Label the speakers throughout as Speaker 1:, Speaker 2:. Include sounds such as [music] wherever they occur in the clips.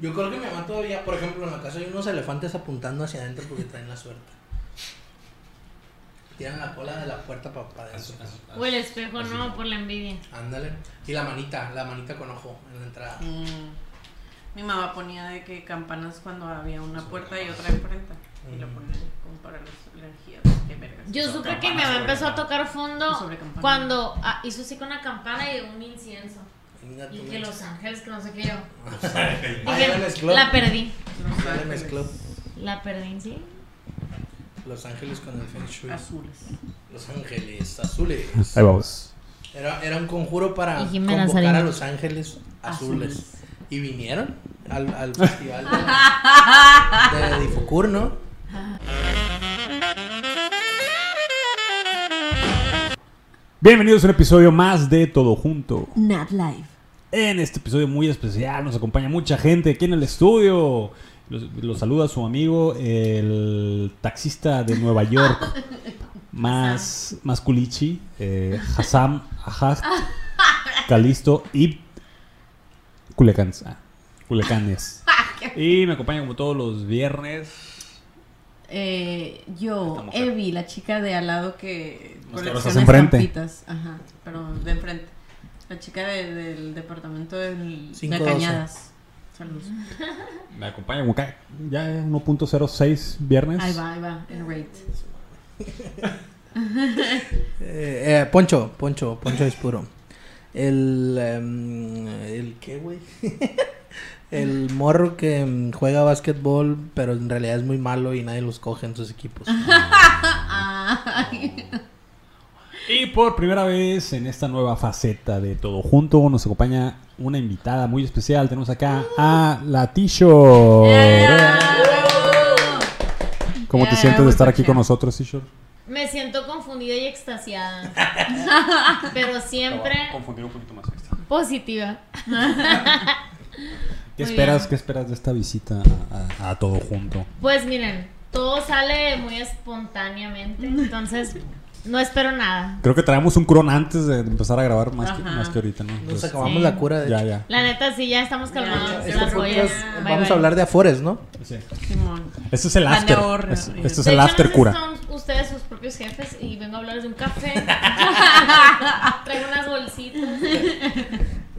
Speaker 1: Yo creo que mi mamá todavía, por ejemplo, en la casa hay unos elefantes apuntando hacia adentro porque traen la suerte. Tiran la cola de la puerta para adentro.
Speaker 2: As- as- as-
Speaker 3: O el espejo,
Speaker 2: así.
Speaker 3: no, por la envidia.
Speaker 1: Ándale. Y la manita, la manita con ojo en la entrada.
Speaker 4: Mm. Mi mamá ponía de que campanas cuando había una puerta y otra enfrente. Y lo
Speaker 1: Mm.
Speaker 4: ponían como para las energías. Qué vergas.
Speaker 3: Yo
Speaker 2: Son
Speaker 3: supe que mi
Speaker 2: campanas
Speaker 3: mamá
Speaker 2: sobre
Speaker 3: empezó a
Speaker 2: campana.
Speaker 3: tocar fondo
Speaker 4: Sobre campana.
Speaker 3: cuando ah, hizo así con una campana y un incienso.
Speaker 1: Mira
Speaker 3: Y
Speaker 1: tú,
Speaker 3: que
Speaker 1: mira.
Speaker 3: los ángeles, que no sé qué yo.
Speaker 1: Ah,
Speaker 3: Dije,
Speaker 1: ya la mezcló.
Speaker 3: la perdí.
Speaker 4: Los
Speaker 1: Ya le
Speaker 4: ángeles
Speaker 1: mezcló.
Speaker 3: La perdí, sí.
Speaker 1: Los ángeles con el feng shui.
Speaker 4: azules.
Speaker 1: Los ángeles azules.
Speaker 5: Ahí vamos.
Speaker 1: Era, era un conjuro para
Speaker 3: Y Jimena
Speaker 1: convocar
Speaker 3: Sarina.
Speaker 1: a los ángeles azules.
Speaker 4: Azules.
Speaker 1: Y vinieron al,
Speaker 3: [laughs]
Speaker 1: al festival de, de Difucur, ¿no?
Speaker 5: Bienvenidos a un episodio más de Todo Junto.
Speaker 4: Not live.
Speaker 5: En este episodio muy especial nos acompaña mucha gente aquí en el estudio. Los, los saluda su amigo, el taxista de Nueva
Speaker 4: [laughs]
Speaker 5: York, más, más culichi, eh, Hassam
Speaker 4: [laughs]
Speaker 5: Ajat, Calisto y Culecans. ah,
Speaker 4: [laughs]
Speaker 5: Culecanes.
Speaker 4: Ah,
Speaker 5: Y me acompaña como todos los viernes.
Speaker 4: Eh,
Speaker 5: Esta
Speaker 4: yo,
Speaker 5: mujer.
Speaker 4: Evi, la chica de al lado que
Speaker 2: Nos
Speaker 4: colecciona
Speaker 5: estás enfrente.
Speaker 4: estampitas. Ajá, pero de enfrente. La chica de- del departamento del- de
Speaker 1: 512.
Speaker 4: Cañadas. Saludos.
Speaker 5: Me acompaña como ca- ya 1.06 viernes.
Speaker 4: Ahí va, ahí va, el rate.
Speaker 1: Eh, eh, Poncho, Poncho, Poncho es puro. El. em, ¿El qué, güey? [laughs] El morro que em, juega básquetbol, pero en realidad es muy malo y nadie los coge en sus equipos.
Speaker 5: Y por primera vez en esta nueva faceta de Todo Junto nos acompaña una invitada muy especial. Tenemos acá a Latisho. ¿Cómo te
Speaker 4: Yeah,
Speaker 5: sientes de
Speaker 4: muy
Speaker 5: estar aquí
Speaker 4: chido.
Speaker 5: con nosotros, Tisho?
Speaker 3: Me siento confundida y extasiada. pero siempre
Speaker 5: confundir un poquito más
Speaker 3: positiva.
Speaker 5: ¿Qué
Speaker 3: Muy
Speaker 5: esperas,
Speaker 3: bien.
Speaker 5: ¿Qué esperas de esta visita a, a- a Todo Junto?
Speaker 3: Pues miren, todo sale muy espontáneamente. Entonces, no espero nada.
Speaker 5: Creo que traemos un cron antes de empezar a grabar más, que,
Speaker 4: Ajá.
Speaker 5: más que ahorita, ¿no?
Speaker 1: Nos
Speaker 5: Entonces,
Speaker 1: acabamos
Speaker 3: Sí.
Speaker 1: la cura de.
Speaker 5: Pues, ya,
Speaker 1: hecho. Este
Speaker 5: ya.
Speaker 3: La neta, sí, ya estamos calmados.
Speaker 4: Ya,
Speaker 3: las
Speaker 4: ya,
Speaker 3: joyas.
Speaker 4: ya.
Speaker 3: Bye,
Speaker 1: Vamos
Speaker 3: bye.
Speaker 1: a hablar de Afores, ¿no?
Speaker 4: Simón.
Speaker 5: Este es el
Speaker 4: Plan de
Speaker 5: after.
Speaker 4: ahorro.
Speaker 5: Es- este
Speaker 4: Eh.
Speaker 5: es
Speaker 3: De
Speaker 5: el
Speaker 3: hecho, no sé
Speaker 5: after
Speaker 3: si
Speaker 5: cura.
Speaker 3: Son ustedes sus propios jefes y vengo a hablarles de
Speaker 1: [laughs]
Speaker 3: un café. Traigo unas bolsitas.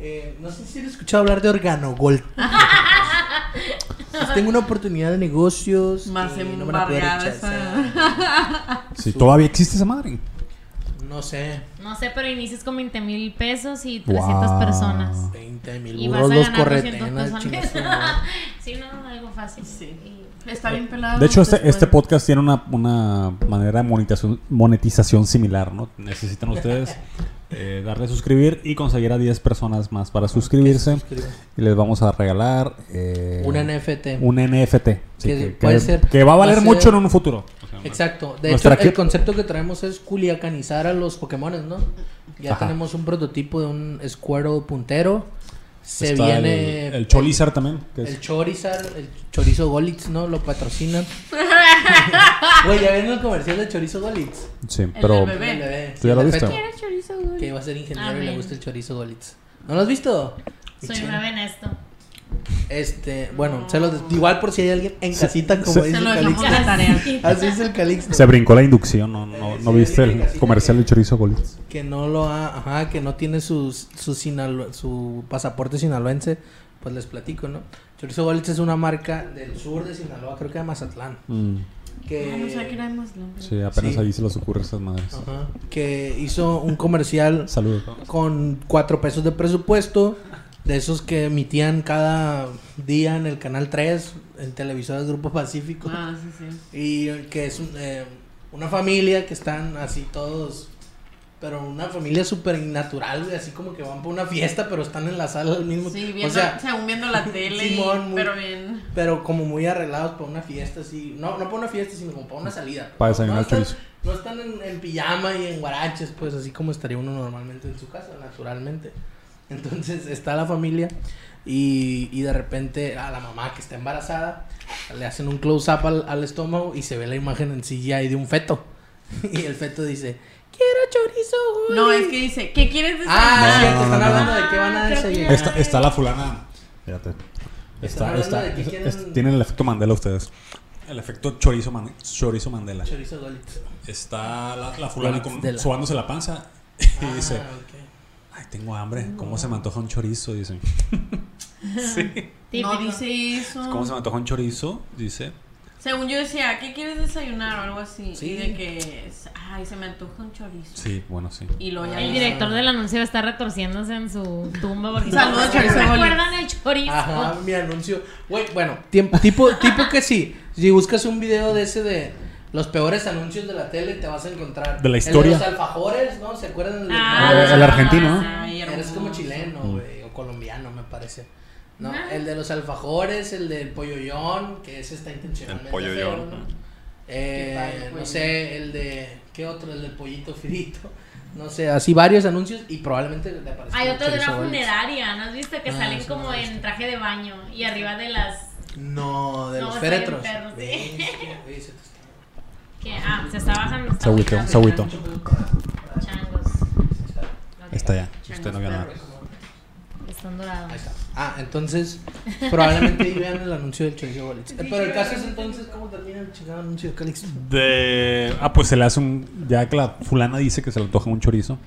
Speaker 1: Eh, no sé si han escuchado hablar de Organogold. Pues tengo una oportunidad de
Speaker 3: [laughs]
Speaker 1: negocios.
Speaker 4: Más
Speaker 1: y no me la puedo
Speaker 4: embarrada
Speaker 1: rechazar.
Speaker 5: Sí, todavía existe esa madre.
Speaker 1: No sé,
Speaker 3: No sé, pero inicias con 20 mil pesos y 300
Speaker 5: Wow.
Speaker 3: personas.
Speaker 1: 20 mil
Speaker 3: Y vas a
Speaker 1: burros, los
Speaker 3: ganar 200
Speaker 1: corretenas,
Speaker 3: pesos
Speaker 1: chingas.
Speaker 3: al mes. [laughs] Sí, no, algo fácil.
Speaker 4: Sí.
Speaker 3: Y-
Speaker 4: Está bien pelado.
Speaker 5: De hecho, este,
Speaker 4: Ustedes
Speaker 5: este
Speaker 4: pueden-
Speaker 5: podcast tiene una, una manera de monetización, monetización similar, ¿no? Necesitan
Speaker 1: [laughs]
Speaker 5: ustedes eh, darle a suscribir y conseguir a 10 personas más para suscribirse. Y les vamos a regalar eh,
Speaker 1: Un NFT.
Speaker 5: un NFT. Sí,
Speaker 1: Que
Speaker 5: que,
Speaker 1: puede
Speaker 5: que-
Speaker 1: ser-
Speaker 5: que va a valer
Speaker 1: va a
Speaker 5: mucho
Speaker 1: ser-
Speaker 5: en un futuro.
Speaker 1: Exacto. De hecho,
Speaker 5: Nuestra
Speaker 1: el
Speaker 5: equipo-
Speaker 1: concepto que traemos es culiacanizar a los Pokémones, ¿no? Ya
Speaker 5: Ajá.
Speaker 1: tenemos un prototipo de un Squirtle puntero. Se
Speaker 5: Está
Speaker 1: viene
Speaker 5: el, el Cholizar también. Que es-
Speaker 1: el Chorizar, el Chorizo Golitz, ¿no? Lo
Speaker 4: [laughs]
Speaker 1: patrocinan. Güey, ya vieron el comercial de Chorizo Golitz.
Speaker 5: sí,
Speaker 4: del
Speaker 5: pero
Speaker 4: bebé. Ve.
Speaker 1: El bebé,
Speaker 5: ¿Tú ya lo
Speaker 1: el
Speaker 5: viste?
Speaker 1: feto,
Speaker 3: chorizo,
Speaker 1: Que iba a ser ingeniero y le
Speaker 3: Amén.
Speaker 1: gusta el Chorizo Golitz. ¿No lo has visto?
Speaker 3: Soy nueva en esto.
Speaker 1: Este, bueno, se los- igual por si hay alguien en casita, como
Speaker 5: se-
Speaker 1: dice
Speaker 4: Se lo
Speaker 1: el
Speaker 4: dejamos
Speaker 1: Calix.
Speaker 4: de tarea.
Speaker 5: [laughs]
Speaker 1: Así es el Calix. ¿no?
Speaker 5: se brincó la inducción. No, no, no
Speaker 1: Sí,
Speaker 5: viste
Speaker 1: sí,
Speaker 5: el
Speaker 1: sí.
Speaker 5: comercial de Chorizo Golitz.
Speaker 1: que no lo ha, ajá, que no tiene su, su, sinalo- su pasaporte sinaloense, pues les platico, ¿no? Chorizo Golitz es una marca del sur de Sinaloa, creo que de Mazatlán,
Speaker 5: Mm,
Speaker 1: que,
Speaker 4: Ah, No sé qué era más lento.
Speaker 5: sí, apenas
Speaker 1: Sí.
Speaker 5: ahí se les ocurre esas madres.
Speaker 1: ajá, que hizo un comercial
Speaker 5: Saludos.
Speaker 1: con cuatro pesos de presupuesto, de esos que emitían cada día en el Canal 3, en televisoras Grupo Pacífico.
Speaker 4: Ah, sí, sí.
Speaker 1: Y que es un, eh, una familia que están así todos, pero una familia súper innatural, güey, así como que van por una fiesta, pero están en la sala al mismo
Speaker 4: Sí,
Speaker 1: tiempo.
Speaker 4: viendo,
Speaker 1: O sea,
Speaker 4: según viendo
Speaker 1: [laughs]
Speaker 4: la tele, y-
Speaker 1: Simón, muy-
Speaker 4: pero bien.
Speaker 1: pero como muy arreglados para una fiesta, así. No, no para una fiesta, sino como para una salida.
Speaker 5: Para desayunar
Speaker 1: no están,
Speaker 5: chorizo.
Speaker 1: no están en, en pijama y en guaraches, pues así como estaría uno normalmente en su casa, naturalmente. Entonces está la familia y, y de repente a la mamá que está embarazada le hacen un close-up al, al estómago y se ve la imagen en CGI de un feto. [laughs] Y el feto dice, quiero chorizo, güey.
Speaker 4: No, es que dice, ¿qué quieres decir?
Speaker 1: Ah,
Speaker 5: No,
Speaker 1: cierto,
Speaker 5: no,
Speaker 1: están
Speaker 5: no,
Speaker 1: hablando
Speaker 5: no.
Speaker 1: de qué van a
Speaker 3: Ah, creo que
Speaker 1: desayunar.
Speaker 5: Está, está la fulana. Fíjate. Está,
Speaker 1: Están hablando
Speaker 5: está,
Speaker 1: de que
Speaker 5: es-
Speaker 1: quieren-
Speaker 5: es- tienen el efecto Mandela ustedes. El efecto chorizo, Man- chorizo Mandela.
Speaker 1: Chorizo Golit.
Speaker 5: [laughs] Está la, la fulana con,
Speaker 1: Mandela.
Speaker 5: sobándose la panza y dice,
Speaker 1: Ah, ok.
Speaker 5: ay, tengo hambre, ¿cómo se me antoja un chorizo? Dice,
Speaker 3: Típico.
Speaker 4: No dice eso.
Speaker 5: ¿cómo se me antoja un chorizo? Dice,
Speaker 4: Según yo decía, ¿qué quieres desayunar o algo así?
Speaker 1: Sí.
Speaker 4: Y de que, es, ay, se me antoja un chorizo.
Speaker 5: sí, bueno, sí.
Speaker 4: Y
Speaker 1: Ah,
Speaker 4: lo ya.
Speaker 3: El director del anuncio va a estar retorciéndose en su tumba porque
Speaker 4: Saludos,
Speaker 3: no
Speaker 4: chorizo.
Speaker 3: recuerdan el chorizo.
Speaker 1: Ajá, mi anuncio. Güey, bueno, tiemp- tipo, tipo que sí. Si buscas un video de ese de los peores anuncios de la tele, te vas a encontrar.
Speaker 5: De la historia.
Speaker 1: El de los alfajores, ¿no? ¿Se acuerdan? del-
Speaker 5: Ah, el argentino. Mm.
Speaker 4: Ay,
Speaker 1: Eres
Speaker 4: hermoso.
Speaker 1: como chileno, güey, o colombiano, me parece. No,
Speaker 3: Ah.
Speaker 1: el de los alfajores, el del pollollón, que ese está intencionalmente.
Speaker 6: El pollollón,
Speaker 1: feo, ¿no?
Speaker 6: ¿no?
Speaker 1: Eh,
Speaker 4: Qué padre,
Speaker 1: no
Speaker 4: güey.
Speaker 1: sé, el de. ¿Qué otro? El del pollito [laughs] frito. No sé, así varios anuncios y probablemente te aparezca.
Speaker 3: Hay
Speaker 1: un
Speaker 3: otro de una
Speaker 1: chorizo bolis.
Speaker 3: funeraria, ¿no has visto? Que
Speaker 1: Ah,
Speaker 3: salen
Speaker 1: sí,
Speaker 3: como
Speaker 1: no, sí.
Speaker 3: en traje de baño y arriba de las...
Speaker 1: No, de
Speaker 3: No,
Speaker 1: los
Speaker 3: está bien
Speaker 1: féretros.
Speaker 3: perro, sí.
Speaker 1: Bestia, güey, se te está-
Speaker 3: Que, ah, se está bajando.
Speaker 5: Se agüitó, se agüitó.
Speaker 1: Mucho pedo para- para-
Speaker 3: Changos. Ok,
Speaker 5: Está ya, usted no vio nada.
Speaker 3: Están dorados.
Speaker 1: Ahí está. Ah, entonces probablemente ahí vean el anuncio del chorizo bolis. Eh, Pero el
Speaker 3: sí,
Speaker 1: caso es
Speaker 3: sí.
Speaker 1: entonces cómo termina el chingado anuncio de Calix.
Speaker 5: De, ah, pues se le hace un, ya que la fulana dice que se le antoja un chorizo,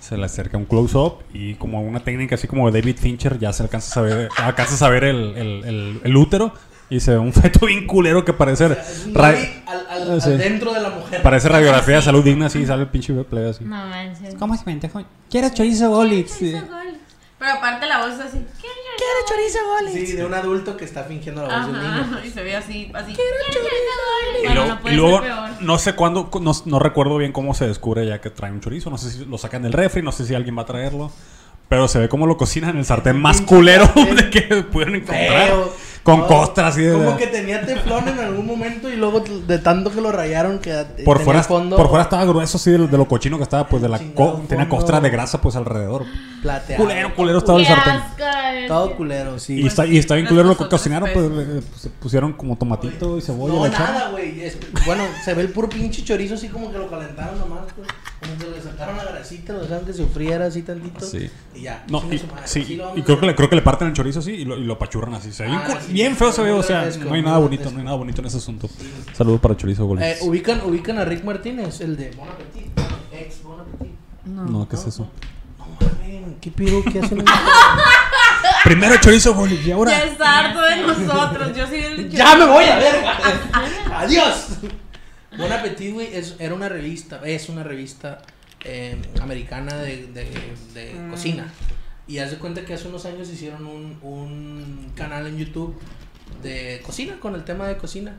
Speaker 5: se le acerca un close-up y como una técnica así como de David Fincher, ya se alcanza a saber, alcanza a saber el, el, el- el útero y se ve un [laughs] feto bien culero que parece...
Speaker 1: Es un
Speaker 5: ra-
Speaker 1: Navi al, al- al
Speaker 5: Ah, Sí.
Speaker 1: dentro de la mujer.
Speaker 5: Parece radiografía de salud digna, sí, sale el pinche plebe así.
Speaker 3: No manches.
Speaker 5: ¿Cómo se me antoja? ¿Quieres chorizo Olix?
Speaker 4: Pero aparte la voz es así.
Speaker 3: Quiero chorizo.
Speaker 1: Sí, de un adulto que está fingiendo la voz de un niño.
Speaker 4: Ajá. Y se ve así, así.
Speaker 5: Y
Speaker 3: Bueno,
Speaker 5: luego,
Speaker 3: no
Speaker 5: y
Speaker 3: puede
Speaker 5: luego,
Speaker 3: ser peor.
Speaker 5: no sé cuándo, no, no recuerdo bien cómo se descubre ya que trae un chorizo. No sé si lo sacan del refri, no sé si alguien va a traerlo. Pero se ve cómo lo cocinan en el sartén más culero [laughs] de que pudieron encontrar.
Speaker 1: Feo.
Speaker 5: Con
Speaker 1: No,
Speaker 5: costras y de.
Speaker 1: Como que tenía teflón en algún momento y luego de tanto que lo rayaron que tenía
Speaker 5: por fuera,
Speaker 1: fondo
Speaker 5: por fuera estaba grueso, sí, de lo, de lo cochino que estaba, pues de la
Speaker 1: Chingado
Speaker 5: co- tenía
Speaker 1: fondo.
Speaker 5: costra de grasa, pues alrededor.
Speaker 1: plateado.
Speaker 5: Culero, culero estaba el
Speaker 3: Qué
Speaker 5: sartén.
Speaker 3: asco.
Speaker 1: Todo culero, sí.
Speaker 5: Y está, y está bien culero lo que
Speaker 4: Nosotros
Speaker 5: cocinaron, pues
Speaker 4: pesos.
Speaker 5: eh, pues, se pusieron como tomatito y cebolla.
Speaker 1: No,
Speaker 5: le echaron.
Speaker 1: nada, güey. Es- Bueno, se ve el puro pinche chorizo así como que lo calentaron nomás, pues. Como que le sacaron la grasita, lo dejaron que se friera así tantito.
Speaker 5: Sí.
Speaker 1: Y ya.
Speaker 5: No,
Speaker 1: chingue
Speaker 5: y,
Speaker 1: su madre,
Speaker 5: sí,
Speaker 1: así lo vamos
Speaker 5: y
Speaker 1: a
Speaker 5: creo que,
Speaker 1: hacer.
Speaker 5: le, creo que le parten el chorizo así y lo, y lo apachurran así. Se ve bien,
Speaker 1: Ah,
Speaker 5: cu-
Speaker 1: sí.
Speaker 5: bien feo se ve, o sea,
Speaker 1: Grotesco,
Speaker 5: no hay nada bonito,
Speaker 1: grotesco.
Speaker 5: no hay nada bonito en ese asunto. Saludos para chorizo Golis.
Speaker 1: Eh, ubican, ubican a Rick Martínez, el de Bon Appetit. Ex Bon Appetit.
Speaker 5: no, ¿qué es eso?
Speaker 1: No mames, ¿qué pido? ¿Qué [laughs] hacen?
Speaker 5: Primero chorizo Golis y ahora.
Speaker 4: Ya está harto de nosotros. Yo soy el
Speaker 1: ¡Ya Ah, me voy a [laughs] ver! ¡Adiós! Bon Appetit, güey, es- era una revista, es una revista eh, americana de, de- de cocina. Y haz de cuenta que hace unos años hicieron un, un canal en YouTube de cocina, con el tema de cocina.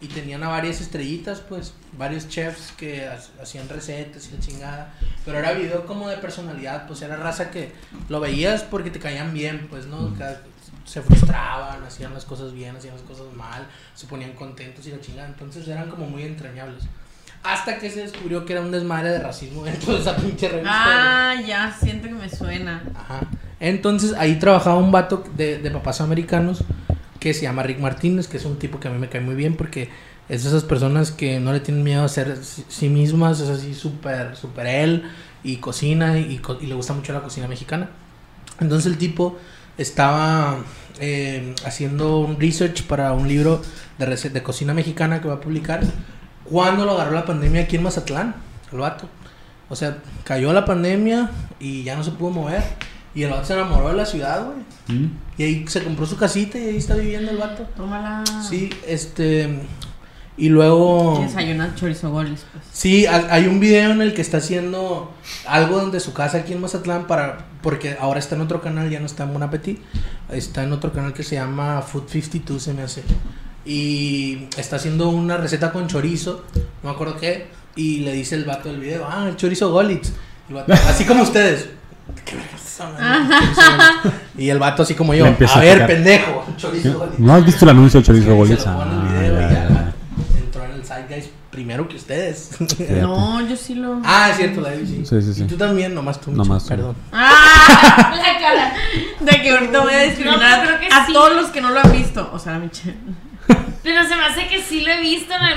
Speaker 1: Y tenían a varias estrellitas, pues, varios chefs que ha- hacían recetas y la chingada. Pero era video como de personalidad, pues era raza que lo veías porque te caían bien, pues, ¿no? Ca- Se frustraban, hacían las cosas bien, hacían las cosas mal, se ponían contentos y la chingada. Entonces eran como muy entrañables. Hasta que se descubrió que era un desmadre de racismo [laughs] dentro de esa pinche revista. güey.
Speaker 4: Ah, ya siento que me suena.
Speaker 1: Ajá. Entonces ahí trabajaba un vato de, de papás americanos que se llama Rick Martínez, que es un tipo que a mí me cae muy bien porque es de esas personas que no le tienen miedo a ser sí sí mismas, es así súper, súper él y cocina y, co- y le gusta mucho la cocina mexicana. Entonces el tipo estaba eh, haciendo un research para un libro de, rece- de cocina mexicana que va a publicar cuando lo agarró la pandemia aquí en Mazatlán, el vato. O sea, cayó la pandemia y ya no se pudo mover. Y el vato se enamoró de la ciudad, güey.
Speaker 5: Mm.
Speaker 1: Y ahí se compró su casita y ahí está viviendo el vato.
Speaker 4: Tómala.
Speaker 1: Sí, este. Y luego.
Speaker 4: Desayunas chorizo goles, pues.
Speaker 1: Sí, ha- hay un video en el que está haciendo algo donde su casa aquí en Mazatlán para porque ahora está en otro canal, ya no está en Bon Appetit, está en otro canal que se llama Food 52 se me hace. Y está haciendo una receta con chorizo, no me acuerdo qué, y le dice el vato del video, "Ah, el chorizo Golitz." Y el vato, así como ustedes. "¿Qué vergas están hablando de chorizo Golitz?" Y el vato así como yo,
Speaker 5: Le empieza
Speaker 1: "A
Speaker 5: a
Speaker 1: ver,
Speaker 5: picar.
Speaker 1: pendejo, chorizo Golitz."
Speaker 5: ¿No has visto el anuncio del
Speaker 1: Se
Speaker 5: chorizo
Speaker 1: lo
Speaker 5: Golis?
Speaker 1: pone en el
Speaker 5: Ah,
Speaker 1: video y
Speaker 5: ya,
Speaker 1: ya,
Speaker 5: ya, ya.
Speaker 1: entró en el Side Guys primero que ustedes. [laughs]
Speaker 5: Fíjate.
Speaker 4: No, yo sí lo.
Speaker 1: Ah, es cierto, la de sí.
Speaker 5: Sí, sí, sí.
Speaker 1: Y tú también, nomás tú.
Speaker 5: Nomás
Speaker 1: Micho,
Speaker 5: tú.
Speaker 1: Perdón.
Speaker 4: ¡Ah!
Speaker 3: La cara.
Speaker 4: De que ahorita voy a discriminar
Speaker 3: No, creo que
Speaker 4: a
Speaker 3: sí.
Speaker 4: todos los que no lo han visto. O sea, Michelle.
Speaker 3: Pero se me hace que sí lo he visto en el...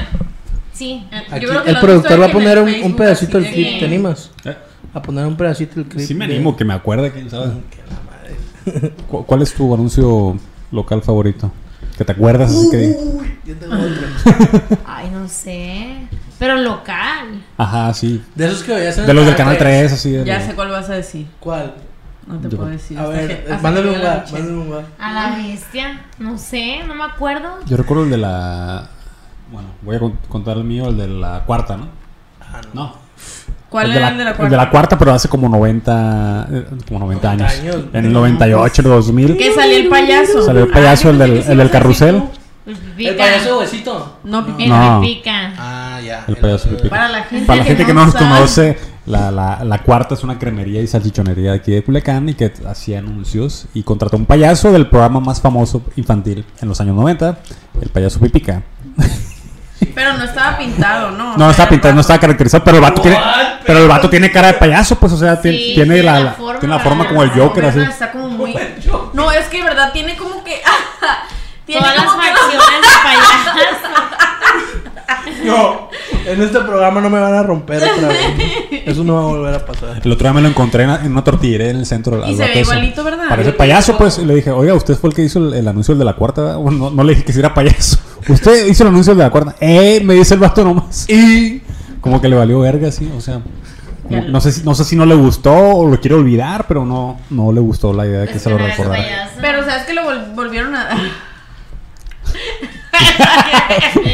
Speaker 3: Sí.
Speaker 1: Aquí,
Speaker 4: creo que
Speaker 1: el
Speaker 4: lo
Speaker 1: productor
Speaker 4: hizo
Speaker 1: va a
Speaker 4: alguien
Speaker 1: poner
Speaker 4: en
Speaker 1: un, un
Speaker 4: Facebook,
Speaker 1: pedacito del
Speaker 4: así de
Speaker 1: clip.
Speaker 4: que-
Speaker 1: ¿Te animas?
Speaker 5: Eh.
Speaker 1: A poner un pedacito del clip.
Speaker 5: Sí me
Speaker 1: de-
Speaker 5: animo, que me acuerde, quién sabe.
Speaker 1: Que la madre.
Speaker 5: ¿Cu- ¿Cuál es tu anuncio local favorito? ¿Que te acuerdas? Así que digas.
Speaker 1: Uy, [laughs] yo tengo otro.
Speaker 3: Ay, no sé. Pero local.
Speaker 5: Ajá, sí.
Speaker 1: De esos que veías en
Speaker 5: De
Speaker 1: el
Speaker 5: los del Canal 3, así. de
Speaker 4: Ya
Speaker 5: los-
Speaker 4: sé cuál vas a decir.
Speaker 1: ¿Cuál?
Speaker 4: No te
Speaker 5: Yo-
Speaker 4: puedo decir.
Speaker 1: A
Speaker 4: hasta
Speaker 1: ver,
Speaker 4: que-
Speaker 1: eh,
Speaker 4: hasta
Speaker 1: mándale
Speaker 4: que
Speaker 1: un
Speaker 4: yo la
Speaker 1: guap,
Speaker 4: escuché.
Speaker 1: mándale un guap.
Speaker 3: A la bestia. No sé, no me acuerdo.
Speaker 5: Yo recuerdo el de la... Bueno, voy a con- contar el mío, el de la cuarta, ¿no?
Speaker 1: Ah, no.
Speaker 5: No.
Speaker 4: ¿Cuál
Speaker 5: el de
Speaker 4: era
Speaker 5: la,
Speaker 4: el de la
Speaker 5: El de la
Speaker 4: cuarta?
Speaker 5: cuarta, pero hace como 90, eh, como 90 años.
Speaker 1: años.
Speaker 5: En el 98, el 2000.
Speaker 4: Que salió el payaso. Ah,
Speaker 5: Salió el payaso,
Speaker 3: yo
Speaker 5: el
Speaker 3: pensé
Speaker 5: del-
Speaker 3: que sí
Speaker 5: el
Speaker 3: ibas
Speaker 5: del
Speaker 3: a decir
Speaker 5: carrusel.
Speaker 3: tú. Pues pica.
Speaker 1: ¿El payaso huesito?
Speaker 4: No, pipi.
Speaker 3: El
Speaker 5: No.
Speaker 3: pipica.
Speaker 1: Ah, ya.
Speaker 5: El payaso
Speaker 1: [laughs]
Speaker 5: pipica.
Speaker 4: Para la gente,
Speaker 5: Para la gente [laughs] que no
Speaker 4: no
Speaker 5: nos
Speaker 4: sabe,
Speaker 5: conoce, la, la, la cuarta es una cremería y salchichonería de aquí de Culiacán y que hacía anuncios y contrató un payaso del programa más famoso infantil en los años 90, el payaso Pipica.
Speaker 4: Pero no estaba pintado, ¿no. O
Speaker 5: No,
Speaker 4: sea,
Speaker 5: no está pintado, no está caracterizado, pero el vato tiene,
Speaker 1: What?
Speaker 5: pero el vato tiene cara de payaso, pues, o sea, tien-
Speaker 3: Sí,
Speaker 5: tiene,
Speaker 3: tiene
Speaker 5: la,
Speaker 3: la
Speaker 5: la-
Speaker 3: forma,
Speaker 5: tiene la forma
Speaker 3: la
Speaker 5: como el
Speaker 4: Como
Speaker 5: Joker,
Speaker 4: verga,
Speaker 5: así.
Speaker 4: Está como muy.
Speaker 1: Yo.
Speaker 4: No, es que, ¿verdad? Tiene como que. [laughs] tiene
Speaker 3: Todas las
Speaker 4: como que-
Speaker 3: facciones de payaso.
Speaker 1: No. En este programa no me van a romper otra vez. Eso no va a volver a pasar.
Speaker 5: El otro día me lo encontré en, en una tortillería en el centro.
Speaker 4: Y
Speaker 5: al
Speaker 4: se ve
Speaker 5: vato ese.
Speaker 4: igualito, ¿verdad?
Speaker 5: Parece
Speaker 4: Yo
Speaker 5: payaso,
Speaker 4: tampoco.
Speaker 5: pues. Y le dije, oiga, usted fue el que hizo el, el anuncio de la cuarta. ¿verdad? Bueno, no, no le dije que si era payaso. [laughs] Usted hizo el anuncio de la cuarta. ¡Eh! Me dice el vato nomás. Y como que le valió verga, así. O sea, como- no, sé si, no sé si no le gustó o lo quiere olvidar, pero no, no le gustó la idea de que
Speaker 3: Pues
Speaker 5: se lo
Speaker 3: una vez
Speaker 5: recordara.
Speaker 3: payaso. [laughs]
Speaker 4: Pero [laughs] sabes que lo vol- volvieron a.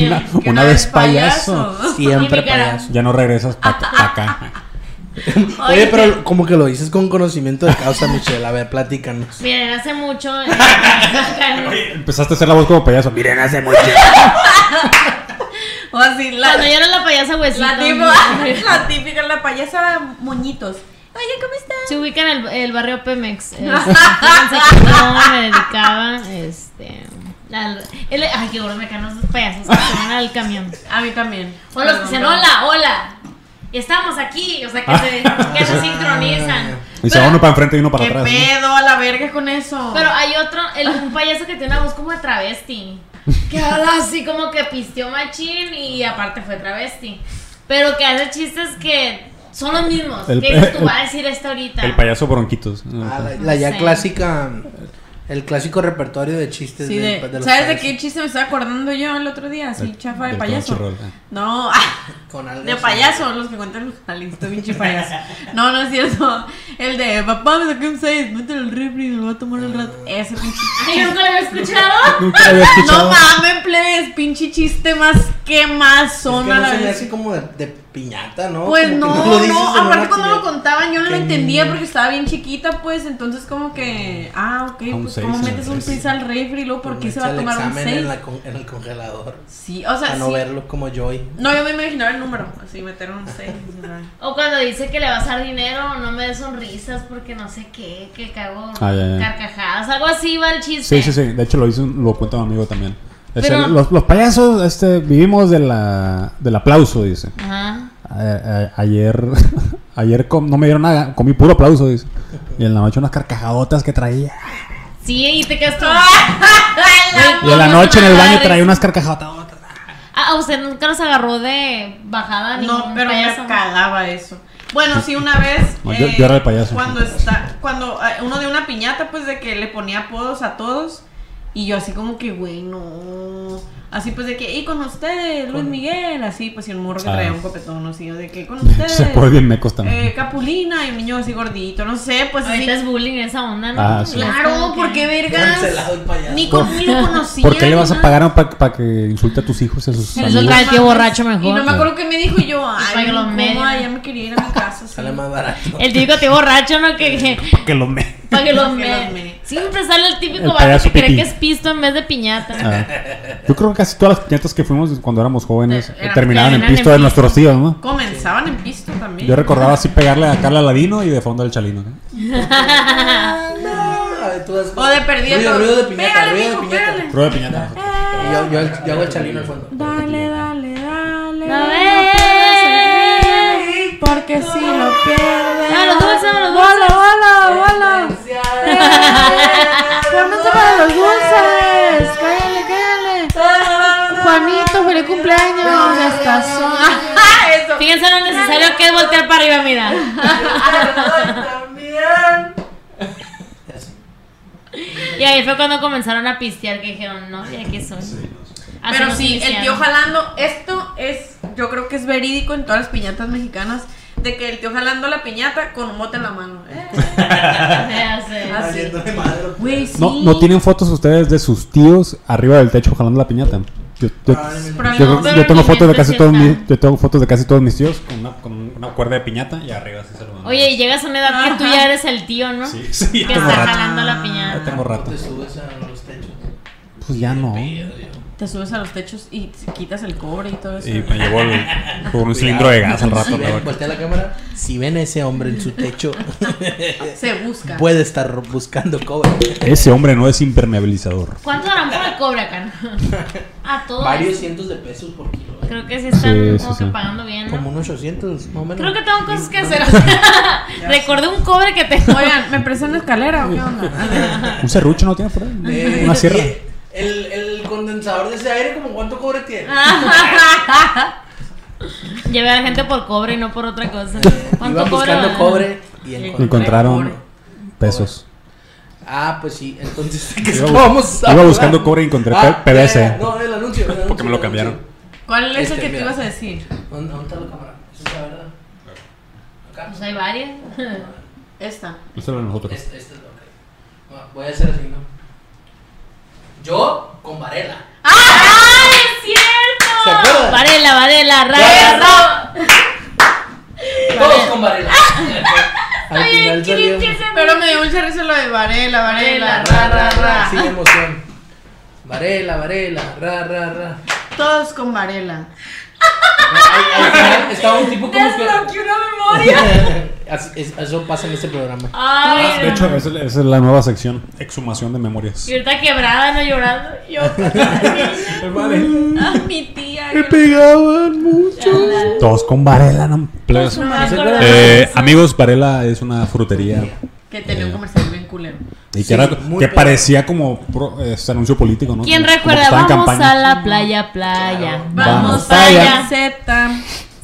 Speaker 5: Una,
Speaker 4: [laughs] que
Speaker 5: una vez payaso.
Speaker 4: [laughs]
Speaker 1: Siempre
Speaker 3: Y mi cara.
Speaker 1: payaso.
Speaker 5: Ya no regresas
Speaker 4: Ah,
Speaker 5: para acá.
Speaker 1: Oye, pero como que lo dices con conocimiento de causa, Michelle. A ver, platícanos.
Speaker 3: Miren, hace mucho. eh,
Speaker 5: Empezaste a hacer la voz como payaso. Miren, hace mucho.
Speaker 4: O así, la,
Speaker 3: Cuando yo era la payasa huesito.
Speaker 4: la, típica, [laughs] la típica, la payasa moñitos. Oye, ¿cómo estás?
Speaker 3: [laughs] Se ubica en el, el barrio Pemex. [laughs] este, fíjense que yo me dedicaba este, al- el- ay, qué gordo me caen esos payasos que se van al camión.
Speaker 4: A mí también.
Speaker 3: O los que dicen, hola, hola. Estamos aquí. O sea, que se, que se sincronizan.
Speaker 5: Y se va uno para enfrente y uno para
Speaker 4: ¿Qué
Speaker 5: atrás. ¿no?
Speaker 4: pedo a la verga con eso?
Speaker 3: Pero hay otro, el, un payaso que tiene una voz como de travesti. Que habla así como que pisteó machín y aparte fue travesti. Pero que hace chistes que son los mismos.
Speaker 5: El-
Speaker 3: que dices, tú
Speaker 5: el-
Speaker 3: vas a decir esto ahorita.
Speaker 5: El payaso bronquitos.
Speaker 1: Ah, la, la ya clásica. El clásico repertorio de chistes.
Speaker 4: Sí, de-
Speaker 1: de- de los
Speaker 4: ¿Sabes de
Speaker 1: payasos.
Speaker 4: qué chiste me estaba acordando yo el otro día? Así, chafa de
Speaker 5: del
Speaker 4: payaso.
Speaker 5: Crunchyroll, ah.
Speaker 4: No, [laughs]
Speaker 1: Con algo
Speaker 4: de
Speaker 1: así.
Speaker 4: payaso, los que cuentan los jalistas, pinche payaso. No, no es cierto. El de papá, me saqué un 6, mételo al refri y me lo va a tomar al rato. Ese pinche
Speaker 3: Ay, nunca lo había escuchado.
Speaker 5: Nunca lo había
Speaker 3: [laughs]
Speaker 5: escuchado.
Speaker 4: No mames, plebes, pinche chiste más que más
Speaker 1: Es
Speaker 4: son
Speaker 1: que
Speaker 4: a
Speaker 1: no
Speaker 4: la
Speaker 1: se me
Speaker 4: vez.
Speaker 1: hace como de, de piñata, ¿no?
Speaker 4: Pues
Speaker 1: Como que
Speaker 4: no,
Speaker 1: lo
Speaker 4: no,
Speaker 1: dices en una
Speaker 4: aparte cuando lo
Speaker 1: piñata.
Speaker 4: contaban yo no lo
Speaker 1: que-
Speaker 4: entendía porque estaba bien chiquita, pues entonces como que, ah, ok,
Speaker 5: un
Speaker 4: pues
Speaker 5: seis
Speaker 4: cómo
Speaker 5: en el
Speaker 4: metes un
Speaker 5: refri.
Speaker 4: 6 al refri y luego por qué
Speaker 1: pues Me
Speaker 4: se va
Speaker 1: echa
Speaker 4: a
Speaker 1: el
Speaker 4: tomar un
Speaker 1: examen
Speaker 4: 6.
Speaker 1: En, la con- en el congelador.
Speaker 4: Sí, o sea,
Speaker 1: Para no
Speaker 4: sí.
Speaker 1: verlo como Joy.
Speaker 4: No, yo me imaginaba el número, así meter un 6.
Speaker 3: O cuando dice que le vas a dar dinero, no me des sonrisas porque no sé qué, que cago
Speaker 5: Ah, ya, ya.
Speaker 3: carcajadas. Algo así va el chiste.
Speaker 5: Sí, sí, sí. De hecho, lo hizo, un- lo cuenta un amigo también. Dice,
Speaker 3: Pero-
Speaker 5: los, los payasos este, vivimos de la, del aplauso, dice.
Speaker 3: Ajá.
Speaker 5: A- a- ayer [laughs] ayer com- no me dieron nada, comí puro aplauso, dice. Y en la noche unas carcajadotas que traía.
Speaker 3: Sí, y te
Speaker 4: [laughs]
Speaker 3: quedas tú.
Speaker 5: Y en la noche en el baño traía unas carcajadotas.
Speaker 3: Ah, ¿a usted nunca nos agarró de bajada ni
Speaker 4: No, pero me
Speaker 3: Ah, payaso?
Speaker 4: cagaba eso. Bueno, sí, una
Speaker 5: [laughs]
Speaker 4: vez. eh,
Speaker 5: No, yo- yo era el payaso.
Speaker 4: Cuando, está, cuando eh, uno de una piñata, pues de que le ponía apodos a todos. Y yo, así como que, güey, no. Así pues de que, y con ustedes, Luis Miguel. Así, pues, y un morro que
Speaker 5: Ah.
Speaker 4: traía un copetón, así, de que, con
Speaker 3: Eh,
Speaker 5: [laughs]
Speaker 4: ustedes.
Speaker 5: Se pone bien mecos también.
Speaker 4: eh, Capulina y un niño así gordito, no sé, pues así.
Speaker 3: Ahorita es bullying esa onda, ¿no?
Speaker 5: Ah, sí.
Speaker 4: Claro, porque vergas.
Speaker 1: [laughs] Cancelado el payaso.
Speaker 4: Ni, con, ni lo conocía.
Speaker 5: ¿Por qué le vas
Speaker 4: ni
Speaker 5: a
Speaker 4: nada.
Speaker 5: pagar para que insulte a tus hijos y a sus
Speaker 3: [laughs] Eso
Speaker 5: amigos?
Speaker 3: trae el tío borracho
Speaker 4: Y
Speaker 3: mejor.
Speaker 4: no me acuerdo qué me dijo
Speaker 3: [laughs]
Speaker 4: y yo, ay,
Speaker 3: para que lo
Speaker 4: cómo,
Speaker 3: medien.
Speaker 4: ay, ya me quería ir a mi casa. sí.
Speaker 1: Sale más barato.
Speaker 4: Eh,
Speaker 1: [laughs]
Speaker 3: El típico tío borracho, ¿no? Que, que-
Speaker 5: Que lo me.
Speaker 3: para que los
Speaker 4: Para que los
Speaker 3: me-
Speaker 4: me.
Speaker 3: Siempre sale el típico
Speaker 5: El
Speaker 3: vato
Speaker 5: payaso
Speaker 3: que cree
Speaker 5: pipí.
Speaker 3: que es pisto en vez de piñata.
Speaker 5: Ah. Yo creo que casi todas las piñatas que fuimos cuando éramos jóvenes
Speaker 4: Era-
Speaker 5: terminaban en
Speaker 3: Eh, eran en
Speaker 5: pisto de
Speaker 3: pisto.
Speaker 5: nuestros tíos, ¿no?
Speaker 4: Comenzaban en pisto también.
Speaker 5: Yo recordaba así pegarle a Carla Ladino y de fondo al Chalino. ¿no? Ah.
Speaker 1: A ver, tú das-
Speaker 4: O de perdido.
Speaker 1: Ruido, ruido de piñata,
Speaker 4: Pégale,
Speaker 1: ruido de
Speaker 4: mijo,
Speaker 1: piñata.
Speaker 4: pégale.
Speaker 5: Prueba de piñata.
Speaker 3: Ah,
Speaker 1: Y Yo, yo, yo hago el chalino al fondo.
Speaker 4: Dale, dale, dale.
Speaker 3: No
Speaker 4: No
Speaker 3: ves.
Speaker 4: puedes ir, porque si lo pierdes.
Speaker 3: Ah, los dulces, los
Speaker 4: ¡Bola,
Speaker 3: dulces.
Speaker 4: bola, bola! ¡Ponete para los dulces! ¡Cállale, cállale! Juanito, feliz cumpleaños. Estás
Speaker 3: Ah, [laughs]
Speaker 4: sola.
Speaker 3: Fíjense lo necesario que es voltear para arriba,
Speaker 4: [laughs]
Speaker 3: mira.
Speaker 4: Eso. también.
Speaker 3: Y Y ahí fue cuando comenzaron a pistear que dijeron, no, ya que son.
Speaker 4: Pero sí, el tío
Speaker 3: [laughs]
Speaker 4: jalando, esto es, yo creo que es verídico en todas las piñatas mexicanas, de que el tío jalando la piñata con un mote en la mano. Eh.
Speaker 3: jalando.
Speaker 4: Así.
Speaker 1: Haciendo de madre.
Speaker 4: Güey, sí.
Speaker 5: No, no tienen fotos ustedes de sus tíos arriba del techo jalando la piñata. Yo, yo-
Speaker 1: Probablemente.
Speaker 5: yo-
Speaker 4: Pero no,
Speaker 5: yo
Speaker 3: pero
Speaker 5: tengo
Speaker 3: ni
Speaker 5: fotos de
Speaker 3: esto
Speaker 5: casi
Speaker 3: sí
Speaker 5: todos
Speaker 3: está.
Speaker 5: mis, yo tengo fotos de casi todos mis tíos con una, con una cuerda de piñata y arriba así se lo van.
Speaker 3: Oye, y llegas a una edad que tú
Speaker 4: Ajá.
Speaker 3: ya eres el tío, ¿no?
Speaker 5: sí, [laughs] sí, ya
Speaker 3: Que
Speaker 5: tengo
Speaker 3: está
Speaker 5: rato.
Speaker 3: jalando la
Speaker 5: Ya
Speaker 3: piñata.
Speaker 5: tengo
Speaker 1: No
Speaker 5: rato.
Speaker 1: te subes a los techos.
Speaker 5: Pues ya no. Y
Speaker 1: Pedo, yo.
Speaker 4: Te subes a los techos y te quitas el cobre y pues, todo eso.
Speaker 5: me llevó el- por un cilindro de gas al rato.
Speaker 1: Si ven,
Speaker 5: luego.
Speaker 1: voltea la cámara. Si ven a ese hombre en su
Speaker 3: [laughs]
Speaker 1: techo,
Speaker 4: Se busca.
Speaker 1: puede estar buscando cobre.
Speaker 5: Ese hombre no es impermeabilizador.
Speaker 3: ¿Cuánto darán por
Speaker 1: [laughs]
Speaker 3: el cobre acá? A todos.
Speaker 1: Varios cientos de pesos por kilo. ¿eh?
Speaker 3: Creo que sí están
Speaker 5: Sí,
Speaker 3: como
Speaker 5: sí,
Speaker 3: que
Speaker 5: sí.
Speaker 3: pagando bien,
Speaker 1: Como
Speaker 3: ¿no?
Speaker 1: unos 800, más o menos.
Speaker 3: Creo que tengo cosas que hacer. o sea, [laughs] Recordé un cobre que tengo.
Speaker 4: Oigan, ¿me prestan la escalera o qué onda?
Speaker 5: ¿Un serrucho no tiene por ahí?
Speaker 3: [laughs]
Speaker 1: Eh,
Speaker 5: Una sierra.
Speaker 1: y El, el condensador de ese aire, como cuánto cobre tiene?
Speaker 3: [laughs] Ah, Llevé a la gente por cobre y no por otra cosa.
Speaker 1: Iban
Speaker 3: ¿Cuánto cobre?
Speaker 1: buscando
Speaker 3: valen?
Speaker 1: cobre y
Speaker 4: Y
Speaker 1: encontraron.
Speaker 4: con-
Speaker 5: Encontraron pesos.
Speaker 1: Ah, pues sí, entonces, ¿qué
Speaker 5: Iba
Speaker 1: es-
Speaker 5: bus-
Speaker 1: vamos a
Speaker 5: iba
Speaker 1: hablar?
Speaker 5: buscando cobre y encontré
Speaker 1: Ah,
Speaker 5: P- PVC.
Speaker 1: eh, No, el anuncio. el anuncio,
Speaker 5: me lo
Speaker 1: el
Speaker 5: cambiaron.
Speaker 1: anuncio.
Speaker 4: ¿Cuál es el
Speaker 1: Este,
Speaker 4: que te
Speaker 1: mira.
Speaker 4: ibas a decir?
Speaker 1: ¿Dónde, dónde está la cámara? Esa es la verdad. Acá.
Speaker 3: Pues
Speaker 1: [laughs]
Speaker 3: hay varias.
Speaker 4: Esta.
Speaker 5: Eso era nosotros.
Speaker 1: Este, este es lo que- Bueno, Voy a hacer así, ¿no? Yo con Varela.
Speaker 3: ¡Ah, es cierto!
Speaker 1: ¿Se acuerdan?
Speaker 3: Varela, Varela,
Speaker 1: Ya,
Speaker 3: raya,
Speaker 1: ya.
Speaker 3: raya.
Speaker 1: Todos con
Speaker 3: [laughs]
Speaker 1: Varela. Al
Speaker 3: Ay,
Speaker 1: final
Speaker 3: ¿quién
Speaker 1: salió-
Speaker 3: empieza?
Speaker 4: Pero me dio mucha risa lo de Varela, Varela, ra, ra, ra.
Speaker 1: Sin emoción. Varela, Varela, ra, ra, ra.
Speaker 4: Todos con Varela.
Speaker 1: Al, al final estaba un tipo como que.
Speaker 4: Desbloqueé una memoria.
Speaker 1: [laughs] Así- es- eso pasa en este programa.
Speaker 3: Ay,
Speaker 5: De
Speaker 3: no.
Speaker 5: hecho, esa esa es la nueva sección. Exhumación de memorias.
Speaker 3: Y ahorita quebrada, no llorando.
Speaker 5: [laughs]
Speaker 3: Yo.
Speaker 4: Ah, mi tía.
Speaker 5: Me pegaban mucho. Todos con Varela, no plebes.
Speaker 3: No me
Speaker 1: ¿Se
Speaker 3: acuerdo.
Speaker 1: acuerdan?
Speaker 5: Pues, Eh, amigos, Varela es una frutería
Speaker 4: Que tenía un comercial bien culero.
Speaker 5: y que,
Speaker 1: Sí,
Speaker 5: era-
Speaker 1: muy
Speaker 5: que
Speaker 1: pegado.
Speaker 5: parecía como pro- este anuncio político, ¿no?
Speaker 3: ¿Quién
Speaker 5: Como- como que
Speaker 3: recuerda?
Speaker 5: estaba en
Speaker 3: Vamos
Speaker 5: campaña.
Speaker 3: a la playa, playa.
Speaker 5: Vamos
Speaker 4: Vamos
Speaker 5: para
Speaker 4: allá.
Speaker 5: allá.
Speaker 4: Acepta.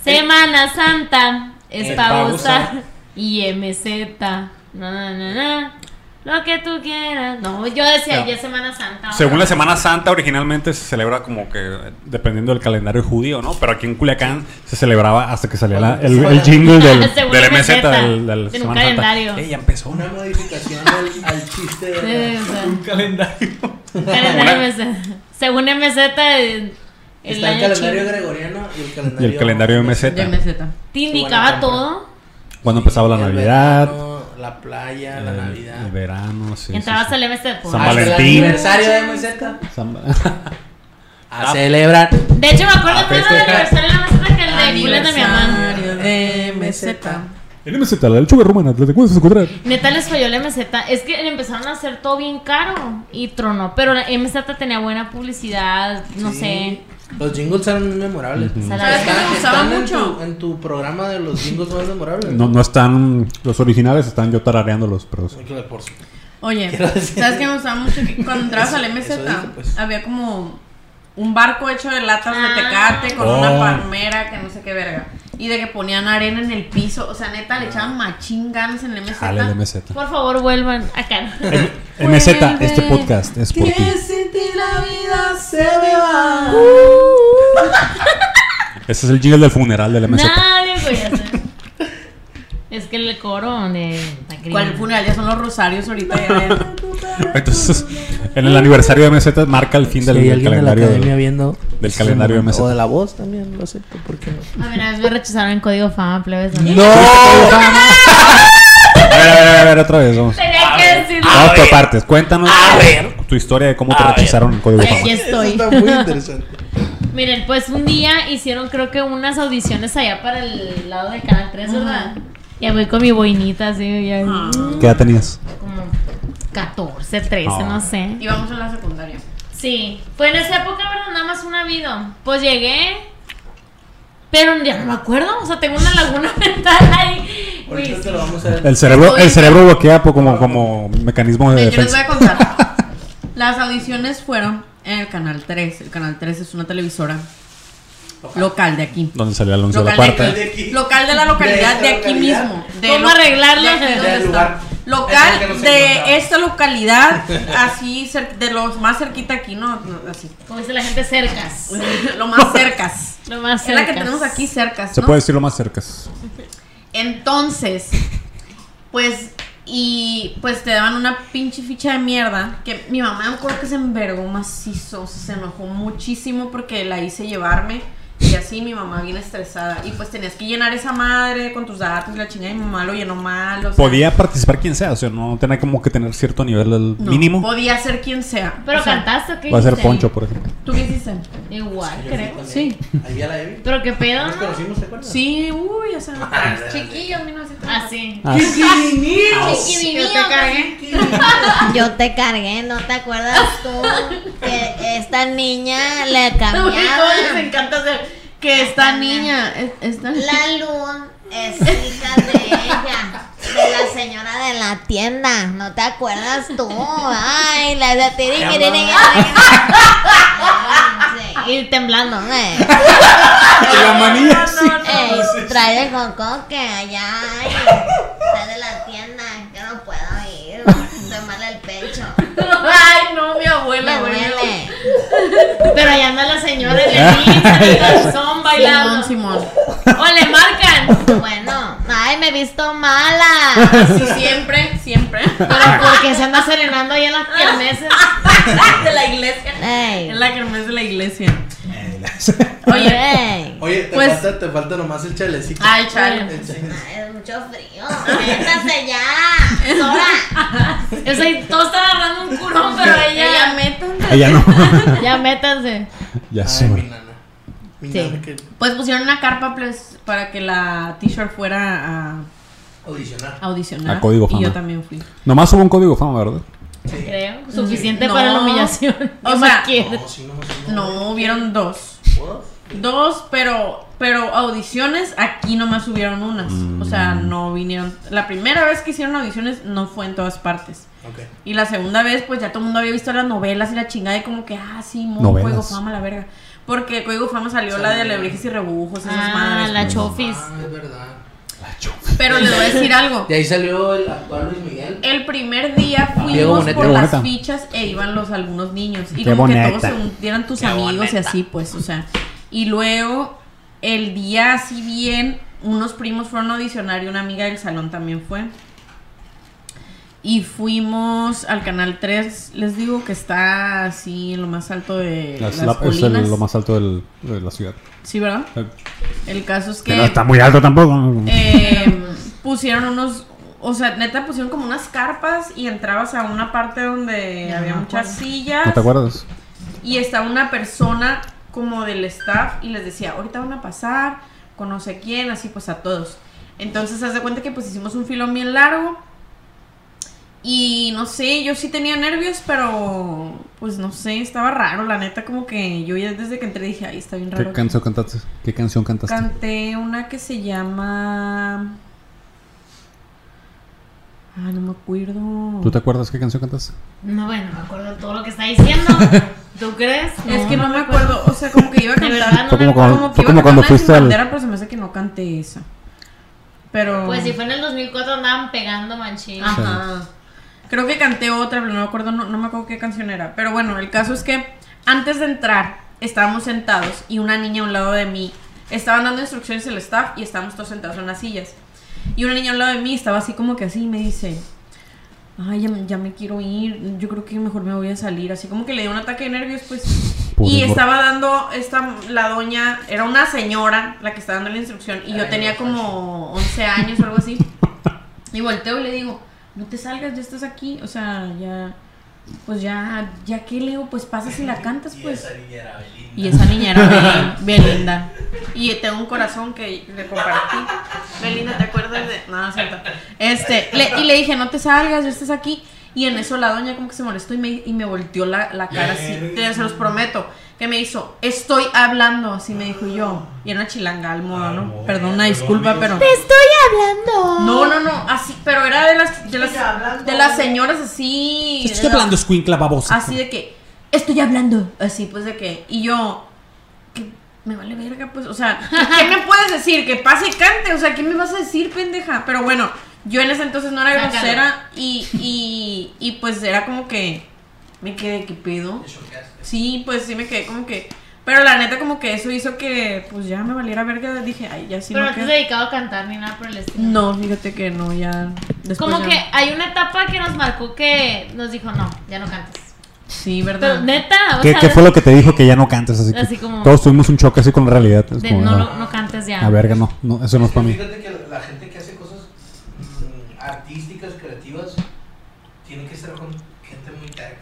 Speaker 3: Semana Santa es
Speaker 1: Es
Speaker 3: pa'
Speaker 5: pa'
Speaker 3: gozar. Y MZ. Na, na, na, na. Lo que tú quieras. No, yo decía,
Speaker 5: No.
Speaker 3: ya es Semana Santa.
Speaker 5: Según la
Speaker 3: ahora.
Speaker 5: Semana Santa, originalmente se celebra como que eh, dependiendo del calendario judío, ¿no? Pero aquí en Culiacán se celebraba hasta que salía la- el, el jingle del,
Speaker 3: Según
Speaker 5: del
Speaker 3: la
Speaker 5: MZ
Speaker 3: receta,
Speaker 5: del, del
Speaker 3: en un
Speaker 5: Semana
Speaker 3: calendario.
Speaker 5: Santa. Ey, ya empezó
Speaker 1: Una modificación al, al chiste de.
Speaker 3: Sí, o sea,
Speaker 5: calendario.
Speaker 3: calendario MZ. Según MZ, el, el
Speaker 1: Está el
Speaker 3: año
Speaker 1: calendario
Speaker 3: chino
Speaker 1: gregoriano y el
Speaker 5: Y
Speaker 1: calendario.
Speaker 5: el calendario MZ.
Speaker 4: De meseta.
Speaker 3: te indicaba
Speaker 1: Buena compra.
Speaker 3: todo.
Speaker 5: Cuando empezaba la
Speaker 1: El
Speaker 5: Navidad.
Speaker 1: verano, la playa, la
Speaker 5: el-
Speaker 1: Navidad.
Speaker 5: El verano, sí. sí,
Speaker 3: Entrabas
Speaker 5: sí.
Speaker 3: al MZ. pues.
Speaker 5: San
Speaker 1: Hasta
Speaker 5: Valentín.
Speaker 1: El aniversario de Meseta.
Speaker 5: San-
Speaker 1: A celebrar.
Speaker 3: De hecho, me acuerdo
Speaker 5: Ah,
Speaker 3: que era
Speaker 5: festeja.
Speaker 3: el aniversario de la meseta que el
Speaker 4: [laughs]
Speaker 3: de culas de mi mamá.
Speaker 4: Aniversario de meseta.
Speaker 5: El MZ, el chuve rumana, ¿te acuerdas de encontrar?
Speaker 3: Neta les falló la MZ. Es que le empezaron a hacer todo bien caro y tronó. Pero la MZ tenía buena publicidad, no
Speaker 1: Sí.
Speaker 3: sé.
Speaker 1: Los jingles eran memorables.
Speaker 5: Ujú.
Speaker 3: ¿Sabes
Speaker 1: Están-
Speaker 4: qué me gustaba
Speaker 1: están en
Speaker 4: mucho?
Speaker 1: tu- En tu, programa de los jingles más memorables.
Speaker 5: No, no están los originales, están yo tarareándolos, pero sí.
Speaker 1: Claro, por su-
Speaker 4: Oye,
Speaker 1: Quiero decir-
Speaker 4: ¿sabes qué me gustaba mucho?
Speaker 1: [laughs]
Speaker 4: Que cuando entrabas
Speaker 1: Eso-
Speaker 4: al MZ,
Speaker 1: eso dije, pues.
Speaker 4: había como un barco hecho de latas
Speaker 3: Ah.
Speaker 4: de tecate con
Speaker 5: Oh.
Speaker 4: una palmera que no sé qué verga. Y de que ponían arena en el piso. O sea, neta,
Speaker 1: Ah.
Speaker 4: le echaban machín ganas en el MZ.
Speaker 5: Jale el MZ.
Speaker 3: Por favor, vuelvan acá.
Speaker 5: MZ, este podcast es por ti.
Speaker 4: sin ti la vida se me va.
Speaker 5: [laughs] Ese es el jingle del funeral del MZ.
Speaker 3: Nadie podía hacer. Es que el coro de Sangría.
Speaker 4: ¿Cuál funeral? Ya son los rosarios ahorita.
Speaker 1: [laughs]
Speaker 4: ya.
Speaker 5: Entonces, en el aniversario de MZ marca el fin del,
Speaker 1: Sí,
Speaker 5: del
Speaker 1: alguien de la
Speaker 5: calendario. [laughs]
Speaker 1: academia viendo.
Speaker 5: del
Speaker 1: Sí,
Speaker 5: calendario
Speaker 1: o
Speaker 5: MZ.
Speaker 1: de la voz también, lo acepto, ¿por qué no?
Speaker 3: A ver, a veces me rechazaron en código fama, plebes. ¿no?
Speaker 1: ¡No!
Speaker 5: A ver, a ver, a Ah, ver, otra vez, vamos.
Speaker 3: Tenía que decirlo.
Speaker 5: Vamos por partes. Cuéntanos tu historia de cómo te rechazaron el código de fama.
Speaker 3: Aquí estoy.
Speaker 1: Eso está muy
Speaker 4: [laughs]
Speaker 1: interesante.
Speaker 3: Miren, pues un día hicieron creo que unas audiciones allá para el lado del Canal 3, ¿verdad? Ya voy con mi boinita así, ya,
Speaker 5: ¿Qué edad tenías?
Speaker 3: como 14, 13,
Speaker 5: Ah.
Speaker 3: no sé.
Speaker 4: Íbamos a la secundaria.
Speaker 3: Sí, fue en esa época, ¿verdad? Nada más una vida. Pues llegué, pero ya no me acuerdo, o sea, tengo una laguna [laughs] mental ahí. Güey,
Speaker 1: Ahorita te lo vamos a ver.
Speaker 5: El cerebro, el cerebro bloquea por- como, como mecanismo de
Speaker 4: Ve, yo les voy
Speaker 5: defensa.
Speaker 4: a contar. Las audiciones fueron en el Canal 3. El Canal 3 es una televisora local de aquí.
Speaker 5: Donde salió Alonso de la
Speaker 4: Local
Speaker 5: Cuarta.
Speaker 1: de aquí.
Speaker 4: Local de la localidad, de,
Speaker 1: De esta
Speaker 4: aquí
Speaker 1: localidad.
Speaker 4: mismo.
Speaker 3: ¿Cómo
Speaker 4: lo-
Speaker 3: arreglarlo?
Speaker 4: de aquí
Speaker 3: Del
Speaker 4: donde está.
Speaker 1: lugar. Es que
Speaker 4: local
Speaker 1: nos encontramos.
Speaker 4: de esta localidad, así cer- de los más cerquita aquí, ¿no? No, Así,
Speaker 3: Como dice la gente, cercas.
Speaker 4: lo más cercas.
Speaker 3: Lo más
Speaker 4: Es la
Speaker 3: cercas.
Speaker 4: que tenemos aquí cercas,
Speaker 7: Se
Speaker 4: ¿no?
Speaker 7: puede decir lo más cerca.
Speaker 4: Entonces, pues, y pues te daban una pinche ficha de mierda. Que mi mamá me acuerdo que se envergó macizo, o sea, se enojó muchísimo porque la hice llevarme. Y así mi mamá bien estresada. Y pues tenías que llenar esa madre con tus datos y la chingada. Y mi mamá lo llenó mal. o sea,
Speaker 7: Podía participar quien sea, o sea, no tenía como que tener cierto nivel al
Speaker 4: no,
Speaker 7: mínimo.
Speaker 4: Podía ser quien sea.
Speaker 3: Pero
Speaker 4: O sea,
Speaker 3: cantaste, ¿o ¿qué
Speaker 7: Va a ser
Speaker 3: hiciste?
Speaker 7: Poncho, por ejemplo.
Speaker 4: ¿Tú qué hiciste?
Speaker 3: Igual,
Speaker 1: Yo fui
Speaker 3: creo.
Speaker 1: con
Speaker 4: sí.
Speaker 1: él. Ahí vi a la Evi.
Speaker 3: Pero qué pedo,
Speaker 1: Nos
Speaker 3: ¿no?
Speaker 1: conocimos, ¿te acuerdas? Ah,
Speaker 4: Sí, uy, o sea, chiquillo, a mí no se
Speaker 3: Así.
Speaker 7: Ah, sí.
Speaker 3: Yo te cargué.
Speaker 8: [laughs] Yo te cargué, ¿no te acuerdas tú? Que esta niña le
Speaker 4: les
Speaker 8: cambiaba.
Speaker 4: encanta hacer que esta niña, es- esta
Speaker 8: La luz es hija de ella, de la señora de la tienda. ¿No te acuerdas tú? Ay, la de tiri, tiri, tiri, tiri. Ay, sí, Ir temblando, ¿eh?
Speaker 7: La manilla, [laughs] sí.
Speaker 8: Ey, trae el coco que allá hay. Trae de la tienda, que no puedo ir. Estoy mal el pecho.
Speaker 4: Ay, no, mi
Speaker 8: Me
Speaker 4: abuela, eh. güey.
Speaker 8: duele.
Speaker 3: Pero allá anda la señora y
Speaker 7: [laughs]
Speaker 3: le dicen y la son bailando.
Speaker 4: Simón, Simón.
Speaker 3: O le marcan.
Speaker 8: Bueno, ay, me he visto mala.
Speaker 4: Sí, siempre, [laughs] siempre.
Speaker 3: Pero porque se anda serenando ahí en las kermeses.
Speaker 4: de la iglesia.
Speaker 8: Ey,
Speaker 4: Es la kermés de la iglesia. Oye,
Speaker 8: oye.
Speaker 1: Oye, te,
Speaker 4: Pues-
Speaker 1: falta, te falta nomás el chalecito.
Speaker 4: ay, chale.
Speaker 1: El chale-
Speaker 8: Es mucho frío. Métase ya. Es hora.
Speaker 3: [laughs] O sea, todos están agarrando un curón, pero
Speaker 4: Ella
Speaker 3: ella.
Speaker 4: métanse.
Speaker 7: Ella no. [laughs]
Speaker 3: Ya métanse.
Speaker 7: ya
Speaker 1: Ay,
Speaker 7: sí.
Speaker 1: mi
Speaker 7: bueno.
Speaker 1: nana. Mi
Speaker 4: Sí.
Speaker 1: nana que
Speaker 4: Pues pusieron una carpa pues, para que la t-shirt fuera a Ah,
Speaker 1: audicionar.
Speaker 4: audicionar.
Speaker 7: A Código
Speaker 4: Y yo
Speaker 7: Fama.
Speaker 4: también fui.
Speaker 7: Nomás hubo un código de fama, ¿verdad?
Speaker 1: Sí.
Speaker 3: Creo. Suficiente
Speaker 4: No.
Speaker 3: para la humillación.
Speaker 4: O
Speaker 3: ¿Qué
Speaker 4: sea,
Speaker 3: más quieres?
Speaker 1: No, sí, no, sí, no.
Speaker 4: No, hubieron dos.
Speaker 1: ¿What?
Speaker 4: Dos, pero, pero audiciones aquí nomás hubieron unas.
Speaker 7: Mm.
Speaker 4: O sea, no vinieron. La primera vez que hicieron audiciones no fue en todas partes.
Speaker 1: Ok.
Speaker 4: Y la segunda vez, pues ya todo el mundo había visto las novelas y la chingada y como que, ah, sí, mo,
Speaker 7: Novelas.
Speaker 4: Código Fama, la verga. Porque Código Fama salió la de Lebrejes y Rebujos, esas
Speaker 3: Ah,
Speaker 4: madres. pues.
Speaker 3: la chofis.
Speaker 1: Ah, es verdad.
Speaker 4: Pero les voy a
Speaker 1: [laughs]
Speaker 4: decir algo.
Speaker 1: De ahí salió el actual Luis Miguel.
Speaker 4: El primer día
Speaker 7: Ah, Qué
Speaker 4: fuimos
Speaker 7: bonita.
Speaker 4: por
Speaker 7: Qué
Speaker 4: las
Speaker 7: bonita.
Speaker 4: fichas e iban los algunos niños. Y
Speaker 7: Qué
Speaker 4: como que todos
Speaker 7: bonita.
Speaker 4: se hundieran tus
Speaker 1: Qué
Speaker 4: amigos y
Speaker 1: bonita.
Speaker 4: así, pues, o sea. Y luego, el día así bien, unos primos fueron a audicionar y una amiga del salón también fue. Y fuimos al canal 3, les digo que está así en lo más alto de Eh, las,
Speaker 7: Es, la- es el-
Speaker 4: colinas.
Speaker 7: lo más alto del- de la ciudad.
Speaker 4: Sí, ¿verdad?
Speaker 7: Eh,
Speaker 4: El caso es que
Speaker 7: Que no está muy alto tampoco.
Speaker 4: eh, pusieron unos, o sea, neta pusieron como unas carpas y entrabas a una parte donde
Speaker 3: Ya
Speaker 4: había
Speaker 3: me
Speaker 4: muchas
Speaker 3: acuerdo.
Speaker 4: sillas
Speaker 7: ¿No te acuerdas?
Speaker 4: y estaba una persona como del staff y les decía, ahorita van a pasar con no sé quién, así pues a todos. Entonces, haz de cuenta que pues hicimos un filón bien largo y no sé, yo sí tenía nervios, pero pues no sé, estaba raro, la neta como que yo ya desde que entré dije, ay, está bien raro.
Speaker 7: ¿Qué canción cantaste? ¿Qué canción cantaste?
Speaker 4: Canté una que se llama. Ah, no me acuerdo.
Speaker 7: ¿Tú te acuerdas qué canción cantaste?
Speaker 3: No, bueno, me acuerdo todo lo que está
Speaker 4: [laughs]
Speaker 3: diciendo. ¿Tú crees?
Speaker 4: Es que no me acuerdo, o sea, como que iba a
Speaker 3: De verdad,
Speaker 4: cantar.
Speaker 7: Fue
Speaker 3: no me
Speaker 7: como cuando-
Speaker 3: acuerdo.
Speaker 4: Como que
Speaker 7: fue
Speaker 4: iba a
Speaker 7: como cuando
Speaker 4: cantar una
Speaker 7: fuiste
Speaker 4: sin
Speaker 7: al-
Speaker 4: bandera, pero se me hace que no canté esa. Pero.
Speaker 3: Pues si fue en el 2004 andaban pegando manchín.
Speaker 4: Ah, Ajá. Creo que canté otra, pero no me acuerdo, no, no me acuerdo qué canción era. Pero bueno, el caso es que antes de entrar estábamos sentados y una niña a un lado de mí estaban dando instrucciones el staff y estábamos todos sentados en las sillas. Y una niña a un lado de mí estaba así como que así y me dice, ay, ya, me- ya me quiero ir, yo creo que mejor me voy a salir. Así como que le dio un ataque de nervios, pues.
Speaker 7: Pobre
Speaker 4: y
Speaker 7: mor-
Speaker 4: estaba dando, esta, la doña, era una señora la que estaba dando la instrucción y yo
Speaker 1: Ay,
Speaker 4: tenía
Speaker 1: no,
Speaker 4: como 11 años o
Speaker 1: [laughs]
Speaker 4: algo así. Y volteo y le digo, no te salgas, ya estás aquí. O sea, ya, pues ya, ya que leo, pues pasas y la cantas,
Speaker 1: Y
Speaker 4: pues.
Speaker 1: esa niña era Belinda.
Speaker 4: Y esa niña era Bel- [laughs] Belinda. Y tengo un corazón que le compartí. Belinda, ¿te acuerdas de.? No, no es cierto. Este, le- y le dije, no te salgas, ya estás aquí. Y en eso la doña como que se molestó y me, y me volteó la, la cara así. Te, se los prometo. Que me hizo, estoy hablando, así me dijo y yo. Y era una chilanga al modo, ¿no? Perdón, una disculpa, pero.
Speaker 8: Estoy hablando.
Speaker 4: No, no, no, así, pero era de las, de las, de las señoras así. de la-
Speaker 7: escuincla babosa.
Speaker 4: pues, Así de que, estoy hablando. Así pues de que, y yo, que me
Speaker 3: [laughs]
Speaker 4: vale verga, pues, o sea, ¿qué, qué me puedes decir? Que pase y cante, o sea, ¿qué me vas a decir, pendeja? Pero bueno, Yo en ese entonces no era
Speaker 3: Sácalo.
Speaker 4: grosera y, y, y pues era como que me quedé, ¿qué pedo? Sí, pues sí me quedé como que... Pero la neta como que eso hizo que pues ya me valiera verga. Dije, ay, ya sí
Speaker 3: pero
Speaker 4: no
Speaker 3: no te has
Speaker 4: queda".
Speaker 3: dedicado a cantar ni nada por el estilo.
Speaker 4: No, fíjate que no, ya... Después
Speaker 3: Como
Speaker 4: ya-
Speaker 3: que hay una etapa que nos marcó que nos dijo, no, ya no cantes.
Speaker 4: Sí,
Speaker 3: Pero
Speaker 4: ¿verdad?
Speaker 3: neta, o
Speaker 7: ¿Qué,
Speaker 3: sea,
Speaker 7: qué fue lo que te dijo que ya no cantes? Así,
Speaker 3: Así
Speaker 7: que
Speaker 3: como-
Speaker 7: todos tuvimos un choque así con la realidad. Es
Speaker 3: de
Speaker 7: como,
Speaker 3: no,
Speaker 7: no,
Speaker 3: lo- no cantes ya.
Speaker 7: a verga, no, no, eso no es para mí.
Speaker 1: Fíjate que la gente que hace cosas mm, artísticas, creativas, tiene que estar con gente muy terca.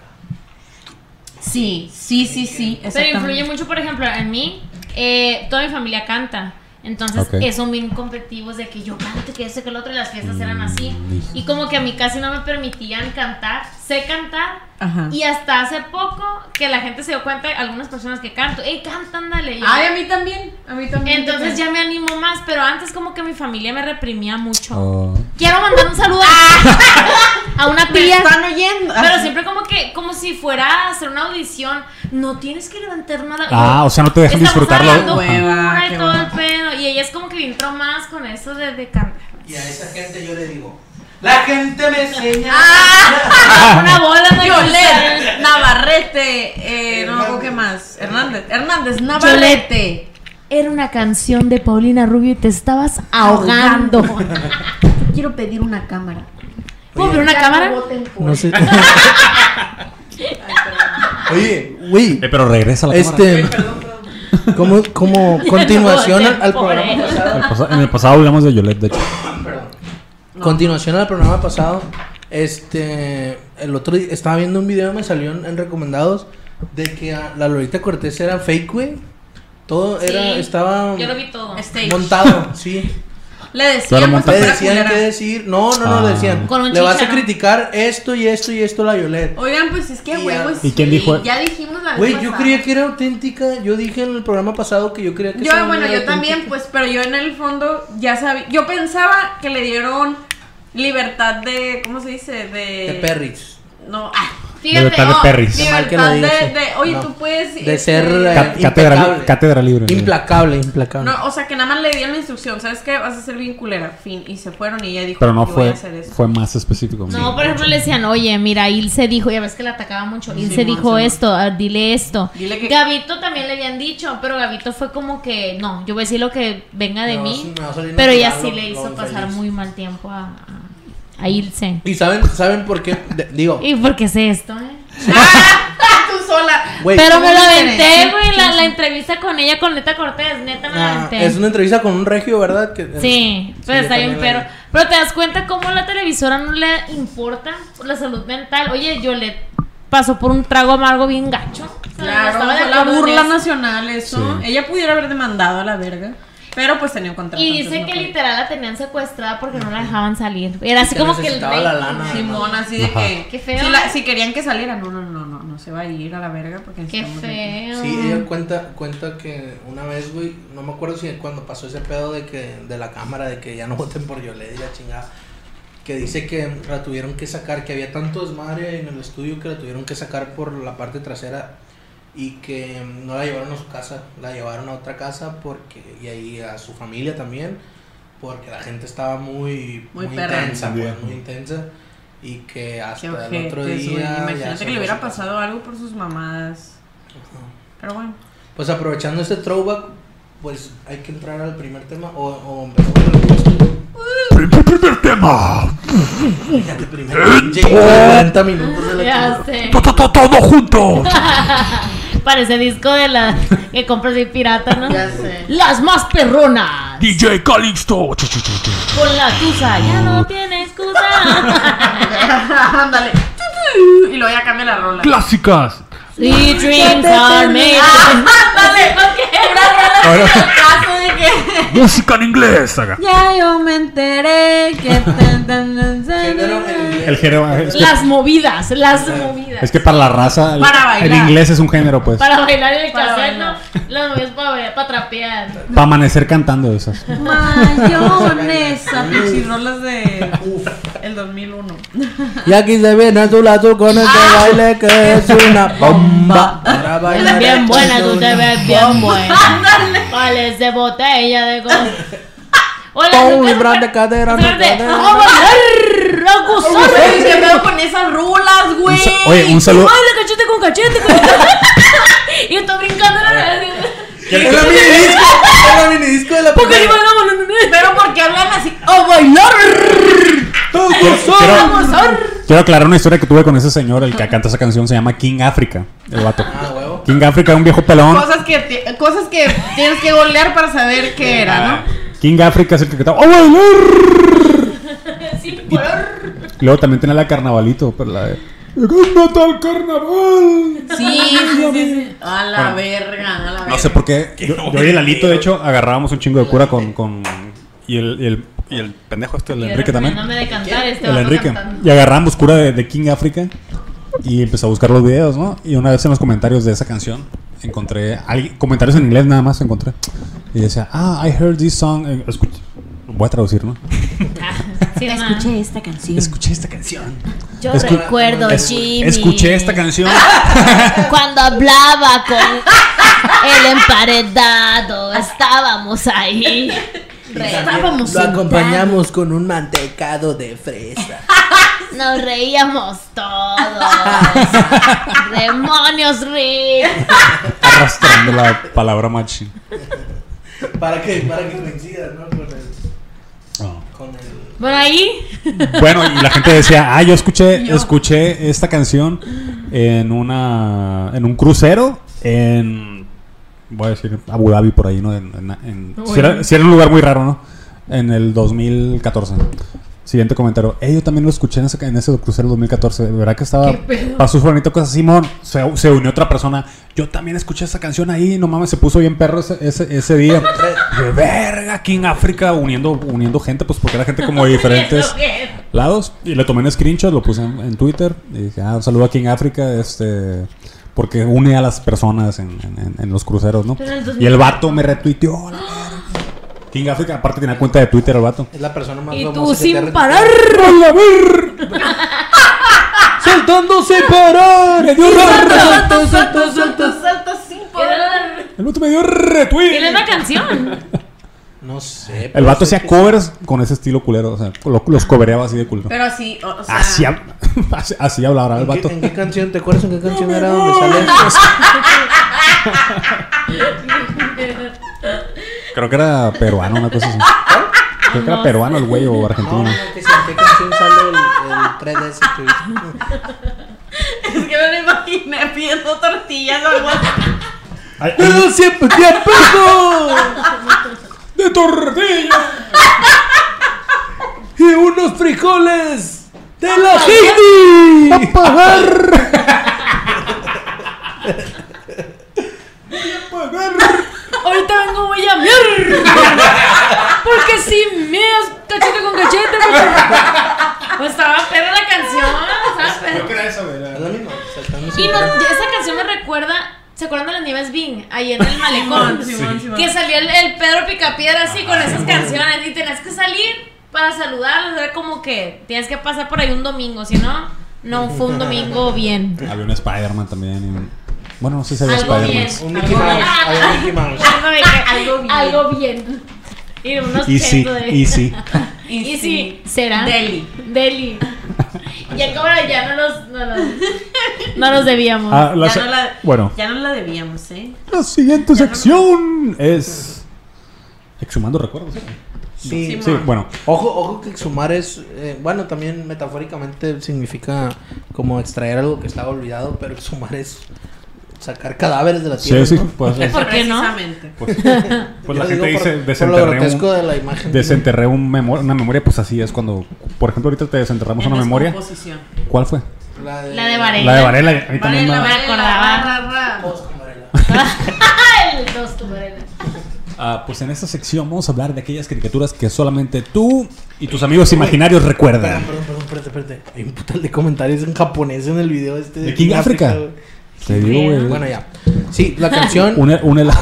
Speaker 4: Sí, sí, sí, sí.
Speaker 3: Pero influye
Speaker 4: exactamente.
Speaker 3: mucho, por ejemplo, en mí, eh, toda mi familia canta. Entonces,
Speaker 7: Ok.
Speaker 3: eh, son bien competitivos de que yo canto, que eso, que el otro, y las fiestas eran así.
Speaker 7: Mm.
Speaker 3: Y como que a mí casi no me permitían cantar. Sé cantar,
Speaker 4: Ajá.
Speaker 3: Y hasta hace poco que la gente se dio cuenta, algunas personas que canto, ¡ey, canta, ándale! Y yo,
Speaker 4: Ay, a mí también, a mí también.
Speaker 3: entonces ya me animo más, pero antes como que mi familia me reprimía mucho.
Speaker 7: Oh.
Speaker 3: Quiero mandar un saludo
Speaker 4: [laughs]
Speaker 3: a una
Speaker 4: Me
Speaker 3: tía,
Speaker 4: están oyendo.
Speaker 3: pero siempre como que, como si fuera a hacer una audición, no tienes que levantar nada.
Speaker 7: Ah, o sea, no te dejan
Speaker 3: Estamos
Speaker 7: disfrutarlo.
Speaker 3: hablando
Speaker 7: Ajá.
Speaker 4: Hueva,
Speaker 3: pura y
Speaker 4: qué
Speaker 3: todo el
Speaker 4: hueva.
Speaker 3: pedo, y ella es como que bien más con eso de, de cantar.
Speaker 1: Y a esa gente yo le digo, la gente me enseña.
Speaker 3: Ah, Una [laughs] bola de
Speaker 4: Violet, Navarrete, eh, no me acuerdo qué más. Hernández, Hernández, Navarrete.
Speaker 8: Era una canción de Paulina Rubio y te estabas
Speaker 4: ahogando.
Speaker 8: ahogando.
Speaker 4: Quiero pedir una cámara.
Speaker 3: ¿Puedo ver una cámara?
Speaker 1: No [laughs]
Speaker 7: [laughs]
Speaker 1: sé. Oye, güey,
Speaker 7: Eh, pero regresa a la cámara.
Speaker 1: este. Como, como continuación al, al programa
Speaker 7: En el
Speaker 1: pasado.
Speaker 7: pasa- En el pasado hablamos de Yolette, de hecho.
Speaker 1: Perdón. Continuación al programa pasado. Este. El otro día estaba viendo un video, me salió en, en recomendados. De que a- la Lolita Cortés era fake, güey. Todo era.
Speaker 3: Sí,
Speaker 1: Estaba
Speaker 3: Yo lo vi todo.
Speaker 4: Stage.
Speaker 1: montado, sí.
Speaker 4: Este, Le
Speaker 7: Claro,
Speaker 4: decíamos
Speaker 7: monta-
Speaker 1: Le
Speaker 7: Para
Speaker 1: decían qué decir. No, no, no,
Speaker 7: Ah.
Speaker 1: le decían.
Speaker 3: Con un
Speaker 1: Le vas a
Speaker 3: chícharo.
Speaker 1: criticar esto y esto y esto a la Violet.
Speaker 4: Oigan, pues es que
Speaker 1: Y
Speaker 4: huevo
Speaker 1: ya.
Speaker 4: es-
Speaker 7: ¿Y quién dijo?
Speaker 4: Ya dijimos la vez
Speaker 1: Güey, yo
Speaker 4: pasada.
Speaker 1: creía que era auténtica. Yo dije en el programa pasado que yo creía que
Speaker 4: Yo,
Speaker 1: esa
Speaker 4: bueno,
Speaker 1: era
Speaker 4: yo también,
Speaker 1: auténtica.
Speaker 4: pues, pero yo en el fondo ya sabía. Yo pensaba que le dieron libertad de. ¿Cómo se dice? De.
Speaker 1: De perris.
Speaker 4: No, ah.
Speaker 7: Libertad de
Speaker 3: oh,
Speaker 4: no,
Speaker 7: perris.
Speaker 1: Qué mal que
Speaker 4: libertad
Speaker 1: lo diga,
Speaker 4: de,
Speaker 1: sí.
Speaker 4: de- Oye,
Speaker 1: No.
Speaker 4: tú puedes.
Speaker 1: De
Speaker 4: este,
Speaker 1: ser, eh,
Speaker 7: Ca- Cátedra,
Speaker 1: Impecable.
Speaker 7: cátedra libre. sí.
Speaker 1: Implacable, implacable.
Speaker 4: No, o sea, que nada más le dieron la instrucción, ¿sabes qué? Vas a ser bien culera, fin. Y se fueron y ella dijo,
Speaker 7: Pero no
Speaker 4: "Yo voy a
Speaker 7: fue,
Speaker 4: hacer eso.
Speaker 7: fue más específico.
Speaker 3: No, por ejemplo, le decían, oye, mira, Ilse dijo, ya ves que la atacaba mucho, Ilse
Speaker 4: Simón,
Speaker 3: dijo
Speaker 4: Simón.
Speaker 3: esto, ah, dile esto.
Speaker 4: Dile que-
Speaker 3: Gabito también le habían dicho, pero Gabito fue como que, no, yo voy a decir lo que venga de
Speaker 1: Me va a-
Speaker 3: mí,
Speaker 1: me va a salir
Speaker 3: pero ella
Speaker 1: natural
Speaker 3: sí
Speaker 1: lo- lo
Speaker 3: le hizo pasar
Speaker 1: infeliz.
Speaker 3: muy mal tiempo a, a- a Ilse.
Speaker 1: Y saben, saben por qué. De- digo,
Speaker 3: ¿Y por qué es esto, eh?
Speaker 4: ¡Ah, tú sola!
Speaker 1: güey.
Speaker 3: pero me lo aventé,
Speaker 4: diferencia.
Speaker 3: güey, la, la entrevista con ella, con Neta Cortés, neta me la
Speaker 1: ah,
Speaker 3: aventé.
Speaker 1: es una entrevista con un regio, ¿verdad? Que-
Speaker 3: Sí,
Speaker 1: yo
Speaker 3: pues está bien,
Speaker 1: también la
Speaker 3: pero.
Speaker 1: vi.
Speaker 3: Pero te das cuenta cómo la televisora no le importa la salud mental. Oye, yo le pasó por un trago amargo bien gacho. O sea,
Speaker 4: Claro,
Speaker 3: estaba de
Speaker 4: fue la
Speaker 3: acuerdo en
Speaker 4: burla
Speaker 3: eso.
Speaker 4: nacional, eso.
Speaker 7: Sí.
Speaker 4: Ella pudiera haber demandado a la verga, pero pues tenía un contrato.
Speaker 3: Y
Speaker 4: entonces
Speaker 3: dice
Speaker 4: no
Speaker 3: que
Speaker 4: podía.
Speaker 3: literal la tenían secuestrada porque no la dejaban salir. Era así
Speaker 1: Que
Speaker 3: como que el
Speaker 1: necesitaba
Speaker 3: rey.
Speaker 1: la lana.
Speaker 4: Simón, así de
Speaker 7: Ajá.
Speaker 4: que.
Speaker 3: Qué feo.
Speaker 4: Si, la- si querían que saliera, no, no, no, no, no se va a ir a la verga porque
Speaker 3: Qué
Speaker 4: necesitamos de-
Speaker 3: feo.
Speaker 1: Sí, ella cuenta, cuenta que una vez, güey, no me acuerdo si cuando pasó ese pedo de que de la cámara, de que ya no [laughs] voten por Yoled y la chingada, que dice que la tuvieron que sacar, que había tanto desmadre en el estudio que la tuvieron que sacar por la parte trasera y que mm, no la llevaron a su casa, la llevaron a otra casa porque y ahí a su familia también, porque la gente estaba muy,
Speaker 4: Muy
Speaker 1: muy,
Speaker 4: perra.
Speaker 1: intensa, güey,
Speaker 7: Bien.
Speaker 1: muy intensa y que
Speaker 4: Qué
Speaker 1: hasta el
Speaker 4: ojetes,
Speaker 1: otro
Speaker 4: güey.
Speaker 1: día ya
Speaker 4: Imagínate
Speaker 1: se fue
Speaker 4: que le
Speaker 1: a
Speaker 4: hubiera
Speaker 1: su casa.
Speaker 4: pasado algo por sus mamadas.
Speaker 1: Ajá.
Speaker 4: Pero bueno.
Speaker 1: Pues aprovechando este throwback, pues hay que entrar al primer tema o, o empezamos con el primer
Speaker 7: primer tema.
Speaker 1: Fíjate primero. Llegué a
Speaker 3: [laughs]
Speaker 1: 40 minutos de
Speaker 3: Ah, Ya
Speaker 1: la
Speaker 3: sé.
Speaker 7: Todo junto.
Speaker 3: Parece disco de la que compras de pirata, ¿no?
Speaker 4: Ya sé.
Speaker 3: Las más perronas.
Speaker 7: DJ Calixto.
Speaker 3: Con la tusa. Ya no tiene excusa.
Speaker 4: [laughs] Ándale. Y luego ya cambia la rola.
Speaker 7: Clásicas.
Speaker 3: Sweet dreams are made.
Speaker 4: Ándale. Una
Speaker 3: [laughs]
Speaker 4: rola en el caso de que.
Speaker 7: Música en inglés. haga.
Speaker 4: [laughs] Ya yo me enteré que. tan, tan, tan,
Speaker 1: Género
Speaker 4: tan.
Speaker 1: en
Speaker 7: El género es que,
Speaker 3: Las movidas, las movidas.
Speaker 7: es que para la raza el,
Speaker 4: Para bailar.
Speaker 7: el inglés es un género pues. Para
Speaker 3: Para bailar en el
Speaker 4: Para
Speaker 3: cassette, ¿no?
Speaker 4: bailar.
Speaker 3: Las movidas para bailar, para trapear.
Speaker 7: amanecer cantando esas.
Speaker 5: [laughs]
Speaker 4: Mayonesa. Pinches rolas de.
Speaker 1: Uf.
Speaker 4: El 2001.
Speaker 1: Y aquí se viene azul azul con este baile que es una bomba. Para bailar
Speaker 3: Bien
Speaker 1: esto
Speaker 3: buena,
Speaker 1: es
Speaker 3: tú te
Speaker 1: una
Speaker 3: ves bien buena. Vales de botella de cosas. [laughs] Hola,
Speaker 1: Pon
Speaker 3: soy
Speaker 1: mi
Speaker 3: Carlos
Speaker 1: brand de
Speaker 3: Fer-
Speaker 1: cadera, mi
Speaker 3: Fernández.
Speaker 1: cadera.
Speaker 3: ¡Ah, bueno! ¡Ah, gozón!
Speaker 4: Güey, ¿Qué pedo con esas rulas, güey?
Speaker 5: Un sa- oye, un saludo.
Speaker 3: ¡Ay, de cachete con cachete! con cachete! [laughs] y estoy brincando la verdad.
Speaker 1: Es la mini disco. Es la mini disco de la
Speaker 3: Porque
Speaker 1: primera.
Speaker 3: yo no, no, no, no.
Speaker 4: Pero porque hablan así. Oh, ¡A bailar!
Speaker 5: Quiero,
Speaker 4: ¡Vamos, a
Speaker 5: quiero aclarar una historia que tuve con ese señor, el que canta esa canción, se llama King Africa, el vato.
Speaker 1: Ah, huevo.
Speaker 5: King Africa, un viejo pelón.
Speaker 4: Cosas que, ti- cosas que tienes que golear para saber qué era, ¿no?
Speaker 5: King Africa es el que cantaba. ¡Oh, bailar!
Speaker 3: Sí, por-
Speaker 5: Luego también tenía la carnavalito, pero la de. ¡Cándate al carnaval!
Speaker 4: Sí, sí, sí, sí. A la verga, a la verga.
Speaker 5: No sé por qué. Yo, yo y el Alito, de hecho, agarrábamos un chingo de cura con. con y, el, y, el, y el pendejo este, el Enrique también.
Speaker 3: No me de cantar este
Speaker 5: [laughs] El
Speaker 3: vato
Speaker 5: Enrique.
Speaker 3: cantando.
Speaker 5: Y agarramos cura de, de King Africa y empezó a buscar los videos, ¿no? Y una vez en los comentarios de esa canción encontré alguien- comentarios en inglés nada más encontré. Y decía, ah, I heard this song. eh, escuch- Voy a traducir, ¿no?
Speaker 3: Sí, nada.
Speaker 4: esta canción.
Speaker 5: Escuché esta canción.
Speaker 8: Yo
Speaker 5: Escu-
Speaker 8: recuerdo,
Speaker 5: Es-
Speaker 8: Jimmy.
Speaker 5: escuché esta canción.
Speaker 8: Cuando hablaba con el emparedado, estábamos ahí.
Speaker 4: Estábamos
Speaker 1: Lo
Speaker 4: sentados.
Speaker 1: acompañamos con un mantecado de fresa.
Speaker 8: Nos reíamos
Speaker 5: [laughs]
Speaker 8: todos. Demonios, Rick.
Speaker 5: Arrastrando la palabra machi.
Speaker 1: para que, para que coincidas, ¿no? Con el.
Speaker 5: Oh.
Speaker 1: Con el.
Speaker 3: Por ahí.
Speaker 5: Bueno, y la gente decía, ah, yo escuché,
Speaker 4: Yo.
Speaker 5: escuché esta canción en una, en un crucero, en, voy a decir Abu Dhabi por ahí, ¿no? En, en- en- si, era, si era un lugar muy raro, ¿no? En el 2014. Siguiente comentario. Eh, yo también lo escuché en ese, en ese crucero 2014. De verdad que estaba.
Speaker 4: ¿Qué pedo?
Speaker 5: Pasó Juanito Cosa Simón. Se, se unió otra persona. Yo también escuché esa canción ahí. No mames, se puso bien perro ese, ese, ese
Speaker 4: [laughs]
Speaker 5: día. De verga, King África uniendo, uniendo gente, pues porque era gente
Speaker 4: [laughs]
Speaker 5: como de diferentes
Speaker 3: Eso que-
Speaker 5: lados y le tomé un screenshot, lo puse en, en Twitter y dije, ah, un saludo aquí en África, este, porque une a las personas en, en- en- en los cruceros, ¿no?
Speaker 3: Pero en el 2000
Speaker 5: Y el vato me retuiteó. "Oh, la verga. King África, aparte tenía cuenta de Twitter el vato.
Speaker 1: Es la persona más
Speaker 3: Y tú
Speaker 1: famosa que te ha
Speaker 3: sin
Speaker 1: retuiteado.
Speaker 3: parar.
Speaker 4: Ah.
Speaker 1: ¡Saltándose parar!
Speaker 5: ¡Me dio re-
Speaker 4: Salto, salto, salto, salto, sin poder.
Speaker 5: El vato me dio
Speaker 3: Tiene
Speaker 5: retweet.
Speaker 3: una canción.
Speaker 1: No sé.
Speaker 5: El vato
Speaker 1: pero sé
Speaker 5: hacía
Speaker 1: que-
Speaker 5: covers con ese estilo culero, o sea, lo- los cobereaba así de culero.
Speaker 4: Pero así, o, o sea.
Speaker 5: Así, hab- [laughs] así- así hablaba el
Speaker 1: ¿En qué,
Speaker 5: vato.
Speaker 1: en qué canción? ¿Te acuerdas en qué canción era donde sale
Speaker 3: [laughs]
Speaker 1: eso?
Speaker 5: Creo que era peruano, una cosa
Speaker 3: [laughs]
Speaker 5: así. Creo que era peruano el güey o
Speaker 3: Ah,
Speaker 1: No, no,
Speaker 5: argentino.
Speaker 1: no, que sí, ¿en qué canción sale el, el 3DS que tuviste?
Speaker 4: Es que me lo imaginé pidiendo tortillas o algo así.
Speaker 5: Ay, ay,
Speaker 1: ¡Pero siempre te apego!
Speaker 5: ¡De tortilla!
Speaker 1: ¡Y unos frijoles! ¡De la Hindi!
Speaker 5: ¡A pagar!
Speaker 3: Ahorita vengo voy a miar. Porque si meas cachete con cachete. porque- Pues estaba perra la canción. Estaba perra.
Speaker 1: Es lo mismo, saltándose
Speaker 3: Y no,
Speaker 1: parar.
Speaker 3: esa canción me recuerda. ¿Se acuerdan de las nieves Bing? Ahí en el malecón.
Speaker 4: Simón, Simón.
Speaker 3: Que salía el, el Pedro Picapiedra así con esas canciones. Y tenías que salir para saludarlos. Era como que tienes que pasar por ahí un domingo. Si no, no fue un domingo bien.
Speaker 5: [laughs] Había un Spider-Man también. y un- Bueno, no sé si había
Speaker 3: Algo bien.
Speaker 5: Spider-Man.
Speaker 1: Un Mickey Mouse. Había Mickey Mouse.
Speaker 3: Algo, de que-
Speaker 4: Algo bien.
Speaker 3: Algo bien. Y unos
Speaker 5: Easy,
Speaker 3: pesos de-
Speaker 5: easy.
Speaker 3: Y sí, será.
Speaker 4: Deli.
Speaker 3: Deli. Ya como ya no los, no los, no los debíamos.
Speaker 5: Ah, la se-
Speaker 4: Ya no la,
Speaker 5: Bueno,
Speaker 4: Ya no la debíamos, ¿eh?
Speaker 5: la siguiente sección es. Exhumando recuerdos.
Speaker 1: Sí.
Speaker 5: Sí, bueno.
Speaker 1: Ojo, ojo que exhumar es, eh, bueno, también metafóricamente significa como extraer algo que estaba olvidado, pero exhumar es sacar cadáveres de la
Speaker 5: Sí,
Speaker 1: tierra.
Speaker 5: sí,
Speaker 1: ¿no?
Speaker 5: pues, es-
Speaker 3: ¿Por qué no?
Speaker 4: Precisamente.
Speaker 5: pues, pues
Speaker 1: Yo
Speaker 5: la
Speaker 1: lo
Speaker 5: gente
Speaker 1: digo por-
Speaker 5: dice
Speaker 1: por lo
Speaker 5: desenterré
Speaker 1: grotesco
Speaker 5: un,
Speaker 1: de la imagen.
Speaker 5: desenterré un memo- una memoria, pues así es cuando, por ejemplo, ahorita te desenterramos
Speaker 4: En
Speaker 5: una memoria.
Speaker 4: descomposición.
Speaker 5: ¿Cuál fue?
Speaker 1: La de,
Speaker 3: La de Varela.
Speaker 5: La de Varela, a mí también
Speaker 4: Varela,
Speaker 5: me-
Speaker 4: Varela,
Speaker 3: acordaba.
Speaker 4: ra, ra.
Speaker 1: Vamos con Varela.
Speaker 3: ¡Ay! Dos tuberelas.
Speaker 5: Ah, pues en esta sección vamos a hablar de aquellas caricaturas que solamente tú y tus amigos imaginarios
Speaker 1: Perdón,
Speaker 5: recuerdan.
Speaker 1: perdón, perdón, espérate, espérate. Hay un putal de comentarios en japonés en el video este.
Speaker 5: ¿De King Africa?
Speaker 1: güey.
Speaker 5: Te digo, eh, güey.
Speaker 1: Bueno, ya. Sí, la
Speaker 3: [laughs]
Speaker 1: canción.
Speaker 5: Un, un helado.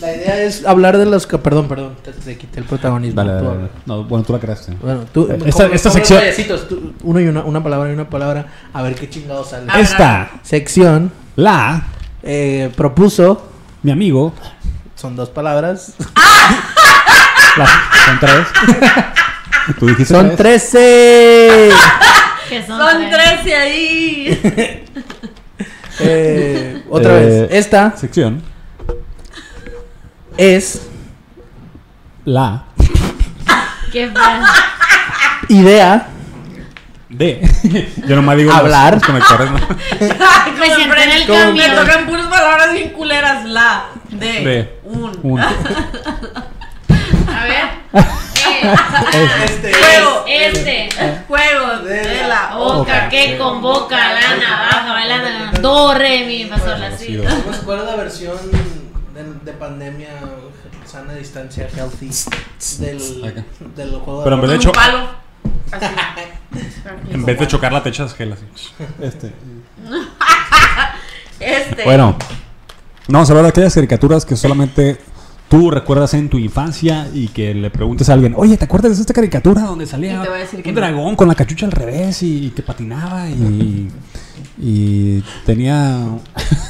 Speaker 1: La idea es hablar de los. ca- Perdón, perdón, te, te quité el protagonismo.
Speaker 5: [laughs] Dale, dale,
Speaker 1: Tú
Speaker 5: dale.
Speaker 1: habla.
Speaker 5: No, bueno, tú la creaste.
Speaker 1: Bueno, tú.
Speaker 5: Esta-
Speaker 1: como-
Speaker 5: Eh, esta
Speaker 1: como los
Speaker 5: sección-
Speaker 1: payasitos, tú- uno y una, una palabra y una palabra. A ver qué chingado sale.
Speaker 4: Ah.
Speaker 5: Esta,
Speaker 1: Sección
Speaker 5: la,
Speaker 1: eh, propuso.
Speaker 5: mi amigo, [laughs]
Speaker 1: Son dos palabras.
Speaker 7: Las- son tres.
Speaker 5: [laughs] Tú dijiste
Speaker 1: Son
Speaker 5: [laughs]
Speaker 1: 13.
Speaker 3: Que son,
Speaker 4: Son
Speaker 3: tres.
Speaker 4: 13
Speaker 3: [laughs]
Speaker 4: ahí.
Speaker 1: Eh, otra
Speaker 5: Eh,
Speaker 1: vez. Esta
Speaker 5: Sección.
Speaker 1: es
Speaker 5: La
Speaker 3: Qué feo.
Speaker 1: idea.
Speaker 5: de. [laughs] Yo nomás digo.
Speaker 1: Hablar.
Speaker 5: los conectores, ¿no?
Speaker 3: Me siento en el
Speaker 4: Como
Speaker 3: cambio.
Speaker 4: Me tocan puras palabras bien culeras. La, de,
Speaker 5: De.
Speaker 4: un.
Speaker 5: Un-
Speaker 3: A ver. Eh,
Speaker 1: Este.
Speaker 4: Juego.
Speaker 3: Este.
Speaker 4: Juego
Speaker 1: De
Speaker 4: de,
Speaker 1: la
Speaker 4: la O.
Speaker 3: Oca que convoca la navaja, bailando. Do, re, mi, fa, sol, la, si.
Speaker 1: ¿Cómo se acuerda la versión de, de pandemia sana distancia healthy del,
Speaker 5: Acá.
Speaker 1: del juego
Speaker 5: Pero en
Speaker 1: de
Speaker 5: vez
Speaker 4: Con
Speaker 5: de,
Speaker 4: un
Speaker 5: cho-
Speaker 4: palo. Así.
Speaker 3: [laughs]
Speaker 5: en vez de chocar la techa, es gel así.
Speaker 7: Este.
Speaker 4: Este.
Speaker 5: Bueno, no, vamos a hablar de aquellas caricaturas que solamente tú recuerdas en tu infancia y que le preguntes a alguien, oye, ¿te acuerdas de esta caricatura donde salía
Speaker 4: Y te va a decir
Speaker 5: un
Speaker 4: que no.
Speaker 5: dragón con la cachucha al revés y, y que patinaba y, y tenía...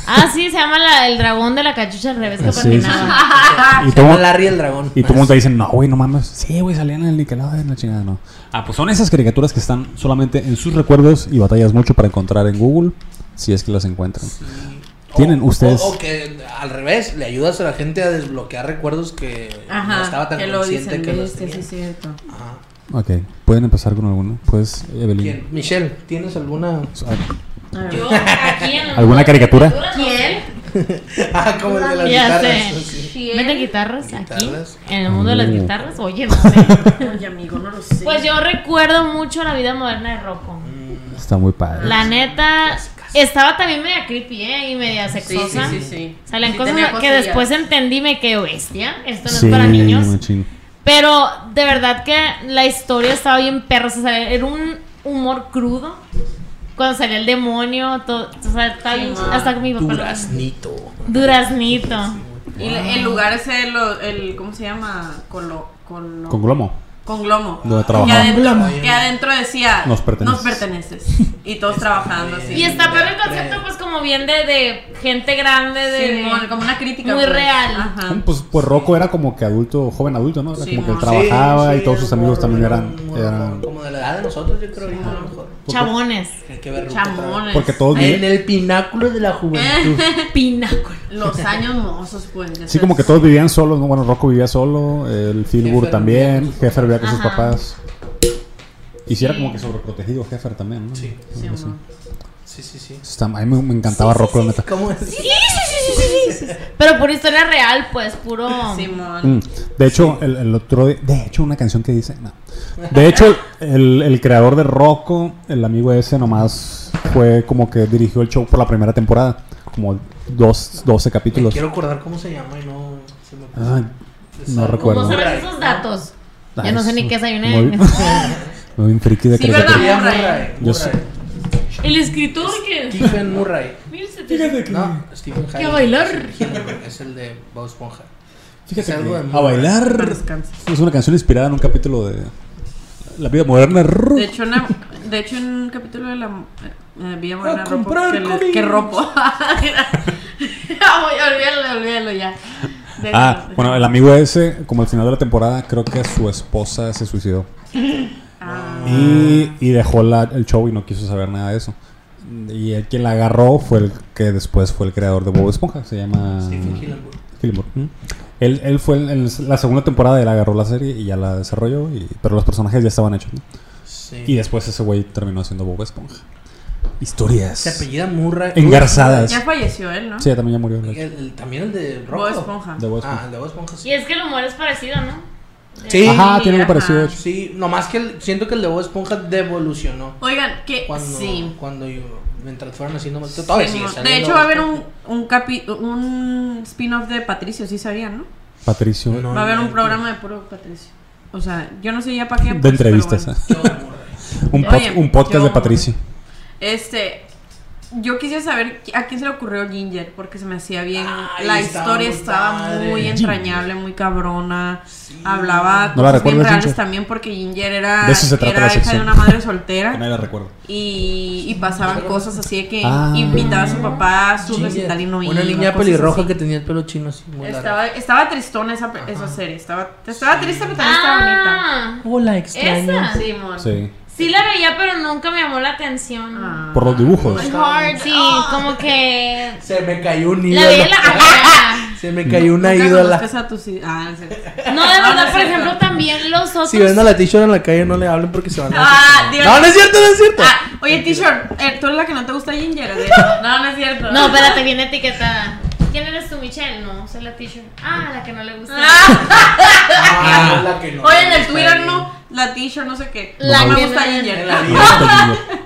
Speaker 3: Ah, sí, se llama la- el dragón de la cachucha al revés que
Speaker 5: Sí, sí,
Speaker 3: patinaba.
Speaker 4: Ah,
Speaker 5: y
Speaker 1: Como
Speaker 5: todo,
Speaker 1: Larry el dragón.
Speaker 5: y todo el mundo te dice, no, güey, no mames. Pues, Sí, güey, salían en el Nickelodeon, la chingada, no. Ah, pues son esas caricaturas que están solamente en sus recuerdos y batallas mucho para encontrar en Google, si es que las encuentran.
Speaker 1: Y-
Speaker 5: ¿Tienen
Speaker 1: o-
Speaker 5: ustedes-
Speaker 1: O, o que al revés, le ayudas a la gente a desbloquear recuerdos que no estaba tan
Speaker 4: que lo
Speaker 1: consciente
Speaker 4: dicen,
Speaker 1: que los
Speaker 4: este,
Speaker 1: tenía.
Speaker 4: sí es cierto.
Speaker 1: Ajá.
Speaker 5: Ok, pueden empezar con alguno. Pues, Evelyn.
Speaker 1: ¿Quién? Michelle, ¿tienes alguna?
Speaker 5: Ah,
Speaker 3: Yo, aquí en el-
Speaker 5: ¿Alguna caricatura?
Speaker 3: ¿Quién?
Speaker 1: [laughs] ah, como el de las
Speaker 3: Ya
Speaker 1: guitarras.
Speaker 3: sé.
Speaker 1: sí.
Speaker 3: ¿Vende guitarras aquí?
Speaker 1: Guitarras.
Speaker 3: En el mundo de las
Speaker 5: Mm.
Speaker 3: guitarras, oye, no sé.
Speaker 4: Oye, amigo, no lo sé.
Speaker 3: Pues yo recuerdo mucho la vida moderna de Rocco.
Speaker 5: Está muy padre.
Speaker 3: La neta, estaba también media creepy, ¿eh? Y media sexosa.
Speaker 4: sí, sí, sí.
Speaker 3: Salían
Speaker 4: Sí, tenía
Speaker 3: cosas que
Speaker 4: cosillas.
Speaker 3: después entendí me quedé bestia. Esto no
Speaker 5: Sí,
Speaker 3: es para niños.
Speaker 5: machín.
Speaker 3: Pero de verdad que la historia estaba bien perros O sea, era un humor crudo. Cuando salía el demonio, todo. O sea, estaba bien.
Speaker 4: Sí, ma.
Speaker 3: Hasta que mi papá. lo-
Speaker 1: Duraznito.
Speaker 3: Duraznito.
Speaker 4: Y le- el lugar ese, lo, el, ¿cómo se llama? Colo, colo,
Speaker 5: Con glomo.
Speaker 4: con glomo.
Speaker 5: Donde
Speaker 4: Que
Speaker 5: trabajaba.
Speaker 4: adentro,
Speaker 1: Glomo.
Speaker 4: que adentro decía,
Speaker 5: Nos perteneces. Este,
Speaker 4: perteneces". Y todos trabajando así.
Speaker 3: Y está padre el concepto, pues, como bien de, de gente grande, de.
Speaker 4: Simón, como una crítica.
Speaker 3: Muy
Speaker 4: pues.
Speaker 3: real.
Speaker 1: Ah.
Speaker 4: Ajá.
Speaker 5: Pues, pues Rocco era como que adulto, joven adulto, ¿no? Era
Speaker 4: Sí,
Speaker 5: como que él
Speaker 4: no.
Speaker 5: trabajaba
Speaker 1: Sí,
Speaker 5: y todos
Speaker 1: sí,
Speaker 5: sus amigos también
Speaker 1: era
Speaker 5: eran.
Speaker 1: un morro
Speaker 5: eran-
Speaker 1: Como de la edad de nosotros, yo creo, ahorita a lo mejor.
Speaker 3: chabones.
Speaker 1: Hay que ver Ruta otra vez.
Speaker 4: Chamones.
Speaker 5: porque todos.
Speaker 1: En
Speaker 5: vivían-
Speaker 1: el pináculo de la
Speaker 4: [laughs]
Speaker 1: juventud.
Speaker 3: Pináculo.
Speaker 4: Los años mozos, pues. ya
Speaker 5: Sí,
Speaker 4: sabes.
Speaker 5: como que todos vivían solos, ¿no? Bueno, Rocco vivía solo, el
Speaker 1: Jeffer
Speaker 5: Filbur
Speaker 1: vivía
Speaker 5: también,
Speaker 1: con sus
Speaker 5: Jeffer vivía con sus
Speaker 3: Ajá.
Speaker 5: papás. Y sí, era
Speaker 3: Sí.
Speaker 5: como que sobreprotegido Jeffer también, ¿no?
Speaker 1: Sí.
Speaker 4: Sí,
Speaker 5: Algo así.
Speaker 4: amor.
Speaker 1: Sí, sí, sí.
Speaker 5: Está- a mí me, me encantaba Rocco, la neta.
Speaker 1: ¿Cómo es?
Speaker 3: Pero pura historia real, pues, puro.
Speaker 4: Simón.
Speaker 5: Mm. De hecho, el, el otro de, de hecho una canción que dice, no. De hecho, el, el creador de Rocco, el amigo ese nomás fue como que dirigió el show por la primera temporada, como dos, 12
Speaker 1: Me
Speaker 5: capítulos.
Speaker 1: quiero acordar cómo se llama y no se me
Speaker 5: Ay, Ah, no
Speaker 3: ¿Cómo
Speaker 5: recuerdo.
Speaker 3: sabes
Speaker 1: Murray,
Speaker 3: esos
Speaker 1: ¿no?
Speaker 3: datos?
Speaker 5: Ay,
Speaker 3: Ya no sé
Speaker 5: es
Speaker 3: ni qué desayuné. Este,
Speaker 5: Muy,
Speaker 1: [laughs]
Speaker 5: muy friki de
Speaker 4: Sí,
Speaker 1: Se
Speaker 5: caricatura.
Speaker 4: ¿verdad?
Speaker 1: llama
Speaker 4: Murray.
Speaker 1: Murray.
Speaker 5: Yo sé.
Speaker 1: Murray.
Speaker 3: El escritor que.
Speaker 1: Stephen Murray.
Speaker 3: 1700.
Speaker 1: No,
Speaker 5: Mm.
Speaker 1: Stephen Hawking.
Speaker 3: bailar?
Speaker 1: Es el, original, es el de Bob Esponja.
Speaker 5: Fíjate
Speaker 1: Es algo
Speaker 5: que
Speaker 1: de
Speaker 5: a
Speaker 1: Murray.
Speaker 5: bailar
Speaker 4: Descansa.
Speaker 5: es una canción inspirada en un capítulo de La vida moderna.
Speaker 4: De hecho, una- de hecho, en un capítulo de la eh, Vía Buena Ropo,
Speaker 1: comprar
Speaker 4: que, le-
Speaker 1: comida.
Speaker 4: que ropo. [laughs] Oye, olvídalo, olvídalo ya. De-
Speaker 5: Ah, bueno, el amigo ese, como al final de la temporada, creo que su esposa se suicidó.
Speaker 4: Ah.
Speaker 5: Y, y dejó la- el show y no quiso saber nada de eso. Y el quien la agarró fue el que después fue el creador de Bob Esponja. Se llama...
Speaker 1: Stephen Hillenburg.
Speaker 5: Gilmore. ¿Mm? Él, él fue en la segunda temporada, él agarró la serie y ya la desarrolló. y- pero los personajes ya estaban hechos. ¿no?
Speaker 1: Sí.
Speaker 5: Y después ese güey terminó haciendo Bob Esponja. Historias.
Speaker 1: Se apellida Murray.
Speaker 5: Engarzadas.
Speaker 4: Ya falleció él, ¿no?
Speaker 5: pues, Sí, también ya murió. de
Speaker 1: El-
Speaker 5: hecho.
Speaker 1: el- también el de Rocco.
Speaker 4: Bob Esponja.
Speaker 5: De Bob
Speaker 1: Ah,
Speaker 5: Esponja.
Speaker 1: el de Bob Esponja. Sí.
Speaker 3: Y es que el humor es parecido, ¿no?
Speaker 1: Sí,
Speaker 5: Ajá, tiene algo
Speaker 4: ajá.
Speaker 5: parecido. de hecho.
Speaker 1: sí. Nomás que el- siento que el de Bob Esponja devolucionó.
Speaker 4: Oigan, que
Speaker 1: Cuando,
Speaker 4: sí.
Speaker 1: cuando yo, mientras fueron haciendo mal- todavía sigue
Speaker 4: Simón. de
Speaker 1: saliendo
Speaker 4: hecho, va a haber
Speaker 1: Bob
Speaker 4: un, un, capi- un spin-off de Patricio, sí sabían, ¿no?
Speaker 5: Patricio.
Speaker 1: No,
Speaker 4: Va a haber un
Speaker 1: no,
Speaker 4: programa de puro Patricio. O sea, yo no sé ya para qué.
Speaker 5: De
Speaker 4: pues,
Speaker 5: entrevistas. ah.
Speaker 4: [laughs] pero bueno.
Speaker 1: Esponja. Yo, Murray.
Speaker 5: Un, pod-
Speaker 4: Oye,
Speaker 5: un podcast
Speaker 4: yo-
Speaker 5: de Patricio.
Speaker 4: Este. Yo quisiera saber qui- a quién se le ocurrió Ginger, porque se me hacía bien.
Speaker 1: Ay,
Speaker 4: la
Speaker 1: estaba
Speaker 4: historia
Speaker 1: muy
Speaker 4: estaba
Speaker 1: padre.
Speaker 4: muy entrañable, muy cabrona. Hablaba
Speaker 5: No la
Speaker 4: cosas bien
Speaker 5: recuerdas,
Speaker 4: reales
Speaker 5: Ginger.
Speaker 4: también, porque Ginger era,
Speaker 5: De eso se trata
Speaker 4: era
Speaker 5: la
Speaker 4: hija de
Speaker 5: sección.
Speaker 4: una madre soltera.
Speaker 7: Nadie la recuerdo.
Speaker 4: Y, y pasaban cosas así de que
Speaker 5: Ah.
Speaker 4: invitaba a su papá a su
Speaker 1: Ginger,
Speaker 4: recital y no iba,
Speaker 1: Una niña
Speaker 4: cosas
Speaker 1: pelirroja
Speaker 4: así.
Speaker 1: que tenía el pelo chino así. Muy largo.
Speaker 4: Estaba, estaba tristona esa, pe- esa serie. Estaba, estaba triste, pero también estaba
Speaker 3: Ah,
Speaker 1: Hola, extraña.
Speaker 3: ¿Esa?
Speaker 4: bonita. Sí, mon.
Speaker 5: Sí.
Speaker 3: sí la veía, pero nunca me llamó la atención.
Speaker 4: Ah.
Speaker 5: Por los dibujos.
Speaker 3: Sí, como que
Speaker 1: Se me cayó un
Speaker 3: la
Speaker 1: ídolo.
Speaker 3: veía y la veía.
Speaker 1: Se me cayó una
Speaker 4: Nunca
Speaker 1: ídola.
Speaker 4: conozcas a tus i- ah, sí.
Speaker 3: No, de verdad, [laughs] por ejemplo, también los otros.
Speaker 1: Si ven a la t-shirt en la calle, no le hablen porque se van a.
Speaker 4: Ah, Dios.
Speaker 1: no, no es cierto, no es cierto.
Speaker 4: Ah, oye, t-shirt, eh, tú eres la que no te gusta Ginger. ¿sí? No, no es cierto.
Speaker 3: No, espérate, viene etiquetada. ¿Quién eres tú, Michelle? No, soy la t-shirt. Ah, la que no le gusta.
Speaker 1: Ah, es la que no.
Speaker 4: Oye, en el Twitter no, la t-shirt, no sé qué.
Speaker 3: La
Speaker 4: no
Speaker 3: que
Speaker 4: me gusta
Speaker 3: no-
Speaker 4: Ginger.
Speaker 1: En la vida.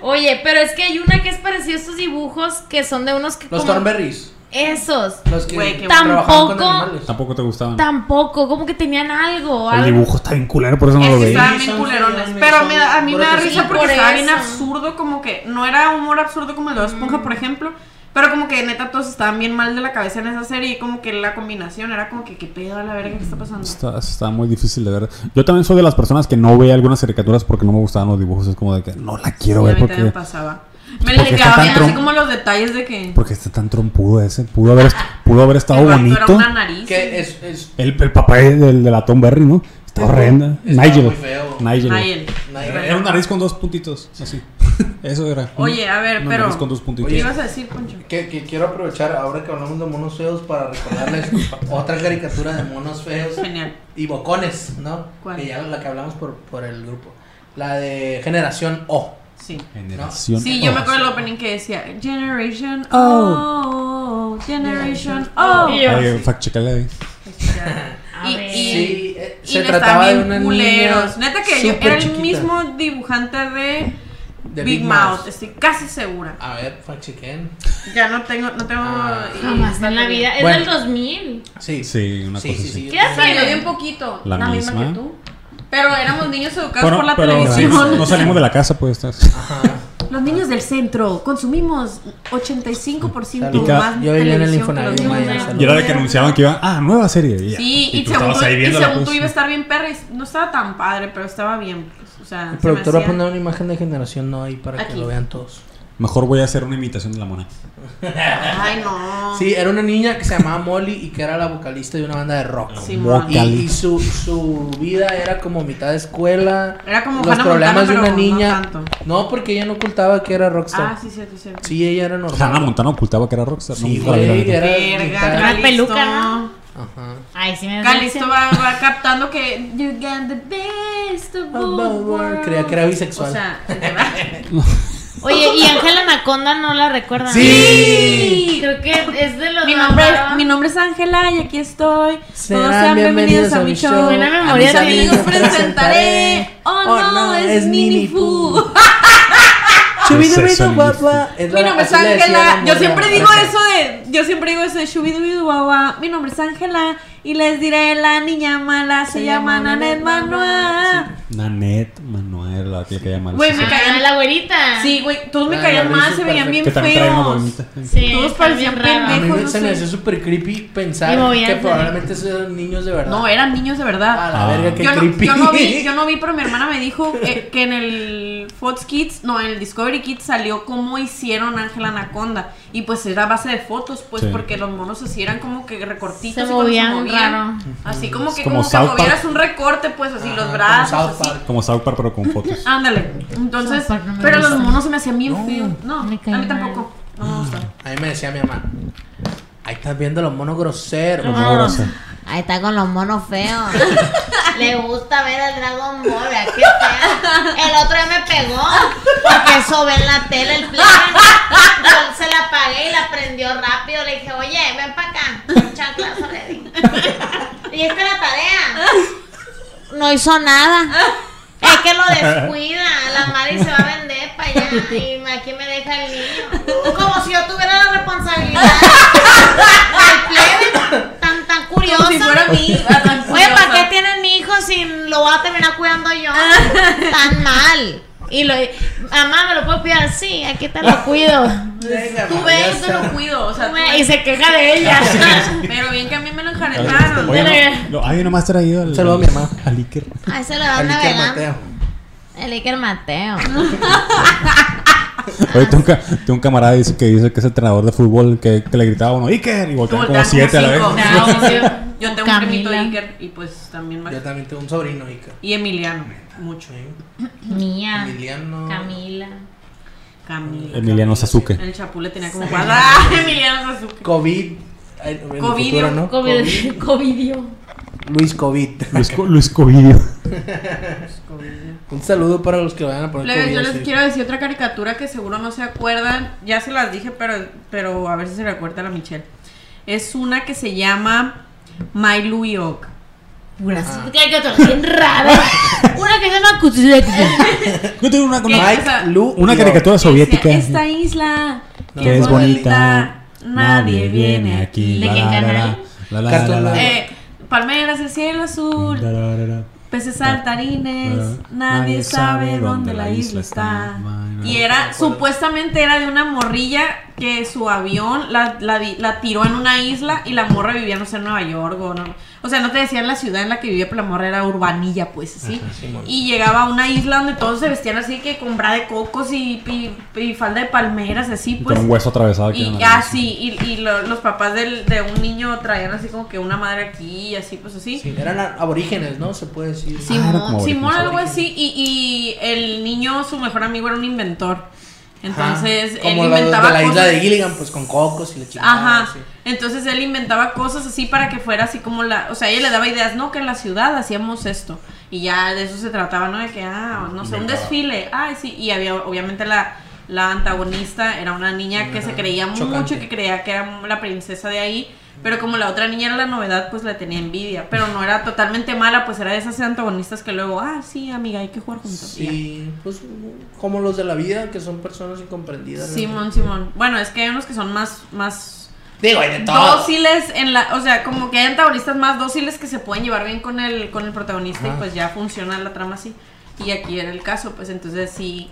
Speaker 3: Oye, pero es que hay una que es parecida a estos dibujos que son de unos que.
Speaker 1: Los
Speaker 3: como-
Speaker 1: Thornberries.
Speaker 3: Esos.
Speaker 1: Los que
Speaker 4: Güey, que
Speaker 1: trabajaban con
Speaker 3: tampoco-
Speaker 1: animales.
Speaker 5: Tampoco te gustaban.
Speaker 3: Tampoco, como que tenían algo.
Speaker 5: El
Speaker 3: algo.
Speaker 5: dibujo está bien culero, por eso no
Speaker 4: Es
Speaker 5: lo
Speaker 4: que
Speaker 5: veía.
Speaker 4: estaban bien
Speaker 1: son
Speaker 4: culerones.
Speaker 1: feos,
Speaker 4: Pero
Speaker 1: son-
Speaker 4: me da- a mí me da
Speaker 1: por eso-
Speaker 4: risa
Speaker 3: Sí,
Speaker 4: porque
Speaker 3: por
Speaker 4: estaba bien
Speaker 3: eso.
Speaker 4: absurdo, como que no era humor absurdo como el de Bob Esponja, por ejemplo. Pero como que neta todos estaban bien mal de la cabeza en esa serie y como que la combinación era como que qué pedo a la verga que está pasando.
Speaker 5: Está, está muy difícil de ver. Yo también soy de las personas que no ve algunas caricaturas porque no me gustaban los dibujos. Es como de que no la quiero
Speaker 4: Sí, a
Speaker 5: ver
Speaker 4: mí también me
Speaker 5: porque,
Speaker 4: pasaba. Me
Speaker 5: porque
Speaker 4: le
Speaker 5: está tan
Speaker 4: quedaban así
Speaker 5: tron-
Speaker 4: como los detalles de que
Speaker 5: porque está tan trompudo ese. Pudo
Speaker 4: [laughs]
Speaker 5: haber, pudo haber estado
Speaker 4: el vato era
Speaker 5: bonito.
Speaker 4: una nariz.
Speaker 1: Que es. es
Speaker 5: El, el papá de, del- de la Tom Berry, ¿no? Está horrenda.
Speaker 1: Está
Speaker 5: Nigel.
Speaker 1: muy feo.
Speaker 5: Nigel.
Speaker 4: Nayel.
Speaker 1: Nigel.
Speaker 7: un nariz con dos puntitos, así. Eso era.
Speaker 4: [laughs] Oye, a ver,
Speaker 7: Una
Speaker 4: pero-
Speaker 7: nariz con dos puntitos.
Speaker 4: ¿Qué
Speaker 1: Oye.
Speaker 4: ibas a decir, Poncho?
Speaker 1: Que, que quiero aprovechar ahora que hablamos de monos feos para recordarles
Speaker 4: [laughs]
Speaker 1: otra caricatura de monos feos
Speaker 4: Genial.
Speaker 1: y bocones, ¿no?
Speaker 4: ¿Cuál?
Speaker 1: Que ya la que hablamos por, por el grupo. La de Generación O.
Speaker 4: Sí.
Speaker 5: Generación.
Speaker 4: Sí, yo me acuerdo del opening que decía Generation
Speaker 1: Oh.
Speaker 4: O, Generation O.
Speaker 3: Y
Speaker 4: Y, [laughs]
Speaker 3: yo-
Speaker 5: Ay, fact checale ahí.
Speaker 3: A
Speaker 4: y-
Speaker 3: ver.
Speaker 1: Sí, eh,
Speaker 4: y
Speaker 1: se
Speaker 4: le estaban
Speaker 1: trataba de
Speaker 4: bien
Speaker 1: una
Speaker 4: culeros.
Speaker 1: niña
Speaker 4: Neta que yo
Speaker 1: súper
Speaker 4: era el
Speaker 1: chiquita.
Speaker 4: mismo dibujante de,
Speaker 1: de
Speaker 4: Big, Mouth.
Speaker 1: Mouth.
Speaker 4: Estoy casi segura.
Speaker 1: A ver, fact chequen.
Speaker 4: Ya no tengo, no tengo.
Speaker 1: Ah.
Speaker 4: y-
Speaker 3: Jamás en la vida. Es
Speaker 1: Bueno.
Speaker 3: del 2000.
Speaker 1: Sí.
Speaker 5: Sí, una cosa así.
Speaker 3: ¿Qué hace?
Speaker 4: Bueno, yo di un poquito.
Speaker 5: La misma.
Speaker 4: que tú. Pero éramos niños educados
Speaker 5: Bueno,
Speaker 4: por la
Speaker 5: pero sí,
Speaker 4: televisión. [laughs] Ah,
Speaker 5: no salimos de la casa, pues estás.
Speaker 4: Los niños del centro consumimos 85%
Speaker 5: Y cada-
Speaker 4: más
Speaker 1: yo vivía en el
Speaker 4: televisión que
Speaker 1: Infonavit,
Speaker 4: los
Speaker 1: Maya,
Speaker 4: niños.
Speaker 5: Y era de que anunciaban que iba, ah, nueva serie. y ya.
Speaker 4: Sí, y,
Speaker 5: tú
Speaker 4: según,
Speaker 5: estabas
Speaker 4: tú,
Speaker 5: ahí
Speaker 4: y
Speaker 5: viéndola,
Speaker 4: según
Speaker 5: pues.
Speaker 4: tú iba a estar bien perra, y no estaba tan padre, pero estaba bien. pues, o sea,
Speaker 1: El
Speaker 4: se me
Speaker 1: productor va a
Speaker 4: hacía-
Speaker 1: poner una imagen de Generación O ahí para que
Speaker 4: Aquí.
Speaker 1: lo vean todos.
Speaker 5: Mejor voy a hacer una imitación de la mona.
Speaker 4: Ay, no.
Speaker 1: Sí, era una niña que se llamaba Molly y que era la vocalista de una banda de rock.
Speaker 4: Simón.
Speaker 1: Y, y su, su vida era como mitad de escuela.
Speaker 4: Era como
Speaker 1: los
Speaker 4: Hannah
Speaker 1: problemas
Speaker 4: Montana,
Speaker 1: de
Speaker 4: pero
Speaker 1: una
Speaker 4: no
Speaker 1: niña.
Speaker 4: tanto.
Speaker 1: No, porque ella no ocultaba que era rockstar.
Speaker 4: Ah, sí, cierto, cierto.
Speaker 1: sí. ella era
Speaker 5: Hannah
Speaker 1: normal.
Speaker 5: Montana ocultaba que era rockstar.
Speaker 1: Sí,
Speaker 5: nunca la vi, la
Speaker 1: güey,
Speaker 5: neta.
Speaker 1: era
Speaker 4: Verga,
Speaker 1: mitad-
Speaker 3: Una peluca,
Speaker 4: Calisto.
Speaker 3: ¿no?
Speaker 1: Ajá.
Speaker 3: Ay, sí me
Speaker 4: Calisto va, va captando que you got the best of both worlds.
Speaker 1: Creía que era bisexual.
Speaker 4: Oh, O sea,
Speaker 3: [laughs]
Speaker 4: ¿verdad?
Speaker 3: Oye, y Ángela Anaconda no la recuerdan.
Speaker 1: Sí.
Speaker 3: Creo que es de los
Speaker 4: mi
Speaker 3: más
Speaker 4: nombre,
Speaker 3: raros.
Speaker 4: mi nombre es Ángela y aquí estoy. Pues Todos
Speaker 1: Serán
Speaker 4: sean bienvenidos,
Speaker 1: bienvenidos
Speaker 4: a mi show.
Speaker 3: Buena
Speaker 1: A
Speaker 3: memoria
Speaker 1: mis
Speaker 3: tiene.
Speaker 1: amigos
Speaker 4: Los presentaré. Oh, no, es Nini Fu. [laughs]
Speaker 1: Chubidubidu,
Speaker 5: Es eso, Nini
Speaker 1: guapa.
Speaker 5: Fu.
Speaker 1: Es la-
Speaker 4: Mi nombre es
Speaker 1: así le decía la
Speaker 4: Ángela. Yo
Speaker 1: morra.
Speaker 4: siempre digo eso de. Yo siempre digo eso de shubidubidu, guagua. Mi nombre es Ángela. Y les diré la niña mala se, llama Nanet Manuel.
Speaker 5: Nanette Manuel, la tía que llamar.
Speaker 4: Güey, me
Speaker 3: Ah,
Speaker 4: caían-
Speaker 3: la güerita.
Speaker 4: Sí, güey. Todos me
Speaker 1: La
Speaker 4: caían
Speaker 1: Lorenzo
Speaker 4: mal, se veían bien
Speaker 1: perfecta,
Speaker 5: que también traía una
Speaker 4: feos.
Speaker 5: bolita.
Speaker 3: Sí,
Speaker 4: Todos
Speaker 3: está
Speaker 4: parecían
Speaker 3: bien raro.
Speaker 1: A mí
Speaker 4: pendejos.
Speaker 1: me- se me
Speaker 4: no
Speaker 1: hace
Speaker 4: sé.
Speaker 1: súper creepy
Speaker 3: Y
Speaker 1: pensar
Speaker 3: movían
Speaker 1: que
Speaker 3: de-
Speaker 1: probablemente sean niños de verdad.
Speaker 4: No, eran niños de
Speaker 1: A
Speaker 4: verdad.
Speaker 1: la
Speaker 5: Ah.
Speaker 1: verga, qué
Speaker 4: Yo no,
Speaker 1: creepy.
Speaker 4: yo
Speaker 1: [laughs]
Speaker 4: no vi, yo no vi, pero mi hermana me dijo eh, que en el Fox Kids, no, en el Discovery Kids salió cómo hicieron Ángela Anaconda. Y pues era a base de fotos, pues,
Speaker 5: Sí.
Speaker 4: porque los monos así eran como que recortitos.
Speaker 3: Se
Speaker 4: y cuando
Speaker 3: movían raro.
Speaker 4: Así como que
Speaker 5: Como
Speaker 4: como, que
Speaker 5: South Park.
Speaker 4: movieras un recorte, pues, así
Speaker 1: Ajá,
Speaker 4: los
Speaker 1: como
Speaker 4: brazos,
Speaker 1: Ah, South
Speaker 4: así.
Speaker 1: Park.
Speaker 5: Como South Park, pero con fotos.
Speaker 4: Ándale. Entonces,
Speaker 3: South Park no me
Speaker 4: pero los
Speaker 3: gusta.
Speaker 4: monos se me hacían bien feos. No, a
Speaker 3: me
Speaker 4: mí
Speaker 3: caían mal.
Speaker 4: tampoco. No me gusta.
Speaker 1: A mí me decía mi mamá. Ahí estás viendo los monos groseros.
Speaker 5: Como ahora sí.
Speaker 8: Ahí está con los monos feos. [laughs] Le gusta ver el Dragon Ball, ¿a qué feo. El otro día me pegó. Porque eso ve en la tele el play. Yo se la apagué y la prendió rápido. Le dije, oye, ven para acá. Un chanclazo le
Speaker 4: [laughs]
Speaker 8: di. Y esta es la tarea. No hizo nada. Es que lo descuida. La madre se va a vender para allá. Y aquí me deja el niño. Como si yo tuviera la responsabilidad. Al plebe, tan, tan curioso.
Speaker 4: Como si fuera
Speaker 3: [laughs]
Speaker 4: mi
Speaker 8: Oye, ¿para qué tienen mi hijo si lo voy a terminar cuidando yo? Tan mal. Y lo, Mamá, ¿me lo puedo cuidar? Sí, aquí te lo cuido.
Speaker 4: [laughs]
Speaker 1: Venga,
Speaker 4: Tú
Speaker 1: ma,
Speaker 4: ve,
Speaker 1: ya
Speaker 4: yo te
Speaker 1: está.
Speaker 4: lo cuido. O sea, tú
Speaker 8: Y
Speaker 3: [laughs]
Speaker 4: ve.
Speaker 8: se queja de ella.
Speaker 4: [laughs] Pero bien que a mí me lo enjaretaron.
Speaker 5: Oye,
Speaker 8: Dale.
Speaker 5: no, no, ay, nomás traído al.
Speaker 1: Saludo a mi mamá.
Speaker 5: Al Iker.
Speaker 3: Ah,
Speaker 8: Ahí se lo da una
Speaker 1: Alicia
Speaker 8: velada.
Speaker 1: Mateo.
Speaker 8: El Iker Mateo.
Speaker 5: Oye, tengo un, ca- tengo un camarada dice- que dice que es entrenador de fútbol que, que le gritaba a uno, Iker, y voltean como
Speaker 4: Voltean
Speaker 5: siete a la vez.
Speaker 4: cinco.
Speaker 5: [laughs]
Speaker 3: vez.
Speaker 4: No, sí. Yo tengo un primito
Speaker 8: Camila.
Speaker 4: Iker y pues también
Speaker 1: Yo
Speaker 4: Max.
Speaker 1: también tengo un sobrino, Ica.
Speaker 4: Y Emiliano. Mucho.
Speaker 1: Sí.
Speaker 4: Ah.
Speaker 8: Mía.
Speaker 1: Emiliano.
Speaker 8: Camila.
Speaker 4: Camila.
Speaker 5: Emiliano Sasuke.
Speaker 4: El chapule tenía como [laughs] cuadra. ¡Ah! Emiliano Sasuke.
Speaker 1: COVID. Ay, en el
Speaker 4: Covidio,
Speaker 1: futuro, ¿no?
Speaker 3: COVID, [laughs] covidio.
Speaker 1: COVID. Luis COVID. [laughs]
Speaker 5: Luis, Co- Luis Covidio.
Speaker 1: Un saludo para los que vayan a poner
Speaker 4: Plebes,
Speaker 1: COVID.
Speaker 4: yo les
Speaker 1: sí.
Speaker 4: quiero decir otra caricatura que seguro no se acuerdan. Ya se las dije, pero, pero a ver si se recuerda la Michelle. Es una que se llama My Louie Oak.
Speaker 1: Ah.
Speaker 3: Tiene que estar
Speaker 1: [laughs]
Speaker 3: bien rara. Una que se llama Cuchilete.
Speaker 5: Yo tengo una, una,
Speaker 1: Mike,
Speaker 4: o sea,
Speaker 1: Lu.
Speaker 5: una
Speaker 1: y
Speaker 5: caricatura
Speaker 4: Que decía,
Speaker 5: soviética.
Speaker 4: Esta isla
Speaker 1: No,
Speaker 5: que es bonita.
Speaker 4: nadie viene aquí.
Speaker 3: ¿De qué canal?
Speaker 5: La, la, la,
Speaker 1: Cartoon
Speaker 5: la, la,
Speaker 1: Network.
Speaker 4: Eh, palmeras, el cielo azul,
Speaker 5: la, la, la, la.
Speaker 4: peces saltarines,
Speaker 5: Nadie
Speaker 4: nadie sabe dónde la isla está.
Speaker 5: Bueno.
Speaker 4: Y era, supuestamente era de una morrilla que su avión la, la, di- la tiró en una isla y la morra vivía, no sé, en Nueva York o no. O sea, no te decían la ciudad en la que vivía, pero la morra era urbanilla, pues, así.
Speaker 1: Simón.
Speaker 4: y llegaba a una isla donde todos se vestían así, que con bra de cocos y, y- y falda de palmeras, así,
Speaker 5: Y
Speaker 4: pues.
Speaker 5: con un hueso atravesado aquí. en
Speaker 4: Y
Speaker 5: la
Speaker 4: ya
Speaker 5: nariz.
Speaker 4: sí, y, y lo- los papás del- de un niño traían así como que una madre aquí y así, pues así.
Speaker 1: Sí, eran a- aborígenes, ¿no? Se puede decir.
Speaker 5: Sí. Ah, era como
Speaker 4: Simón, Simón,
Speaker 5: aborigen.
Speaker 4: algo así, y, y el niño, su mejor amigo era un inventor.
Speaker 1: Ajá.
Speaker 4: Entonces, él
Speaker 1: Como los
Speaker 4: inventaba
Speaker 1: de la isla
Speaker 4: cosas.
Speaker 1: de Gilligan, pues con cocos y la chingada.
Speaker 4: Ajá.
Speaker 1: sí.
Speaker 4: Entonces él inventaba cosas así para que fuera así como la. O sea, ella le daba ideas, no, que en la ciudad hacíamos esto. Y ya de eso se trataba, ¿no? De que, ah, no sé, un
Speaker 5: Inventaba.
Speaker 4: desfile. Ay, sí. Y había, obviamente, la, la antagonista era una niña que se
Speaker 1: Ajá,
Speaker 4: creía
Speaker 1: chocante.
Speaker 4: mucho, que creía que era la princesa de ahí. Pero como la otra niña era la novedad, pues le tenía envidia. Pero no era totalmente mala, pues era de esas antagonistas que luego, ah, sí, amiga, hay que jugar juntos. y ya.
Speaker 1: Sí, pues como los de la vida, que son personas incomprendidas.
Speaker 4: Simón,
Speaker 1: realmente.
Speaker 4: Simón. Bueno, es que hay unos que son más, más
Speaker 1: Digo, hay de todo.
Speaker 4: dóciles en la, o sea, como que hay antagonistas más dóciles que se pueden llevar bien con el con el protagonista
Speaker 1: Ajá.
Speaker 4: y pues ya funciona la trama así. Y aquí era el caso, pues entonces sí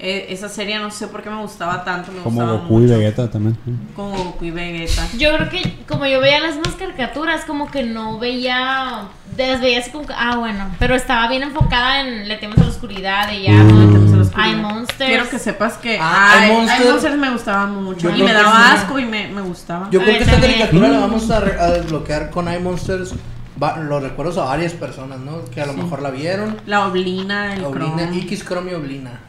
Speaker 4: eh, esa serie no sé por qué me gustaba tanto, me
Speaker 5: Como
Speaker 4: gustaba
Speaker 5: Goku y
Speaker 4: mucho.
Speaker 5: Vegeta también.
Speaker 4: Como Goku y Vegeta.
Speaker 3: Yo creo que como yo veía las mismas caricaturas, como que no veía, las veía así como que, ah, bueno, pero estaba bien enfocada en le temas a la oscuridad y ya.
Speaker 5: Mm.
Speaker 4: Entonces, los
Speaker 3: Hay
Speaker 4: cuido.
Speaker 3: monsters.
Speaker 4: Quiero que sepas que
Speaker 1: Ah, hay
Speaker 4: ay, hay
Speaker 1: monsters.
Speaker 4: monsters. me gustaba mucho
Speaker 1: Yo
Speaker 4: y
Speaker 1: creo
Speaker 4: me
Speaker 1: que
Speaker 4: daba
Speaker 1: sí.
Speaker 4: asco y me, me gustaba.
Speaker 1: Yo
Speaker 3: A
Speaker 1: creo
Speaker 3: ver,
Speaker 1: que esta
Speaker 3: también.
Speaker 1: caricatura la vamos a, re- a desbloquear con iMonsters. Va- Los recuerdos a varias personas, ¿no? Que a lo mejor la vieron.
Speaker 4: La oblina, el
Speaker 1: Oblina,
Speaker 4: cron.
Speaker 1: X Chrome y Oblina.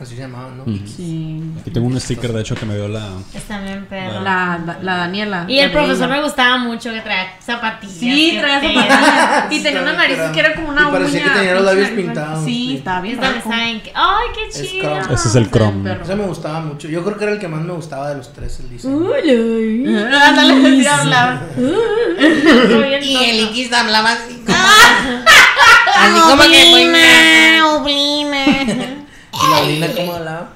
Speaker 1: Así se llamaba, ¿no?
Speaker 5: Ujú.
Speaker 4: Sí.
Speaker 5: Aquí tengo un sticker, de hecho, que me dio la.
Speaker 3: Está bien perro.
Speaker 4: La, la Daniela.
Speaker 3: Y el
Speaker 4: la de
Speaker 3: profesor
Speaker 4: ella.
Speaker 3: me gustaba mucho que traía zapatillas.
Speaker 4: Sí,
Speaker 3: que
Speaker 4: traía
Speaker 3: pedo.
Speaker 4: zapatillas. Y tenía
Speaker 1: Estaba
Speaker 4: unas narices
Speaker 1: esperando.
Speaker 4: que era como una
Speaker 1: Y parecía
Speaker 4: uña,
Speaker 1: que tenía los
Speaker 4: pinche
Speaker 1: labios
Speaker 4: nariz.
Speaker 1: pintados, sí.
Speaker 4: Sí, estaba bien
Speaker 3: Esta me
Speaker 4: raro.
Speaker 3: saben que, ay, qué
Speaker 1: Es
Speaker 3: chido.
Speaker 1: Chrome.
Speaker 5: Ese es el Chrome.
Speaker 4: perro.
Speaker 1: Ese me gustaba mucho. Yo creo que era el que más me gustaba de los tres, el diseño.
Speaker 4: [laughs] Ándale, así hablaba.
Speaker 3: Soy el tonto.
Speaker 1: X hablaba así como. así como
Speaker 8: Oblina, oblina.
Speaker 1: Y la Oblina, ¿cómo hablaba?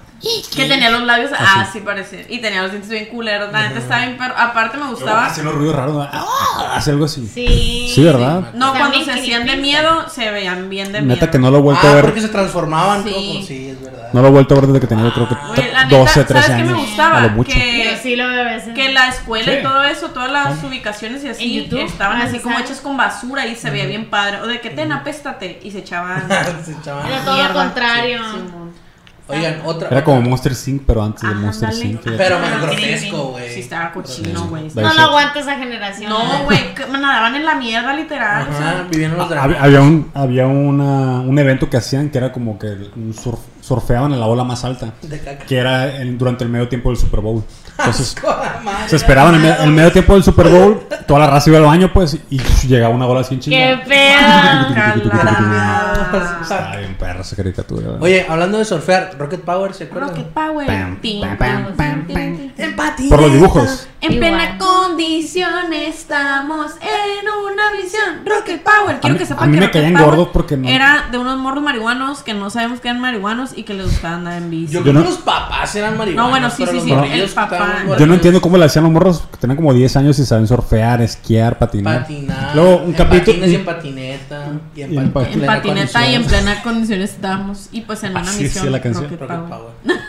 Speaker 4: Que tenía los labios
Speaker 3: Ah,
Speaker 4: así parecía. Y tenía los dientes bien culeros. La neta estaba bien perro. Aparte me gustaba.
Speaker 5: Hace los ruidos raros. ¿no? Ah, Hace algo así.
Speaker 3: Sí.
Speaker 5: Sí, ¿verdad?
Speaker 3: También
Speaker 4: No, cuando se hacían de
Speaker 3: creepy.
Speaker 4: miedo, se veían bien de miedo.
Speaker 5: Neta que no lo he vuelto
Speaker 1: Ah,
Speaker 5: a
Speaker 1: porque se
Speaker 5: ver.
Speaker 1: transformaban.
Speaker 4: Sí.
Speaker 1: Sí, sí es verdad. [laughs]
Speaker 5: No lo he vuelto a ver desde que tenía, yo creo que
Speaker 4: Oye, la
Speaker 5: 12,
Speaker 4: neta,
Speaker 5: 13
Speaker 4: ¿sabes qué
Speaker 5: años.
Speaker 4: me gustaba?
Speaker 5: A lo mucho.
Speaker 4: Que
Speaker 3: Yo sí lo veo a veces.
Speaker 4: que la escuela
Speaker 5: Sí.
Speaker 4: y todo eso, todas las ubicaciones y así
Speaker 3: ¿En YouTube?
Speaker 4: estaban
Speaker 3: Ah,
Speaker 4: así
Speaker 3: sí
Speaker 4: como
Speaker 3: sale.
Speaker 4: hechas con basura y se veía bien padre. O de que ten, apéstate. Y
Speaker 1: [laughs]
Speaker 4: se echaban.
Speaker 1: Se echaban-
Speaker 3: Era todo lo
Speaker 4: mierda.
Speaker 3: contrario.
Speaker 4: Simón.
Speaker 1: Oigan, otra.
Speaker 5: Era como Monster Inc, pero antes de Monster
Speaker 4: Ándale.
Speaker 5: Inc. fíjate.
Speaker 1: Pero más
Speaker 4: Ah,
Speaker 1: grotesco,
Speaker 4: sí,
Speaker 1: güey.
Speaker 4: sí, estaba cochino, güey.
Speaker 3: No lo aguanta esa generación.
Speaker 4: No, güey, que me nadaban en la mierda, literal. o
Speaker 1: Ajá,
Speaker 4: sea,
Speaker 1: vivían los
Speaker 5: Hab-
Speaker 1: dragones.
Speaker 5: Ah, Había, un, había una, un evento que hacían que era como que un surf- surfeaban en la ola más alta,
Speaker 1: De caca.
Speaker 5: que era en- durante el medio tiempo del Super Bowl.
Speaker 1: [laughs]
Speaker 5: Entonces
Speaker 1: Madre.
Speaker 5: se esperaban el, me- el medio tiempo del Super Bowl, toda la raza iba al baño pues y [laughs] llegaba una ola así en
Speaker 3: [laughs] Qué
Speaker 5: chingada.
Speaker 4: [laughs]
Speaker 3: pedo.
Speaker 4: calada.
Speaker 5: Estaba bien perro esa caricatura. ¿verdad?
Speaker 1: Oye, hablando de surfear, Rocket Power, ¿se acuerdan?
Speaker 4: Rocket Power.
Speaker 5: Pam,
Speaker 4: Tin,
Speaker 5: pam,
Speaker 4: tin,
Speaker 5: pam,
Speaker 4: tin,
Speaker 5: pam,
Speaker 4: tin, tin.
Speaker 1: En patineta.
Speaker 5: Por los dibujos.
Speaker 4: En
Speaker 3: Igual.
Speaker 4: plena condición estamos en un misión, Rocket Power. Quiero
Speaker 5: mí-
Speaker 4: que
Speaker 5: a
Speaker 4: sepan
Speaker 5: mí
Speaker 4: que
Speaker 5: me
Speaker 4: Rocket
Speaker 5: caían
Speaker 4: Power
Speaker 5: gordos porque no-
Speaker 4: Era de unos morros marihuanos que no sabemos que eran marihuanos y que les gustaba andar en bici.
Speaker 1: Yo,
Speaker 5: Yo
Speaker 1: creo
Speaker 5: no-
Speaker 1: que los papás eran marihuanos.
Speaker 4: No, bueno, sí,
Speaker 1: pero
Speaker 4: sí,
Speaker 1: los
Speaker 4: sí, el
Speaker 1: morrillos que
Speaker 4: papá.
Speaker 1: estaban
Speaker 4: Yo
Speaker 5: Yo no
Speaker 1: morrillos-
Speaker 5: entiendo cómo le hacían los morros que tienen como 10 años y saben surfear, esquiar, patinar.
Speaker 1: Patinar.
Speaker 5: Luego, un
Speaker 1: en
Speaker 5: capítulo.
Speaker 1: patines y en patineta. Y en,
Speaker 5: Y en
Speaker 1: pat-
Speaker 5: pat-
Speaker 4: en
Speaker 1: plena
Speaker 4: patineta y en
Speaker 1: condición.
Speaker 4: plena condición estábamos. Y pues en una
Speaker 5: Así
Speaker 4: misión.
Speaker 5: decía la canción.
Speaker 4: Rocket
Speaker 1: Rocket
Speaker 4: Power.
Speaker 1: Power.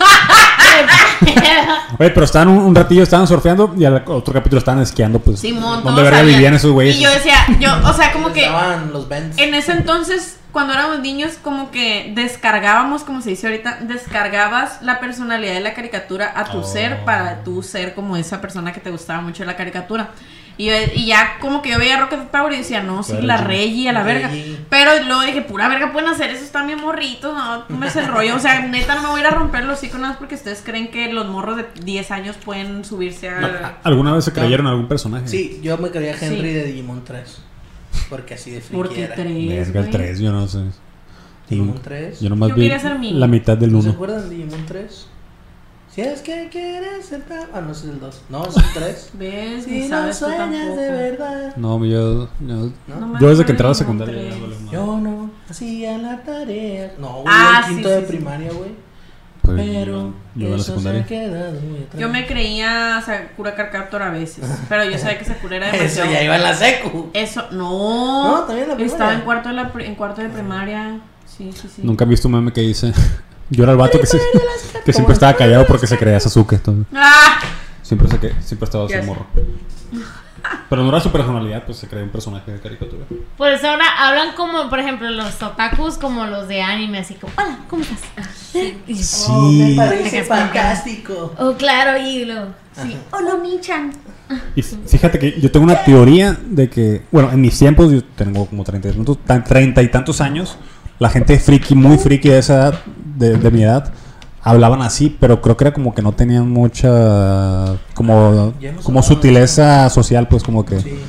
Speaker 5: Oye, pero estaban un, un ratillo, estaban surfeando y al otro capítulo estaban esquiando, pues.
Speaker 4: Simón,
Speaker 5: ¿Dónde
Speaker 4: todos
Speaker 5: verga
Speaker 4: sabían.
Speaker 5: vivían esos güeyes?
Speaker 4: Y yo decía, yo, o sea, como que
Speaker 1: Estaban los Benz.
Speaker 4: en ese entonces, cuando éramos niños, como que descargábamos, como se dice ahorita, descargabas la personalidad de la caricatura a tu
Speaker 5: Oh.
Speaker 4: ser para tú ser como esa persona que te gustaba mucho la caricatura. Y, yo- y ya como que yo veía Rocket Power y decía, no, sí,
Speaker 5: Claro,
Speaker 4: la
Speaker 5: sí.
Speaker 4: Reggie, a la verga.
Speaker 1: Reggie.
Speaker 4: Pero luego dije, pura verga, pueden hacer eso, están bien morritos, no, no me es el rollo. O sea, neta, no me voy a ir a romper los iconos porque ustedes creen que los morros de 10 años pueden subirse a...
Speaker 5: ¿Alguna vez se creyeron algún personaje?
Speaker 1: Sí, yo me creía Henry
Speaker 4: Sí.
Speaker 1: de Digimon 3. Porque así de friki
Speaker 4: Porque
Speaker 1: era.
Speaker 4: tres,
Speaker 5: Verga, el
Speaker 4: güey.
Speaker 5: 3, yo no sé.
Speaker 1: Digimon 3.
Speaker 5: Yo nomás
Speaker 4: Yo
Speaker 5: vi
Speaker 4: quería ser mi-
Speaker 5: la mitad del
Speaker 1: ¿No se
Speaker 5: 1.
Speaker 1: acuerdan de Digimon 3? Si es que quieres ser tan- Ah, no, ese es el 2. No, es el 3.
Speaker 4: ¿Ves? [laughs] Ni
Speaker 1: si no
Speaker 4: sabes tú
Speaker 1: sueñas
Speaker 4: tampoco.
Speaker 1: de verdad.
Speaker 5: No, yo. yo
Speaker 1: ¿No?
Speaker 4: No me
Speaker 5: yo desde
Speaker 4: acuerdo
Speaker 5: que entré a la
Speaker 4: de
Speaker 5: secundaria
Speaker 4: nombres.
Speaker 5: ya valió madre.
Speaker 1: Yo no hacía la tarea. No, güey,
Speaker 4: Ah,
Speaker 1: el
Speaker 4: sí,
Speaker 1: quinto
Speaker 4: sí,
Speaker 1: de
Speaker 4: sí.
Speaker 1: primaria, güey.
Speaker 5: Pues,
Speaker 1: Pero
Speaker 5: yo en la
Speaker 1: eso se ha
Speaker 5: secundaria.
Speaker 1: quedado muy atrás.
Speaker 4: Yo me creía Sakura Carcaptor
Speaker 1: [laughs]
Speaker 4: a veces, pero yo sabía que Sakura era
Speaker 1: Eso
Speaker 4: demasiado.
Speaker 1: ya iba en la secu.
Speaker 4: Eso, no.
Speaker 1: No, también en la primaria.
Speaker 4: Estaba en cuarto de, la pri- en cuarto de primaria. Sí, sí, sí.
Speaker 5: Nunca he visto un meme que dice. [laughs] Yo era el vato que, se- que siempre estaba callado porque se creía Sasuke. entonces,
Speaker 4: ¡Ah!
Speaker 5: siempre, se que, siempre estaba
Speaker 4: Ya
Speaker 5: así
Speaker 4: sé.
Speaker 5: morro. Pero no era su personalidad, pues se creía un personaje de caricatura.
Speaker 3: Por eso ahora hablan como, por ejemplo, los otakus como los de anime, así como, hola, ¿cómo estás?
Speaker 1: Oh, me
Speaker 5: Sí.
Speaker 1: parece fantástico.
Speaker 3: Oh, claro, y luego, sí,
Speaker 1: Ajá.
Speaker 3: hola, Michan.
Speaker 5: Y f- fíjate que yo tengo una teoría de que, bueno, en mis tiempos, yo tengo como 30 y tantos, tan- 30 y tantos años, la gente friki, muy friki de esa edad, de, de mi edad, hablaban así, pero creo que era como que no tenían mucha, como,
Speaker 1: Ya hemos
Speaker 5: como
Speaker 1: hablado de
Speaker 5: sutileza social, pues como que
Speaker 1: Sí.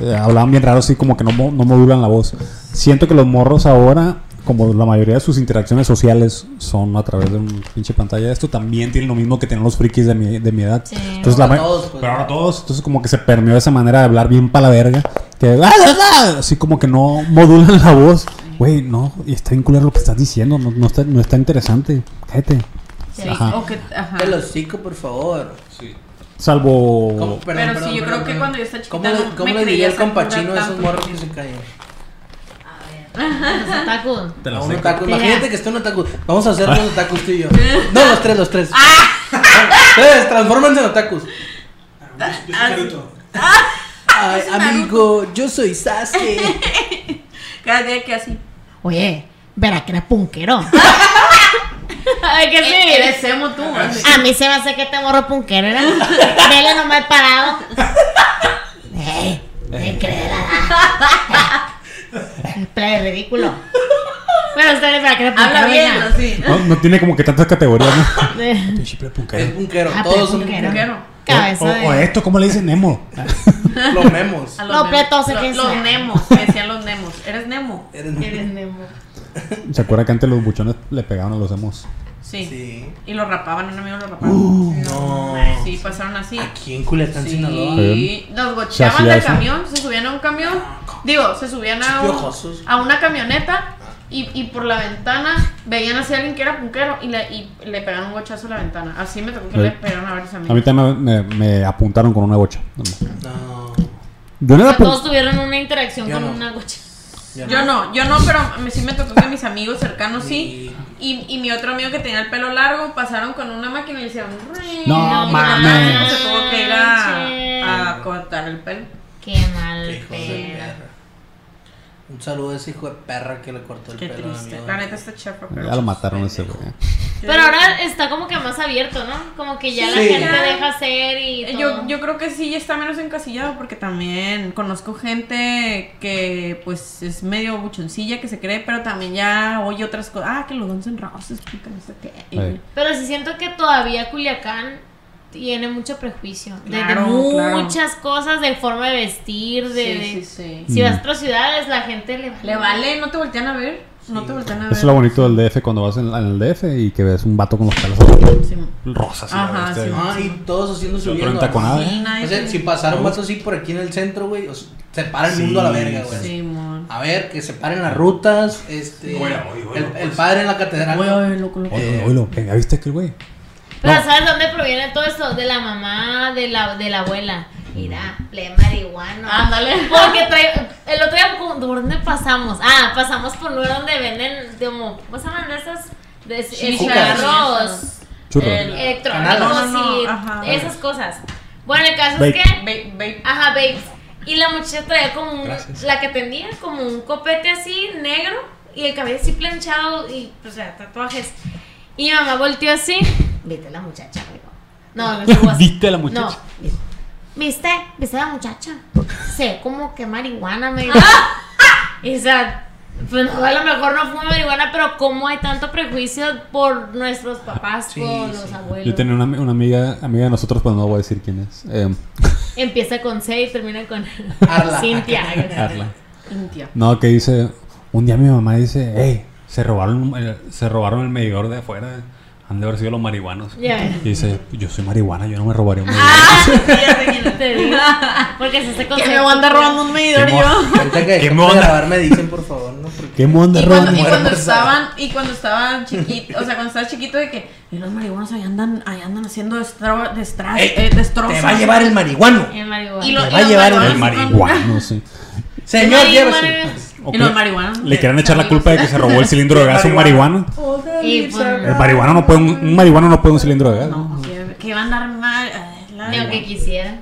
Speaker 5: eh, hablaban bien raro, así como que no, mo- no modulan la voz. Siento que los morros ahora, como la mayoría de sus interacciones sociales son a través de un pinche pantalla, esto también tienen lo mismo que tenían los frikis de mi, de mi edad.
Speaker 3: Sí.
Speaker 5: Entonces, la
Speaker 1: Pero
Speaker 5: ma-
Speaker 1: ahora todos, pues.
Speaker 5: pero ahora todos, entonces como que se permeó esa manera de hablar bien pa' la verga, que "Ah, así como que no modulan la voz. Güey, no, y está bien culero lo que estás diciendo, no, no está, no está interesante. Cállate.
Speaker 4: Sí,
Speaker 5: Ajá.
Speaker 4: o que- ajá.
Speaker 1: El hocico, por favor.
Speaker 5: Salvo
Speaker 1: ¿Cómo? Perdón,
Speaker 4: Pero
Speaker 1: perdón,
Speaker 4: sí,
Speaker 1: perdón,
Speaker 4: yo creo que
Speaker 1: perdón.
Speaker 4: cuando yo estaba chiquita
Speaker 1: ¿Cómo le,
Speaker 4: no
Speaker 1: cómo
Speaker 4: me
Speaker 1: le
Speaker 4: creía
Speaker 1: diría el
Speaker 4: esa cultura
Speaker 1: compachino a esos
Speaker 4: tanto.
Speaker 1: morros que se caen?
Speaker 3: Otaku.
Speaker 5: Te
Speaker 1: A
Speaker 5: la
Speaker 1: un
Speaker 5: seco.
Speaker 1: otaku.
Speaker 3: Mira.
Speaker 1: Imagínate que esté un otaku. Vamos a hacer
Speaker 5: [laughs]
Speaker 1: unos otakus tú
Speaker 4: [laughs]
Speaker 1: y yo. No, los tres, los tres.
Speaker 4: Ah.
Speaker 1: [laughs] Ustedes, transfórmense en otakus.
Speaker 4: Ah,
Speaker 1: Ay, amigo, yo soy Sasuke.
Speaker 4: Cada día que así.
Speaker 8: Oye, verá que eres punquero.
Speaker 3: [laughs] Ay, que sí.
Speaker 4: "Eh, Eres emo tú. así.
Speaker 8: A mí se me hace que este morro punquero
Speaker 3: ¿eh?
Speaker 8: era. Vele nomás el parado. Eh, ¿qué crees? Eh, play de ridículo.
Speaker 3: Pero ustedes, ¿para qué le
Speaker 4: Habla
Speaker 3: apuntaron
Speaker 4: bien,
Speaker 3: ya?
Speaker 4: así.
Speaker 5: No, no tiene como que tantas categorías,
Speaker 1: [laughs]
Speaker 5: ¿no?
Speaker 3: Eh,
Speaker 5: Pinche prepuncero.
Speaker 1: Es punquero.
Speaker 8: Ah, pero
Speaker 1: Todos son
Speaker 8: punquero.
Speaker 1: punquero.
Speaker 4: Quiero.
Speaker 8: Cabeza
Speaker 5: O, o- eh.
Speaker 8: de-
Speaker 5: o esto, ¿cómo le dicen Nemo?
Speaker 1: [laughs] Los
Speaker 4: [laughs]
Speaker 1: memos.
Speaker 4: A
Speaker 8: Lo
Speaker 4: nemos.
Speaker 8: preto se
Speaker 4: Lo-
Speaker 8: que
Speaker 4: Los
Speaker 8: sea.
Speaker 4: nemos, me decían los nemos. ¿Eres nemo?
Speaker 1: Eres-
Speaker 3: Eres Nemo.
Speaker 5: [laughs] ¿Se acuerda que antes los buchones le pegaban a los emos?
Speaker 4: Sí.
Speaker 1: Sí. Uh,
Speaker 4: Y lo rapaban, un amigo lo rapaban.
Speaker 1: no.
Speaker 4: Sí, pasaron así.
Speaker 1: Aquí en Culiacán, Sinaloa.
Speaker 4: Sí, los
Speaker 5: Se
Speaker 4: gocheaban
Speaker 5: hacía
Speaker 4: del
Speaker 5: eso.
Speaker 4: camión, se subían a un camión, digo, se subían a, un-
Speaker 1: Piojosos.
Speaker 4: a una camioneta y, y por la ventana veían así a alguien que era punquero y le, y le pegaron un gochazo a la ventana. Así me tocó que
Speaker 5: Sí.
Speaker 4: le pegaron a varios
Speaker 5: A mí
Speaker 4: amigos.
Speaker 5: también me, me apuntaron con una bocha.
Speaker 1: No.
Speaker 5: Yo no era pun-
Speaker 3: Todos tuvieron una interacción
Speaker 1: Yo
Speaker 3: con
Speaker 1: no.
Speaker 3: una gocha.
Speaker 4: Yo no, yo no, pero me- sí me tocó que mis amigos cercanos sí.
Speaker 1: Sí.
Speaker 4: Y, y mi otro amigo que tenía el pelo largo pasaron con una máquina y le hicieron.
Speaker 5: No, mames.
Speaker 4: Se tuvo que ir a,
Speaker 3: Manches.
Speaker 4: a cortar el pelo.
Speaker 3: Qué
Speaker 1: Qué
Speaker 3: mal
Speaker 1: hijo de
Speaker 3: pedo.
Speaker 1: perra. Un saludo a ese hijo de perra que le cortó el
Speaker 4: Qué
Speaker 1: pelo. a mi
Speaker 4: triste.
Speaker 1: amigo.
Speaker 4: La neta está chafa. pero-
Speaker 5: Ya lo mataron ese güey. ¿eh?
Speaker 3: Pero ahora está como que más abierto, ¿no? Como que ya la
Speaker 1: Sí.
Speaker 3: gente deja hacer y todo.
Speaker 4: Yo, yo creo que sí ya está menos encasillado porque también conozco gente que pues es medio buchoncilla que se cree, pero también ya oye otras cosas. Ah, que los don encerrados se explican no sé qué.
Speaker 5: Ey.
Speaker 3: Pero sí siento que todavía Culiacán tiene mucho prejuicio. De-
Speaker 4: Claro,
Speaker 3: de
Speaker 4: claro.
Speaker 3: muchas cosas, de forma de vestir, de...
Speaker 4: Sí, sí,
Speaker 3: de-
Speaker 4: sí.
Speaker 3: Si
Speaker 5: Mm.
Speaker 3: vas a otras ciudades, la gente le vale.
Speaker 4: Le vale, no te voltean a ver. No te voltean a ver.
Speaker 5: Eso es lo bonito del DF cuando vas en, en el DF y que ves un vato con los pelos así,
Speaker 4: Sí.
Speaker 5: rosas. y
Speaker 4: Ajá,
Speaker 5: la bestia.
Speaker 4: sí.
Speaker 1: Ah, y todos haciendo su
Speaker 5: Otro
Speaker 1: vida.
Speaker 5: en taconada,
Speaker 1: Sí,
Speaker 4: ¿eh?
Speaker 1: Ah, o sea, si pasara un vato así por aquí en el centro, güey, o sea, se para el mundo a la verga, güey.
Speaker 4: Simón.
Speaker 1: A ver, que se paren las rutas, este...
Speaker 9: Güey, güey, güey,
Speaker 1: el,
Speaker 9: pues.
Speaker 1: el padre en la catedral.
Speaker 4: Voy a ver, loco, loco.
Speaker 5: Oye, oye, oye, ¿ya viste aquel güey?
Speaker 3: Pero
Speaker 5: No.
Speaker 3: ¿sabes dónde proviene todo esto? De la mamá, de la, de la abuela. Mira, ple marihuana.
Speaker 4: Ah.
Speaker 10: Ándale.
Speaker 3: Porque trae, el otro día, ¿por dónde pasamos? Ah, pasamos por un lugar donde venden, de como, ¿cómo se llaman de esas? De eh,
Speaker 1: Chucas.
Speaker 3: cigarros,
Speaker 5: Churros.
Speaker 3: el-
Speaker 1: Canalas.
Speaker 3: electrónicos
Speaker 4: No, no,
Speaker 3: y
Speaker 4: ajá.
Speaker 3: esas cosas. Bueno, el caso
Speaker 5: Vape.
Speaker 3: es que,
Speaker 4: Vape, vape.
Speaker 3: ajá, babes. Y la muchacha traía como un,
Speaker 5: Gracias.
Speaker 3: la que tenía, como un copete así, negro, y el cabello así planchado, y, pues, o sea, tatuajes. Y mi mamá volteó así. Viste la muchacha, güey. No, no estuvo así.
Speaker 7: Viste a la muchacha.
Speaker 3: No. ¿Viste? ¿Viste a la muchacha? Sé como que marihuana me dijo. Ah, Y, o sea, pues no, a lo mejor no fue marihuana, pero como hay tanto prejuicio por nuestros papás,
Speaker 1: Sí,
Speaker 3: por
Speaker 1: sí.
Speaker 3: los abuelos.
Speaker 5: Yo tenía una, una amiga, amiga de nosotros, pero no voy a decir quién es. Eh,
Speaker 3: Empieza con C y termina con
Speaker 1: Arla.
Speaker 3: Cintia.
Speaker 5: Carla.
Speaker 4: India.
Speaker 5: No, que dice, un día mi mamá dice, hey, se robaron, el, se robaron el medidor de afuera, han de haber sido los marihuanos.
Speaker 3: Ya ves.
Speaker 5: Y dice, yo soy marihuana, yo no me robaría un medidor.
Speaker 4: Ah.
Speaker 3: Te digo,
Speaker 4: [laughs]
Speaker 3: Porque se hace con
Speaker 4: Que
Speaker 3: C.
Speaker 4: me voy a andar robando un medidor
Speaker 5: Qué
Speaker 4: yo.
Speaker 1: Ahorita que
Speaker 5: ¿Qué
Speaker 1: dejen de
Speaker 5: moda?
Speaker 1: grabar me dicen, por favor, ¿no? Porque
Speaker 5: ¿Qué monda,
Speaker 4: Y cuando, y
Speaker 5: Ron?
Speaker 4: cuando
Speaker 1: Mujer
Speaker 4: estaban, y cuando estaban chiquitos, o sea, cuando estabas chiquito de que "Y los marihuanos ahí andan, ahí andan haciendo destro, destraz-
Speaker 1: Ey,
Speaker 4: eh, destrozos.
Speaker 1: te va a llevar el marihuano.
Speaker 3: En marihuana.
Speaker 4: Y lo-
Speaker 5: Me
Speaker 4: y
Speaker 5: va a
Speaker 4: los
Speaker 5: llevar el,
Speaker 4: marihuanos
Speaker 5: marihuano, sí.
Speaker 1: Señor,
Speaker 3: Sí,
Speaker 1: llévese.
Speaker 3: marihuana.
Speaker 5: O
Speaker 4: Y los
Speaker 5: que-
Speaker 4: marihuanos.
Speaker 5: Le querían echar la culpa de que se robó el cilindro de gas a un marihuano.
Speaker 3: Y pues,
Speaker 5: El marihuano no puede, un, un marihuano no puede un cilindro de gas.
Speaker 4: No, que, que va a andar mal. ay, la-
Speaker 3: ni aunque quisiera.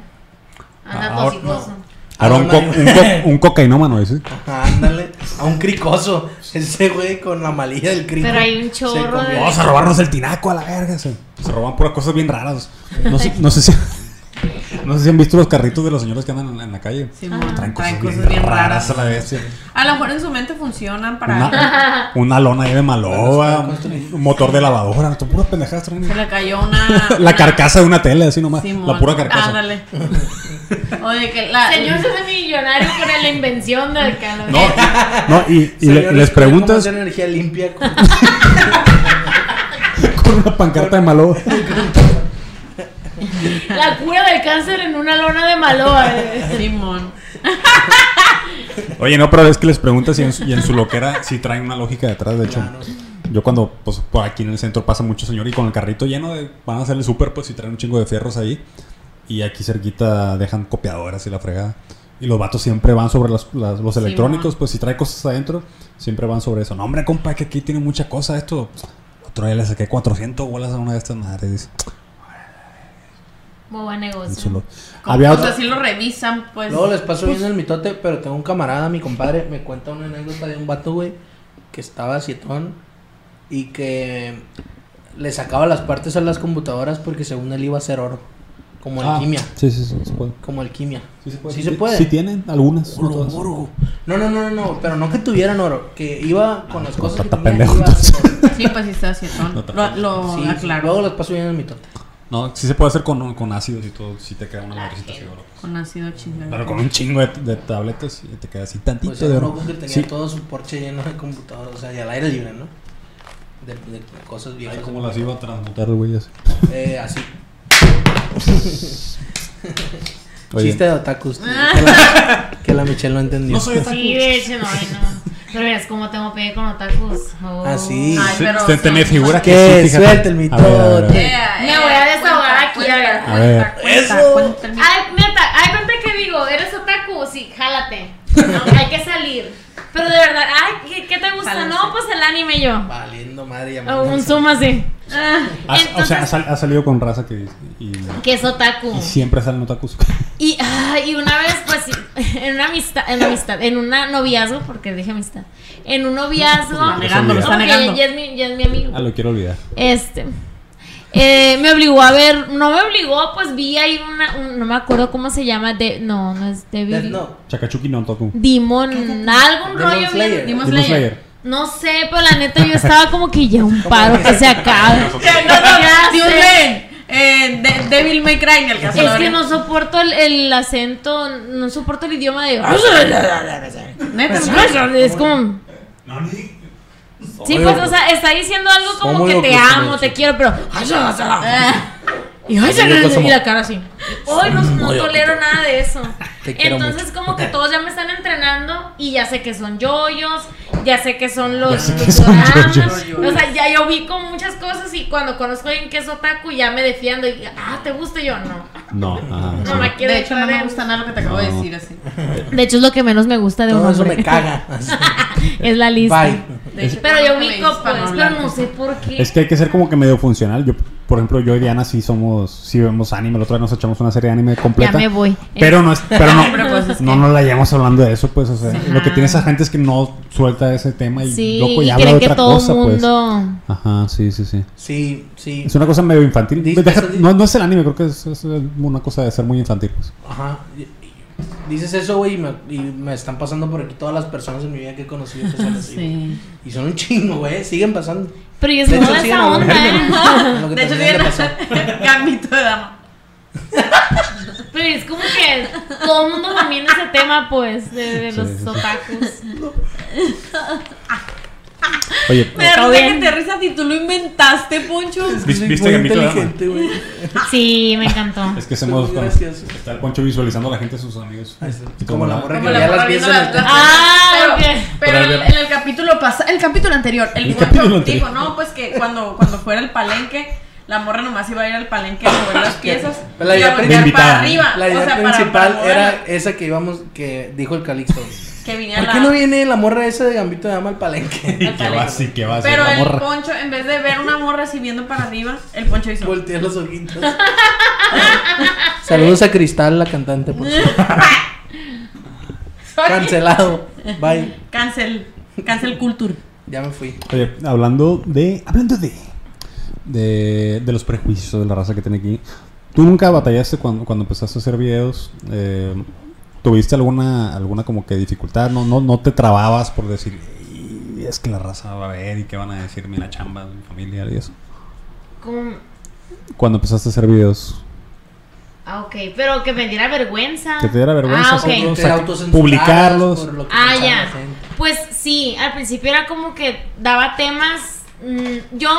Speaker 3: Anda
Speaker 5: Ahora-
Speaker 3: tosicoso.
Speaker 5: Ahora un, co-
Speaker 1: Ah,
Speaker 5: un, co- un cocainómano, dice.
Speaker 1: Ajá, ándale. A un cricoso. Ese güey con la malilla del crico.
Speaker 3: Pero hay un
Speaker 1: se
Speaker 3: chorro
Speaker 1: comió.
Speaker 3: de-
Speaker 5: Vamos a robarnos el tinaco a la verga. Se, se roban puras cosas bien raras. No sé, no sé si. No sé si han visto los carritos de los señores que andan en, en la calle.
Speaker 4: Sí, mon,
Speaker 5: Ah, Traen cosas, bien, raras, a la bestia.
Speaker 4: A lo mejor en su mente funcionan para.
Speaker 5: Una, una lona ahí de maloba, un motor de lavadora, son puras pendejadas traen.
Speaker 4: Se le cayó una.
Speaker 5: [laughs] La
Speaker 4: una-
Speaker 5: carcasa de una tele, así nomás.
Speaker 4: Ah, Simón.
Speaker 5: La pura carcasa. [laughs]
Speaker 4: Ándale. Oye, que la.
Speaker 3: Señor, se hace millonario por la invención del calor.
Speaker 5: No, no, y, y le-
Speaker 1: Señores,
Speaker 5: les
Speaker 1: ¿cómo
Speaker 5: preguntas
Speaker 1: hacer energía limpia
Speaker 5: [laughs]
Speaker 1: con-
Speaker 5: con una pancarta de maloba.
Speaker 3: La cura del cáncer en una lona de maloa. eh.
Speaker 4: Simón.
Speaker 5: Oye, no, pero es que les preguntas si en su, y en su loquera si traen una lógica detrás. De hecho, yo cuando, pues, por aquí en el centro pasa mucho señor y con el carrito lleno de. Van a hacer el súper, pues, si traen un chingo de fierros ahí. Y aquí cerquita dejan copiadoras y la fregada. Y los vatos siempre van sobre las- las- los electrónicos, pues, si trae cosas adentro, siempre van sobre eso. No, hombre, compa, que aquí tiene mucha cosa esto. Otro día le saqué 400 bolas a una de estas madres. dice,
Speaker 3: Muy buen negocio.
Speaker 5: en su lo- Había
Speaker 4: o
Speaker 5: otro-
Speaker 4: sea, sí pues, lo revisan, pues.
Speaker 1: Luego les paso viendo el mitote, pero tengo un camarada, mi compadre, me cuenta una anécdota de un vato, güey, que estaba sietón y que le sacaba las partes a las computadoras porque según él iba a ser oro. Como
Speaker 5: Ah,
Speaker 1: alquimia.
Speaker 5: Sí, sí, sí, se puede. Pues
Speaker 1: Como alquimia.
Speaker 5: Sí se puede.
Speaker 1: Sí se puede.
Speaker 5: Sí tienen algunas. no
Speaker 1: Oro,
Speaker 5: todas.
Speaker 1: oro. No, no, no, no, no, pero no que tuvieran oro, que iba con las cosas que
Speaker 5: está
Speaker 1: tenía,
Speaker 5: pendejo,
Speaker 1: iba a hacer oro.
Speaker 4: [laughs] Sí, pues sí está cierto.
Speaker 5: No te
Speaker 4: Lo, lo
Speaker 1: Sí, luego
Speaker 4: aclaro.
Speaker 1: les paso bien el mitote.
Speaker 5: No, sí se puede hacer con, con ácidos y todo, sí te queda una madrecita así, bro.
Speaker 4: Con ácido chingado.
Speaker 5: Pero con un chingo de, de tabletas y te queda así tantito
Speaker 1: Pues era
Speaker 5: de
Speaker 1: un
Speaker 5: oro.
Speaker 1: loco que tenía
Speaker 5: Sí.
Speaker 1: todo su porche lleno de computadoras, o sea, y al aire libre, ¿no? De, de cosas viejas.
Speaker 5: Ahí como las iba a transmutar, güey, así.
Speaker 1: Eh, así.
Speaker 5: Oye,
Speaker 1: Chiste de otakus. tío, Que la, que la Michelle no entendió.
Speaker 3: Sí, de hecho, no, ay, no. Pero es como tengo pie con otakus. Oh.
Speaker 1: Ah, sí.
Speaker 4: Ay,
Speaker 5: se-
Speaker 4: pero
Speaker 5: se te me
Speaker 4: son-
Speaker 5: figura que
Speaker 1: Que
Speaker 5: sí, fíjate.
Speaker 1: suelte el
Speaker 5: A ver, a ver, a
Speaker 1: mitote.
Speaker 5: ver.
Speaker 3: Me voy a desahogar aquí, a ver.
Speaker 5: A ver.
Speaker 1: Eso.
Speaker 3: Ay, neta, hay cuenta que digo, eres otaku, sí, jálate. No, hay que salir. Pero de verdad, ay, ¿qué, qué te gusta?
Speaker 4: Jálate.
Speaker 3: No, pues el anime y yo.
Speaker 1: Valiendo madre.
Speaker 3: O
Speaker 1: llamándome.
Speaker 3: un zoom así.
Speaker 5: Has-
Speaker 3: Ah,
Speaker 5: o sea, ha,
Speaker 3: entonces,
Speaker 5: sal- ha salido con raza que y,
Speaker 3: que es otaku.
Speaker 5: y siempre salen otakus.
Speaker 3: Y, ah, y una vez, pues, sí, [laughs] en una amistad, en una amistad, en una noviazgo, porque dije amistad, en un noviazgo,
Speaker 5: Está negando, lo
Speaker 4: está
Speaker 3: porque
Speaker 4: negando.
Speaker 3: ya es mi, ya es mi amigo.
Speaker 5: Ah, lo quiero olvidar.
Speaker 3: Este. eh, me obligó a ver, no me obligó, pues vi ahí una, un- no me acuerdo cómo se llama, de, no, no es
Speaker 1: Death
Speaker 3: Devil.
Speaker 1: Note.
Speaker 5: Chakachuki no otaku.
Speaker 3: Demon, algún
Speaker 1: Demon
Speaker 3: rollo bien-
Speaker 1: Slayer.
Speaker 4: Dimos
Speaker 5: Demon
Speaker 4: Slayer.
Speaker 5: Slayer.
Speaker 3: No sé, pero la neta yo estaba como que ya [laughs] un paro que se [laughs] acabe. Ya
Speaker 4: Dios
Speaker 3: sé.
Speaker 4: mío, eh, de- Devil May Cry en el ¿eh? caso
Speaker 3: Es que no soporto el, el acento, no soporto el idioma de.
Speaker 4: Pues Neta,
Speaker 3: Es como.
Speaker 9: No, ni-
Speaker 3: Sí,
Speaker 1: Oye,
Speaker 3: pues,
Speaker 1: pero-
Speaker 3: o sea, está diciendo algo como
Speaker 1: Somos
Speaker 3: que
Speaker 1: lo
Speaker 3: te
Speaker 1: que
Speaker 3: amo,
Speaker 1: somos.
Speaker 3: te quiero, pero. "Ay, ya, ya, ya". Y, ay, ya,
Speaker 1: Y yo
Speaker 3: ya,
Speaker 1: como-
Speaker 3: y la cara así. Hoy no, no
Speaker 1: Muy
Speaker 3: tolero nada de eso.
Speaker 1: Te quiero
Speaker 3: Entonces,
Speaker 1: mucho.
Speaker 3: como que todos ya me están entrenando y ya sé que son yoyos, ya sé que son los,
Speaker 7: sé
Speaker 3: los
Speaker 7: que son
Speaker 3: doramas.
Speaker 7: yoyos.
Speaker 3: O sea, ya yo vi con muchas cosas y cuando conozco a alguien que es otaku, ya me defiendo y, ah, ¿te gusta? Y yo, no.
Speaker 7: No, ah,
Speaker 3: No me quiero
Speaker 4: De hecho, no
Speaker 3: entrar
Speaker 4: me
Speaker 3: en-
Speaker 4: gusta nada lo que te acabo de decir así.
Speaker 3: De hecho, es lo que menos me gusta de un
Speaker 1: Todo eso
Speaker 3: hombre.
Speaker 1: me caga. Así.
Speaker 3: [laughs] Es la
Speaker 4: este.
Speaker 3: lista.
Speaker 1: Bye.
Speaker 4: De hecho,
Speaker 3: Pero
Speaker 4: como
Speaker 3: yo
Speaker 4: que me
Speaker 3: ubico, pues,
Speaker 4: hispanohablante.
Speaker 3: pero no sé
Speaker 4: [laughs]
Speaker 3: por qué.
Speaker 5: Es que hay que ser como que medio funcional. Yo, por ejemplo, yo y Diana sí somos, sí vemos anime. La otra vez nos echamos una serie de anime completa.
Speaker 8: Ya me voy.
Speaker 5: Pero no es, pero
Speaker 4: [laughs]
Speaker 5: no,
Speaker 4: Pero pues es que-
Speaker 5: no nos la llevamos hablando de eso, pues, o sea,
Speaker 4: Ajá.
Speaker 5: lo que tiene esa gente es que no suelta ese tema y
Speaker 3: Eh,
Speaker 8: Sí,
Speaker 5: loco
Speaker 8: y
Speaker 5: ya habla de
Speaker 8: creen que
Speaker 5: otra
Speaker 8: todo
Speaker 5: cosa,
Speaker 8: el mundo.
Speaker 5: pues. Ajá, sí, sí, sí.
Speaker 1: Sí, sí.
Speaker 5: Es una cosa medio infantil.
Speaker 1: Dice-
Speaker 5: Deja-
Speaker 1: dice-
Speaker 5: no, no es el anime, creo que es, es una cosa de ser muy infantil, pues.
Speaker 1: Ajá. Y- y- Dices eso, güey, y me, y me están pasando por aquí todas las personas en mi vida que he conocido que son así. güey. Y son un chingo, güey. Siguen pasando.
Speaker 3: Pero yo
Speaker 1: De
Speaker 3: soy
Speaker 1: hecho,
Speaker 3: toda
Speaker 1: siguen
Speaker 3: esa onda, ¿eh?
Speaker 1: hablando. Lo que
Speaker 4: De hecho,
Speaker 1: también le pasó.
Speaker 4: tiene [laughs] gambito de dama.
Speaker 3: Pero es como que todo el mundo también ese tema, pues, de, de
Speaker 5: Sí,
Speaker 3: los
Speaker 5: sí, sí.
Speaker 3: otakus.
Speaker 5: Oye,
Speaker 4: Me da
Speaker 3: Todo
Speaker 4: risa
Speaker 3: bien.
Speaker 4: que te risas y tú lo inventaste, Poncho.
Speaker 5: ¿Vis-
Speaker 1: Soy
Speaker 5: viste
Speaker 1: muy
Speaker 5: Gambito de Dama?
Speaker 1: inteligente, güey.
Speaker 3: Sí, me encantó.
Speaker 5: es que
Speaker 1: Soy
Speaker 5: hacemos
Speaker 1: muy
Speaker 5: con-
Speaker 1: gracioso.
Speaker 5: está el Poncho visualizando a la gente, sus amigos.
Speaker 1: Ahí está.
Speaker 5: Y
Speaker 1: Como la morra que
Speaker 4: Como la
Speaker 1: veía las
Speaker 4: morra
Speaker 1: piezas
Speaker 4: viendo
Speaker 1: en el techo.
Speaker 4: las-
Speaker 3: Ah,
Speaker 4: Pero,
Speaker 3: ok.
Speaker 4: pero en, el,
Speaker 5: Pero-
Speaker 4: en el capítulo pasado, el capítulo anterior, el,
Speaker 5: El
Speaker 4: Poncho
Speaker 5: capítulo
Speaker 4: dijo,
Speaker 5: anterior.
Speaker 4: no, pues que cuando, cuando fuera el palenque, la morra nomás iba a ir al palenque a mover las piezas.
Speaker 1: Pero la
Speaker 4: y
Speaker 1: idea
Speaker 4: a brincar
Speaker 5: principal-
Speaker 4: para arriba.
Speaker 1: La idea
Speaker 4: o sea, para-
Speaker 1: principal
Speaker 4: para moverla,
Speaker 1: era esa que íbamos, que dijo el Calixto. güey.
Speaker 4: que viniera
Speaker 1: ¿Por qué no viene la morra esa de Gambito de Dama al palenque? [laughs]
Speaker 5: [laughs] Que va así, que va a ser
Speaker 4: Pero
Speaker 5: la
Speaker 4: el
Speaker 5: morra.
Speaker 4: Poncho, en vez de ver una morra así viendo para arriba, el Poncho hizo. [laughs]
Speaker 1: Volteé los
Speaker 3: [laughs]
Speaker 1: ojitos. Saludos a Cristal, la cantante, por cierto.
Speaker 4: "Sorry".
Speaker 1: Cancelado. Bye.
Speaker 4: Cancel. Cancel culture.
Speaker 1: Ya me fui.
Speaker 5: Oye, hablando de. Hablando de. De, de los prejuicios de la raza que tiene aquí. ¿Tú nunca batallaste cuando, cuando empezaste a hacer videos? Eh, ¿Tuviste alguna alguna como que dificultad? ¿No, no, no te trababas por decir, "Ey, es que la raza va a ver y qué van a decir mi la chamba, mi familia y eso?
Speaker 3: Como-
Speaker 5: Cuando empezaste a hacer videos,
Speaker 3: Ah, ok. Pero que me diera vergüenza.
Speaker 5: ¿que te diera vergüenza
Speaker 3: Ah, ok.
Speaker 5: hacerlos?
Speaker 1: Porque
Speaker 5: O
Speaker 1: te
Speaker 5: sea,
Speaker 1: autocensurabas
Speaker 5: publicarlos.
Speaker 1: por lo que
Speaker 3: Ah,
Speaker 1: pensaba
Speaker 3: ya.
Speaker 1: la gente.
Speaker 3: Pues sí, al principio era como que daba temas. mm, yo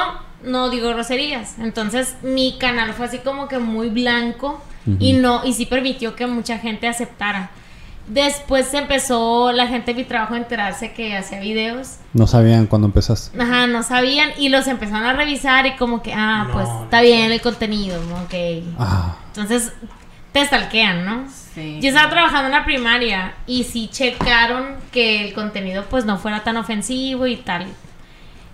Speaker 3: no digo groserías. Entonces mi canal fue así como que muy blanco. Y no, y sí permitió que mucha gente aceptara. Después empezó la gente de mi trabajo a enterarse que hacía videos.
Speaker 5: No sabían cuando empezaste.
Speaker 3: Ajá, no sabían. Y los empezaron a revisar y como que, ah,
Speaker 1: No,
Speaker 3: pues
Speaker 1: no
Speaker 3: está bien el contenido, ok.
Speaker 5: Ah,
Speaker 3: Entonces te stalkean, ¿no?
Speaker 4: Sí.
Speaker 3: Yo estaba trabajando en la primaria y sí checaron que el contenido pues no fuera tan ofensivo y tal.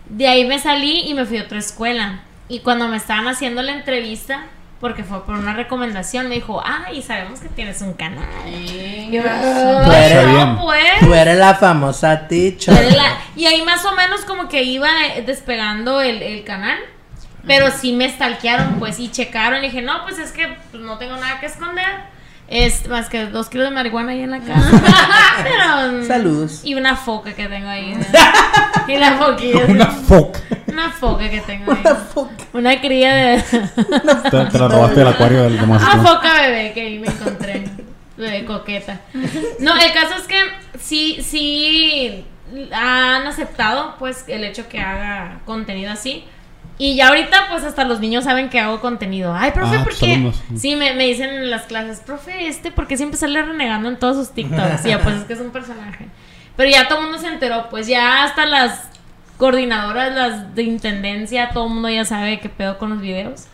Speaker 3: De ahí me salí y me fui a otra escuela. Y cuando me estaban haciendo la entrevista, porque fue por una recomendación, me dijo, ay, sabemos que tienes un canal. Y yo,
Speaker 4: Ah,
Speaker 1: Tú
Speaker 3: "Ay,
Speaker 1: eres-
Speaker 3: no, pues.
Speaker 1: Tú eres la famosa teacher.
Speaker 3: Tú eres la- Y ahí más o menos como que iba eh, despegando el, el canal. Pero sí me stalkearon, pues, y checaron. Y dije, no, pues es que pues, no tengo nada que esconder. Es más que dos kilos de marihuana ahí en la casa. [laughs] Pero, mm,
Speaker 1: Saludos.
Speaker 3: Y una foca que tengo ahí. ¿no? y la foquilla.
Speaker 5: una
Speaker 3: Una,
Speaker 5: foca.
Speaker 3: foca que tengo ahí.
Speaker 1: [laughs] What the fuck?
Speaker 3: Una cría de.
Speaker 5: Te, te la robaste del acuario del de
Speaker 3: Ah,
Speaker 5: Mazatlán.
Speaker 3: foca bebé que ahí me encontré. Bebé coqueta. No, el caso es que sí, sí han aceptado pues el hecho que haga contenido así. Y ya ahorita pues hasta los niños saben que hago contenido. Ay, profe,
Speaker 5: Ah,
Speaker 3: ¿por
Speaker 5: tus
Speaker 3: qué?
Speaker 5: alumnos.
Speaker 3: Sí, me, me dicen en las clases, profe, este, ¿por qué siempre sale renegando en todos sus TikToks? Y yo, pues es que es un personaje. Pero ya todo el mundo se enteró, pues ya hasta las coordinadoras, las de intendencia, todo el mundo ya sabe qué pedo con los videos.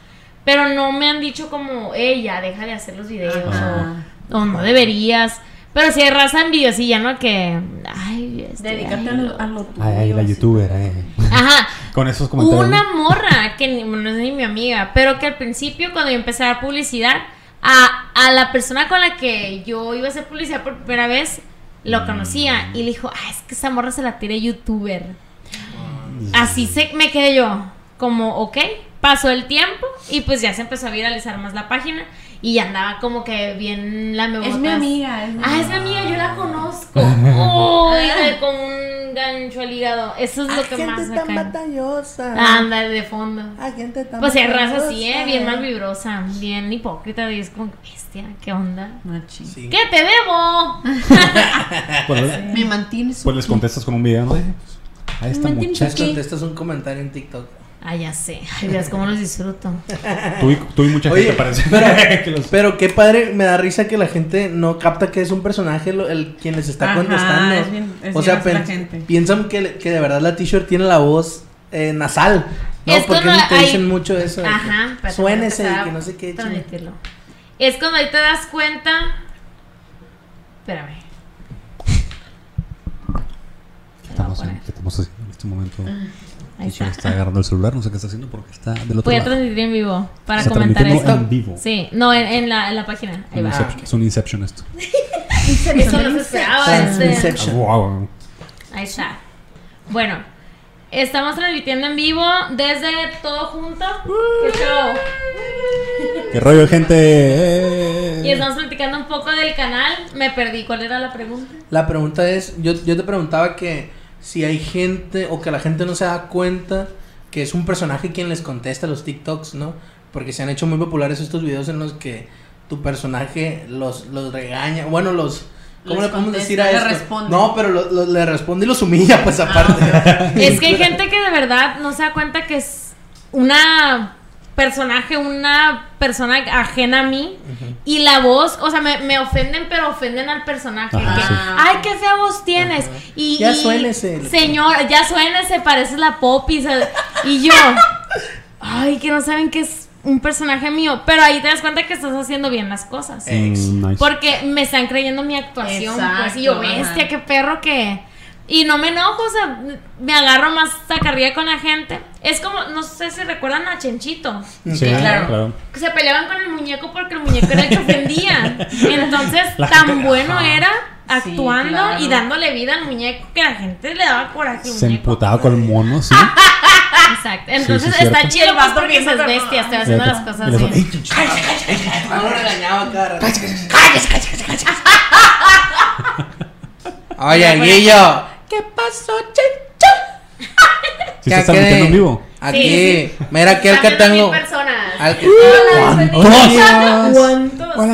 Speaker 3: Pero no me han dicho como, ella, deja de hacer los videos
Speaker 5: Ajá.
Speaker 3: o, o no deberías. Pero si hay raza envidiosilla, ¿no? Que, ay, este, ay,
Speaker 4: Dedícate a lo, a lo
Speaker 5: Ay, ay,
Speaker 4: tuyo,
Speaker 5: la
Speaker 4: así.
Speaker 5: youtuber, eh.
Speaker 3: Ajá,
Speaker 5: Con esos
Speaker 3: Hubo
Speaker 5: comentarios.
Speaker 3: una morra que ni- no es ni mi amiga, pero que al principio, cuando yo empecé a dar publicidad, a, a la persona con la que yo iba a hacer publicidad por primera vez,
Speaker 5: Mm.
Speaker 3: lo conocía y le dijo: ah, Es que esa morra se la tira youtuber.
Speaker 5: Ah.
Speaker 3: Así se, me quedé yo, como, ok. Pasó el tiempo y pues ya se empezó a viralizar más la página y ya andaba como que bien la me
Speaker 4: Es mi amiga. Es mi
Speaker 3: Ah, es mi amiga, yo la
Speaker 5: [laughs]
Speaker 3: conozco.
Speaker 1: Ah.
Speaker 3: Uy, de- con un gancho al hígado. Eso es lo que más me cae. Ándale, de fondo. Pues hay raza así, ¿eh? Bien más vibrosa, bien hipócrita. Y es como, bestia, ¿qué onda?
Speaker 4: Machi.
Speaker 1: Sí.
Speaker 3: ¿Qué te debo?
Speaker 5: Pues,
Speaker 4: Me mantienes.
Speaker 5: pues les contestas con un video, ¿no? Ay, esta
Speaker 3: Mantén
Speaker 1: Les
Speaker 5: muchacha.
Speaker 3: Sí.
Speaker 1: contestas un comentario en TikTok.
Speaker 3: Ah, ya sé. Ay, veas cómo los disfruto.
Speaker 5: Tú y, tú y mucha
Speaker 1: Oye,
Speaker 5: gente parece.
Speaker 1: pero-
Speaker 5: [laughs] que los-
Speaker 1: Pero qué padre, me da risa que la gente no capta que es un personaje lo- el quien les está
Speaker 4: Ajá,
Speaker 1: contestando.
Speaker 4: es bien- es
Speaker 1: o
Speaker 4: bien
Speaker 1: sea,
Speaker 4: así la
Speaker 1: pen-
Speaker 4: gente.
Speaker 1: piensan que, le- que de verdad la t-shirt tiene la voz eh, nasal. No,
Speaker 3: Es
Speaker 1: porque
Speaker 3: cuando
Speaker 1: te
Speaker 3: hay-
Speaker 1: dicen mucho eso. de que
Speaker 3: Ajá. para
Speaker 1: Suénese
Speaker 3: empezar
Speaker 1: y
Speaker 3: a
Speaker 1: que no sé qué. chinga.
Speaker 3: transmitirlo. Es cuando ahí te das cuenta. Espérame.
Speaker 5: ¿Qué estamos, en- qué estamos haciendo en este momento?
Speaker 3: Ah, Ahí
Speaker 5: Richard
Speaker 3: está.
Speaker 5: está agarrando el celular, no sé qué está haciendo porque está del otro
Speaker 3: Voy a
Speaker 5: lado.
Speaker 3: transmitir Pues en vivo para
Speaker 5: Está
Speaker 3: comentar
Speaker 5: transmitiendo
Speaker 3: esto.
Speaker 5: en vivo.
Speaker 3: Sí, no, en, en la, en la página. Ahí
Speaker 5: Un
Speaker 3: va.
Speaker 5: inception- es un Inception
Speaker 3: [laughs]
Speaker 5: esto.
Speaker 3: Eso no se esperaba. este.
Speaker 1: Inception.
Speaker 5: Wow.
Speaker 3: Ahí está. Bueno, estamos transmitiendo en vivo desde todo junto. Qué show.
Speaker 5: ¡Qué rollo, gente! ¡Eh!
Speaker 3: Y estamos platicando un poco del canal. Me perdí. ¿Cuál era la pregunta?
Speaker 1: La pregunta es, yo, yo te preguntaba que si hay gente o que la gente no se da cuenta que es un personaje quien les contesta los TikToks, ¿no? Porque se han hecho muy populares estos videos en los que tu personaje los, los regaña, bueno, los... ¿Cómo
Speaker 4: Les
Speaker 1: le podemos decir
Speaker 4: contesta,
Speaker 1: a
Speaker 4: le
Speaker 1: esto?
Speaker 4: responde.
Speaker 1: No, pero lo- lo- le responde y los humilla, pues aparte. [laughs]
Speaker 5: [laughs]
Speaker 3: Es que hay gente que de verdad no se da cuenta que es una personaje, una persona ajena a mí. Y la voz, o sea, me, me ofenden, pero ofenden al personaje.
Speaker 5: Ajá,
Speaker 3: que,
Speaker 5: sí.
Speaker 3: Ay, qué fea voz tienes. Y,
Speaker 1: Ya
Speaker 3: y,
Speaker 1: suénese.
Speaker 3: Señor, ya suénese, pareces la popi. se- Y yo, ay, que no saben que es un personaje mío. Pero ahí te das cuenta que estás haciendo bien las cosas.
Speaker 1: Eh, Ex.
Speaker 5: Mm, nice.
Speaker 3: Porque me están creyendo mi actuación. pues, y yo,
Speaker 4: Exacto,
Speaker 3: bestia,
Speaker 4: ajá.
Speaker 3: qué perro que. Y no me enojo, o sea, me agarro más sacarría con la gente. Es como, no sé si recuerdan a Chenchito.
Speaker 5: Sí,
Speaker 4: claro.
Speaker 3: que Se peleaban con el muñeco porque el muñeco era el que ofendía.
Speaker 4: [laughs]
Speaker 3: Entonces,
Speaker 5: La
Speaker 3: tan
Speaker 5: gente-
Speaker 3: bueno
Speaker 5: ajá.
Speaker 3: era
Speaker 4: Sí,
Speaker 3: actuando
Speaker 4: claro.
Speaker 3: y dándole vida al muñeco que la gente le daba coraje al
Speaker 5: Se
Speaker 3: muñeco. Ah,
Speaker 5: emputaba con el mono,
Speaker 3: [laughs]
Speaker 5: sí.
Speaker 3: Exacto. Entonces
Speaker 5: sí,
Speaker 3: está
Speaker 5: cierto.
Speaker 3: chido
Speaker 4: El
Speaker 3: más
Speaker 4: vato
Speaker 3: porque
Speaker 4: viendo
Speaker 3: esas
Speaker 4: como-
Speaker 3: bestias estoy haciendo las
Speaker 5: Y
Speaker 3: cosas
Speaker 5: le-
Speaker 3: bien.
Speaker 5: ¡Ey, ch-
Speaker 1: Ah, lo regañaba cada rato. Oye, Guillo. ¿Qué pasó, chencho?
Speaker 5: ¿Sí se está metiendo en vivo?
Speaker 1: Aquí.
Speaker 3: Sí,
Speaker 1: Mira, aquí al que
Speaker 3: Están
Speaker 1: tengo.
Speaker 3: viendo mil personas.
Speaker 1: Al que
Speaker 5: ¿Cuántos?
Speaker 3: ¿Cuántos?
Speaker 5: Hola,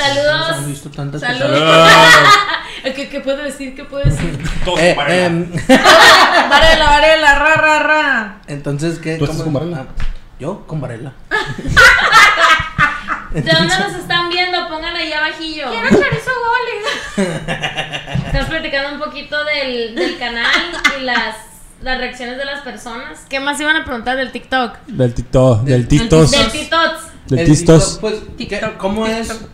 Speaker 1: Hemos
Speaker 3: Saludos.
Speaker 1: visto tantas
Speaker 4: Saludos.
Speaker 1: personas.
Speaker 3: ¿Qué, qué puedo decir? ¿Qué puedo decir?
Speaker 1: Eh, em,
Speaker 4: [laughs]
Speaker 1: [laughs]
Speaker 4: Varela, Varela, ra, ra, ra.
Speaker 1: entonces, ¿qué?
Speaker 5: ¿Tú estás
Speaker 1: ¿Cómo-
Speaker 5: con Varela?
Speaker 1: Ah, Yo con Varela.
Speaker 3: ¿De dónde nos están viendo? Pongan ahí abajillo. Quiero Chorizo Goles. [laughs] Estamos platicando un poquito del, del canal y las, las reacciones de las personas. ¿Qué más iban a preguntar del TikTok?
Speaker 5: Del tito, del titos,
Speaker 3: Del TikToks.
Speaker 5: del
Speaker 1: El TikTok,
Speaker 5: tistos.
Speaker 1: pues, ¿qué-
Speaker 4: TikTok,
Speaker 1: ¿Cómo
Speaker 4: TikTok.
Speaker 1: es?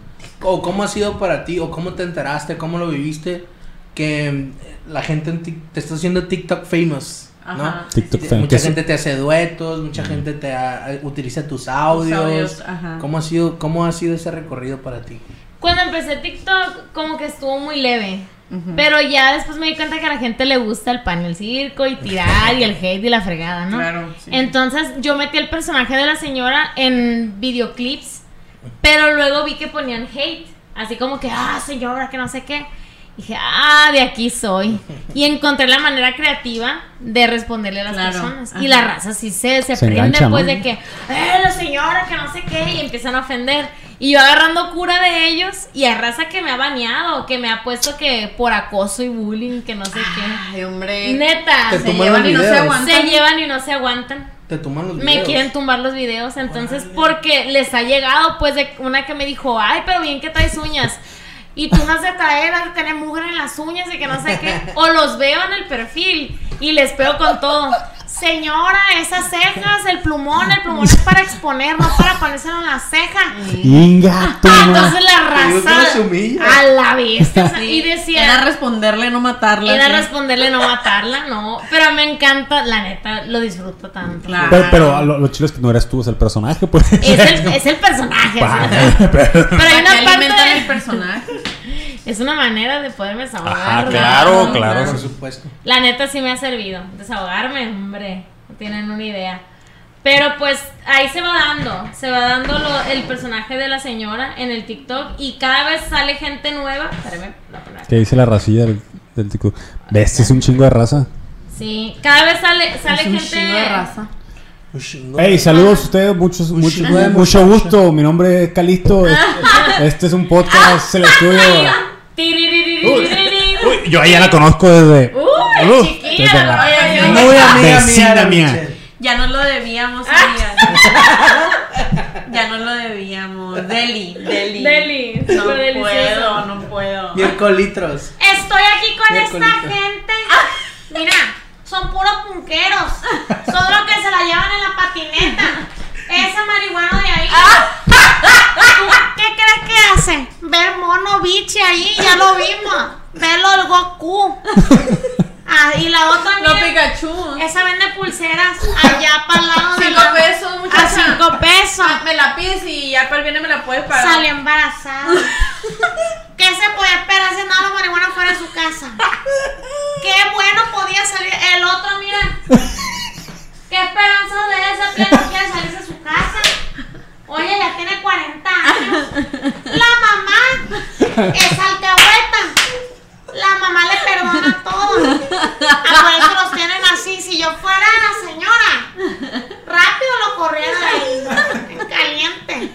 Speaker 1: ¿O cómo ha sido para ti? ¿O cómo te enteraste? ¿Cómo lo viviste? Que em, la gente en Tik- te está haciendo TikTok famous, ¿no?
Speaker 4: Ajá.
Speaker 5: TikTok
Speaker 1: Te-
Speaker 5: fan, que
Speaker 1: mucha
Speaker 5: es-
Speaker 1: gente te hace duetos, mucha
Speaker 5: Mm.
Speaker 1: gente te ha- eh, utiliza tus audios.
Speaker 4: audios, ajá.
Speaker 1: ¿Cómo ha sido cómo ha sido ese recorrido para ti?
Speaker 3: Cuando empecé TikTok, como que estuvo muy leve.
Speaker 4: Ujú.
Speaker 3: Pero ya después me di cuenta que a la gente le gusta el pan y el circo y tirar y el hate y la fregada, ¿no?
Speaker 4: Claro, sí.
Speaker 3: Entonces yo metí el personaje de la señora en videoclips, pero luego vi que ponían hate, así como que, ah, señora, que no sé qué. Y dije, ah, de aquí soy. Y encontré la manera creativa de responderle a las
Speaker 4: Claro,
Speaker 3: personas.
Speaker 4: ajá.
Speaker 3: Y la raza sí se, se,
Speaker 5: Se
Speaker 3: prende
Speaker 5: engancha,
Speaker 3: pues
Speaker 5: ¿no?
Speaker 3: de que, eh, la señora, que no sé qué, y empiezan a ofender. Y yo agarrando cura de ellos y a raza que me ha baneado, que me ha puesto que por acoso y bullying, que no sé qué.
Speaker 4: Ay, hombre.
Speaker 3: Neta,
Speaker 1: Te
Speaker 3: se
Speaker 1: tomaron
Speaker 3: llevan y no se
Speaker 1: videos.
Speaker 3: aguantan. Se llevan y no se aguantan.
Speaker 1: Te toman los
Speaker 3: Me
Speaker 1: videos.
Speaker 3: quieren tumbar los videos, entonces porque les ha llegado pues de una que me dijo, ay, pero bien que traes uñas. Y tú no has de traer, has de tener mugre en las uñas y que no sé qué. O los veo en el perfil y les pego con todo. Señora, esas cejas, el plumón, el plumón es para exponer, no para ponérselo en la ceja.
Speaker 5: Inga,
Speaker 4: [laughs]
Speaker 5: tu
Speaker 3: Ah,
Speaker 5: madre.
Speaker 3: Entonces la
Speaker 1: Te digo que las
Speaker 3: raza
Speaker 1: humilla.
Speaker 3: a la bestia. o sea,
Speaker 4: Sí,
Speaker 3: Y decía,
Speaker 4: Era responderle, no matarla.
Speaker 3: era
Speaker 4: sí.
Speaker 3: responderle no matarla, no. Pero me encanta, la neta, lo disfruto tanto.
Speaker 4: Claro.
Speaker 5: Pero, pero lo, lo chido es que no eras tú, es el personaje, pues.
Speaker 3: Es el, es
Speaker 5: [laughs]
Speaker 3: el personaje. es una- Pero hay
Speaker 4: [laughs] Para que
Speaker 3: una
Speaker 4: alimentan el
Speaker 3: parte.
Speaker 4: [laughs] personaje.
Speaker 3: Es una manera de poderme desahogar.
Speaker 5: Ajá,
Speaker 3: ¿verdad?
Speaker 5: claro, claro.
Speaker 1: Por
Speaker 5: sí, sí.
Speaker 1: supuesto.
Speaker 3: La neta sí me ha servido. Desahogarme, hombre. No tienen una idea. Pero pues ahí se va dando. Se va dando lo- el personaje de la señora en el TikTok. Y cada vez sale gente nueva. Espérame, la palabra.
Speaker 5: Que dice la racilla del, del tico. Ves, es un chingo de raza.
Speaker 3: Sí, cada vez sale, sale
Speaker 4: Es un
Speaker 3: gente.
Speaker 4: chingo de raza.
Speaker 1: Un chingo.
Speaker 5: Hey, saludos a ustedes, muchos, mucho,
Speaker 1: chingo de
Speaker 5: mucho gusto. Mi nombre es Calisto. es- Este es un podcast, el estudio.
Speaker 3: Tiriririririririn.
Speaker 5: Uy, yo a ella la conozco desde.
Speaker 3: Uy,
Speaker 5: Uf,
Speaker 3: chiquilla,
Speaker 5: desde la-
Speaker 3: oye,
Speaker 4: yo.
Speaker 1: Muy amiga mía.
Speaker 5: Vecina
Speaker 1: era
Speaker 5: mía.
Speaker 1: Michelle.
Speaker 4: Ya no lo debíamos, amiga. [laughs] ya no lo debíamos. Deli, Deli.
Speaker 8: Deli,
Speaker 4: No
Speaker 8: súper delicioso.
Speaker 4: puedo, no puedo.
Speaker 1: Miercolitros.
Speaker 8: Estoy aquí con
Speaker 1: Miércolita.
Speaker 8: esta gente. Mira, son puros punqueros. Son los que se la llevan en la patineta. Ese marihuana de ahí. ¿Tú ¿Qué crees que hace? Ver mono biche ahí, ya lo vimos. Verlo el Goku. Ah, y la otra
Speaker 4: No,
Speaker 8: mira,
Speaker 4: Pikachu.
Speaker 8: esa vende pulseras allá para el lado de
Speaker 4: Cinco
Speaker 8: la-
Speaker 4: pesos,
Speaker 8: A
Speaker 4: muchacha. Ah,
Speaker 8: cinco pesos.
Speaker 4: Me la pides y ya para el viernes me la puedes pagar.
Speaker 8: Salió embarazada. ¿Qué se podía esperar si andaba la marihuana fuera de su casa? Qué bueno podía salir. El otro, mira. Qué esperanza de esa plena quiere salirse de su casa. Oye, ya tiene 40 años. La mamá es alcahueta. La mamá le perdona todo. Ah, por eso los tienen así. Si yo fuera la señora, rápido lo corrieron de ahí. en Caliente.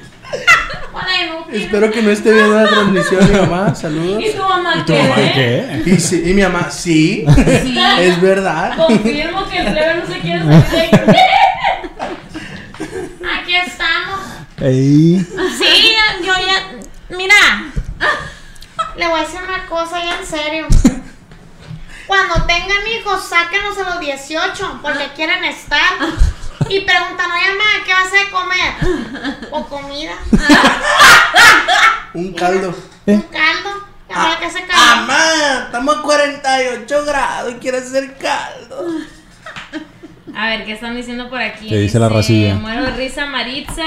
Speaker 8: Hola, inútil.
Speaker 1: Espero que no esté viendo la transmisión mi mamá.
Speaker 3: [laughs]
Speaker 1: Saludos.
Speaker 8: ¿Y tu mamá
Speaker 5: ¿Y tu mamá qué?
Speaker 1: Y, sí- y mi mamá, sí, es verdad.
Speaker 8: Confirmo que el plebe no se quiere salir de aquí. [laughs] Aquí estamos.
Speaker 5: Ey.
Speaker 8: Sí, yo ya. Mira, le voy a decir una cosa ya en [laughs] serio. Cuando tengan hijos, sáquenlos a los 18 porque quieren [laughs] estar. Y preguntan, oye, mamá, ¿qué vas a comer? [laughs] O comida,
Speaker 1: Un caldo.
Speaker 8: un caldo. Ya para que se caldo.
Speaker 1: Mamá, estamos a 48 grados y quieres hacer caldo.
Speaker 3: A ver, ¿qué están diciendo por aquí?
Speaker 5: ¿Qué dice la racilla?
Speaker 3: Muero de risa, Maritza,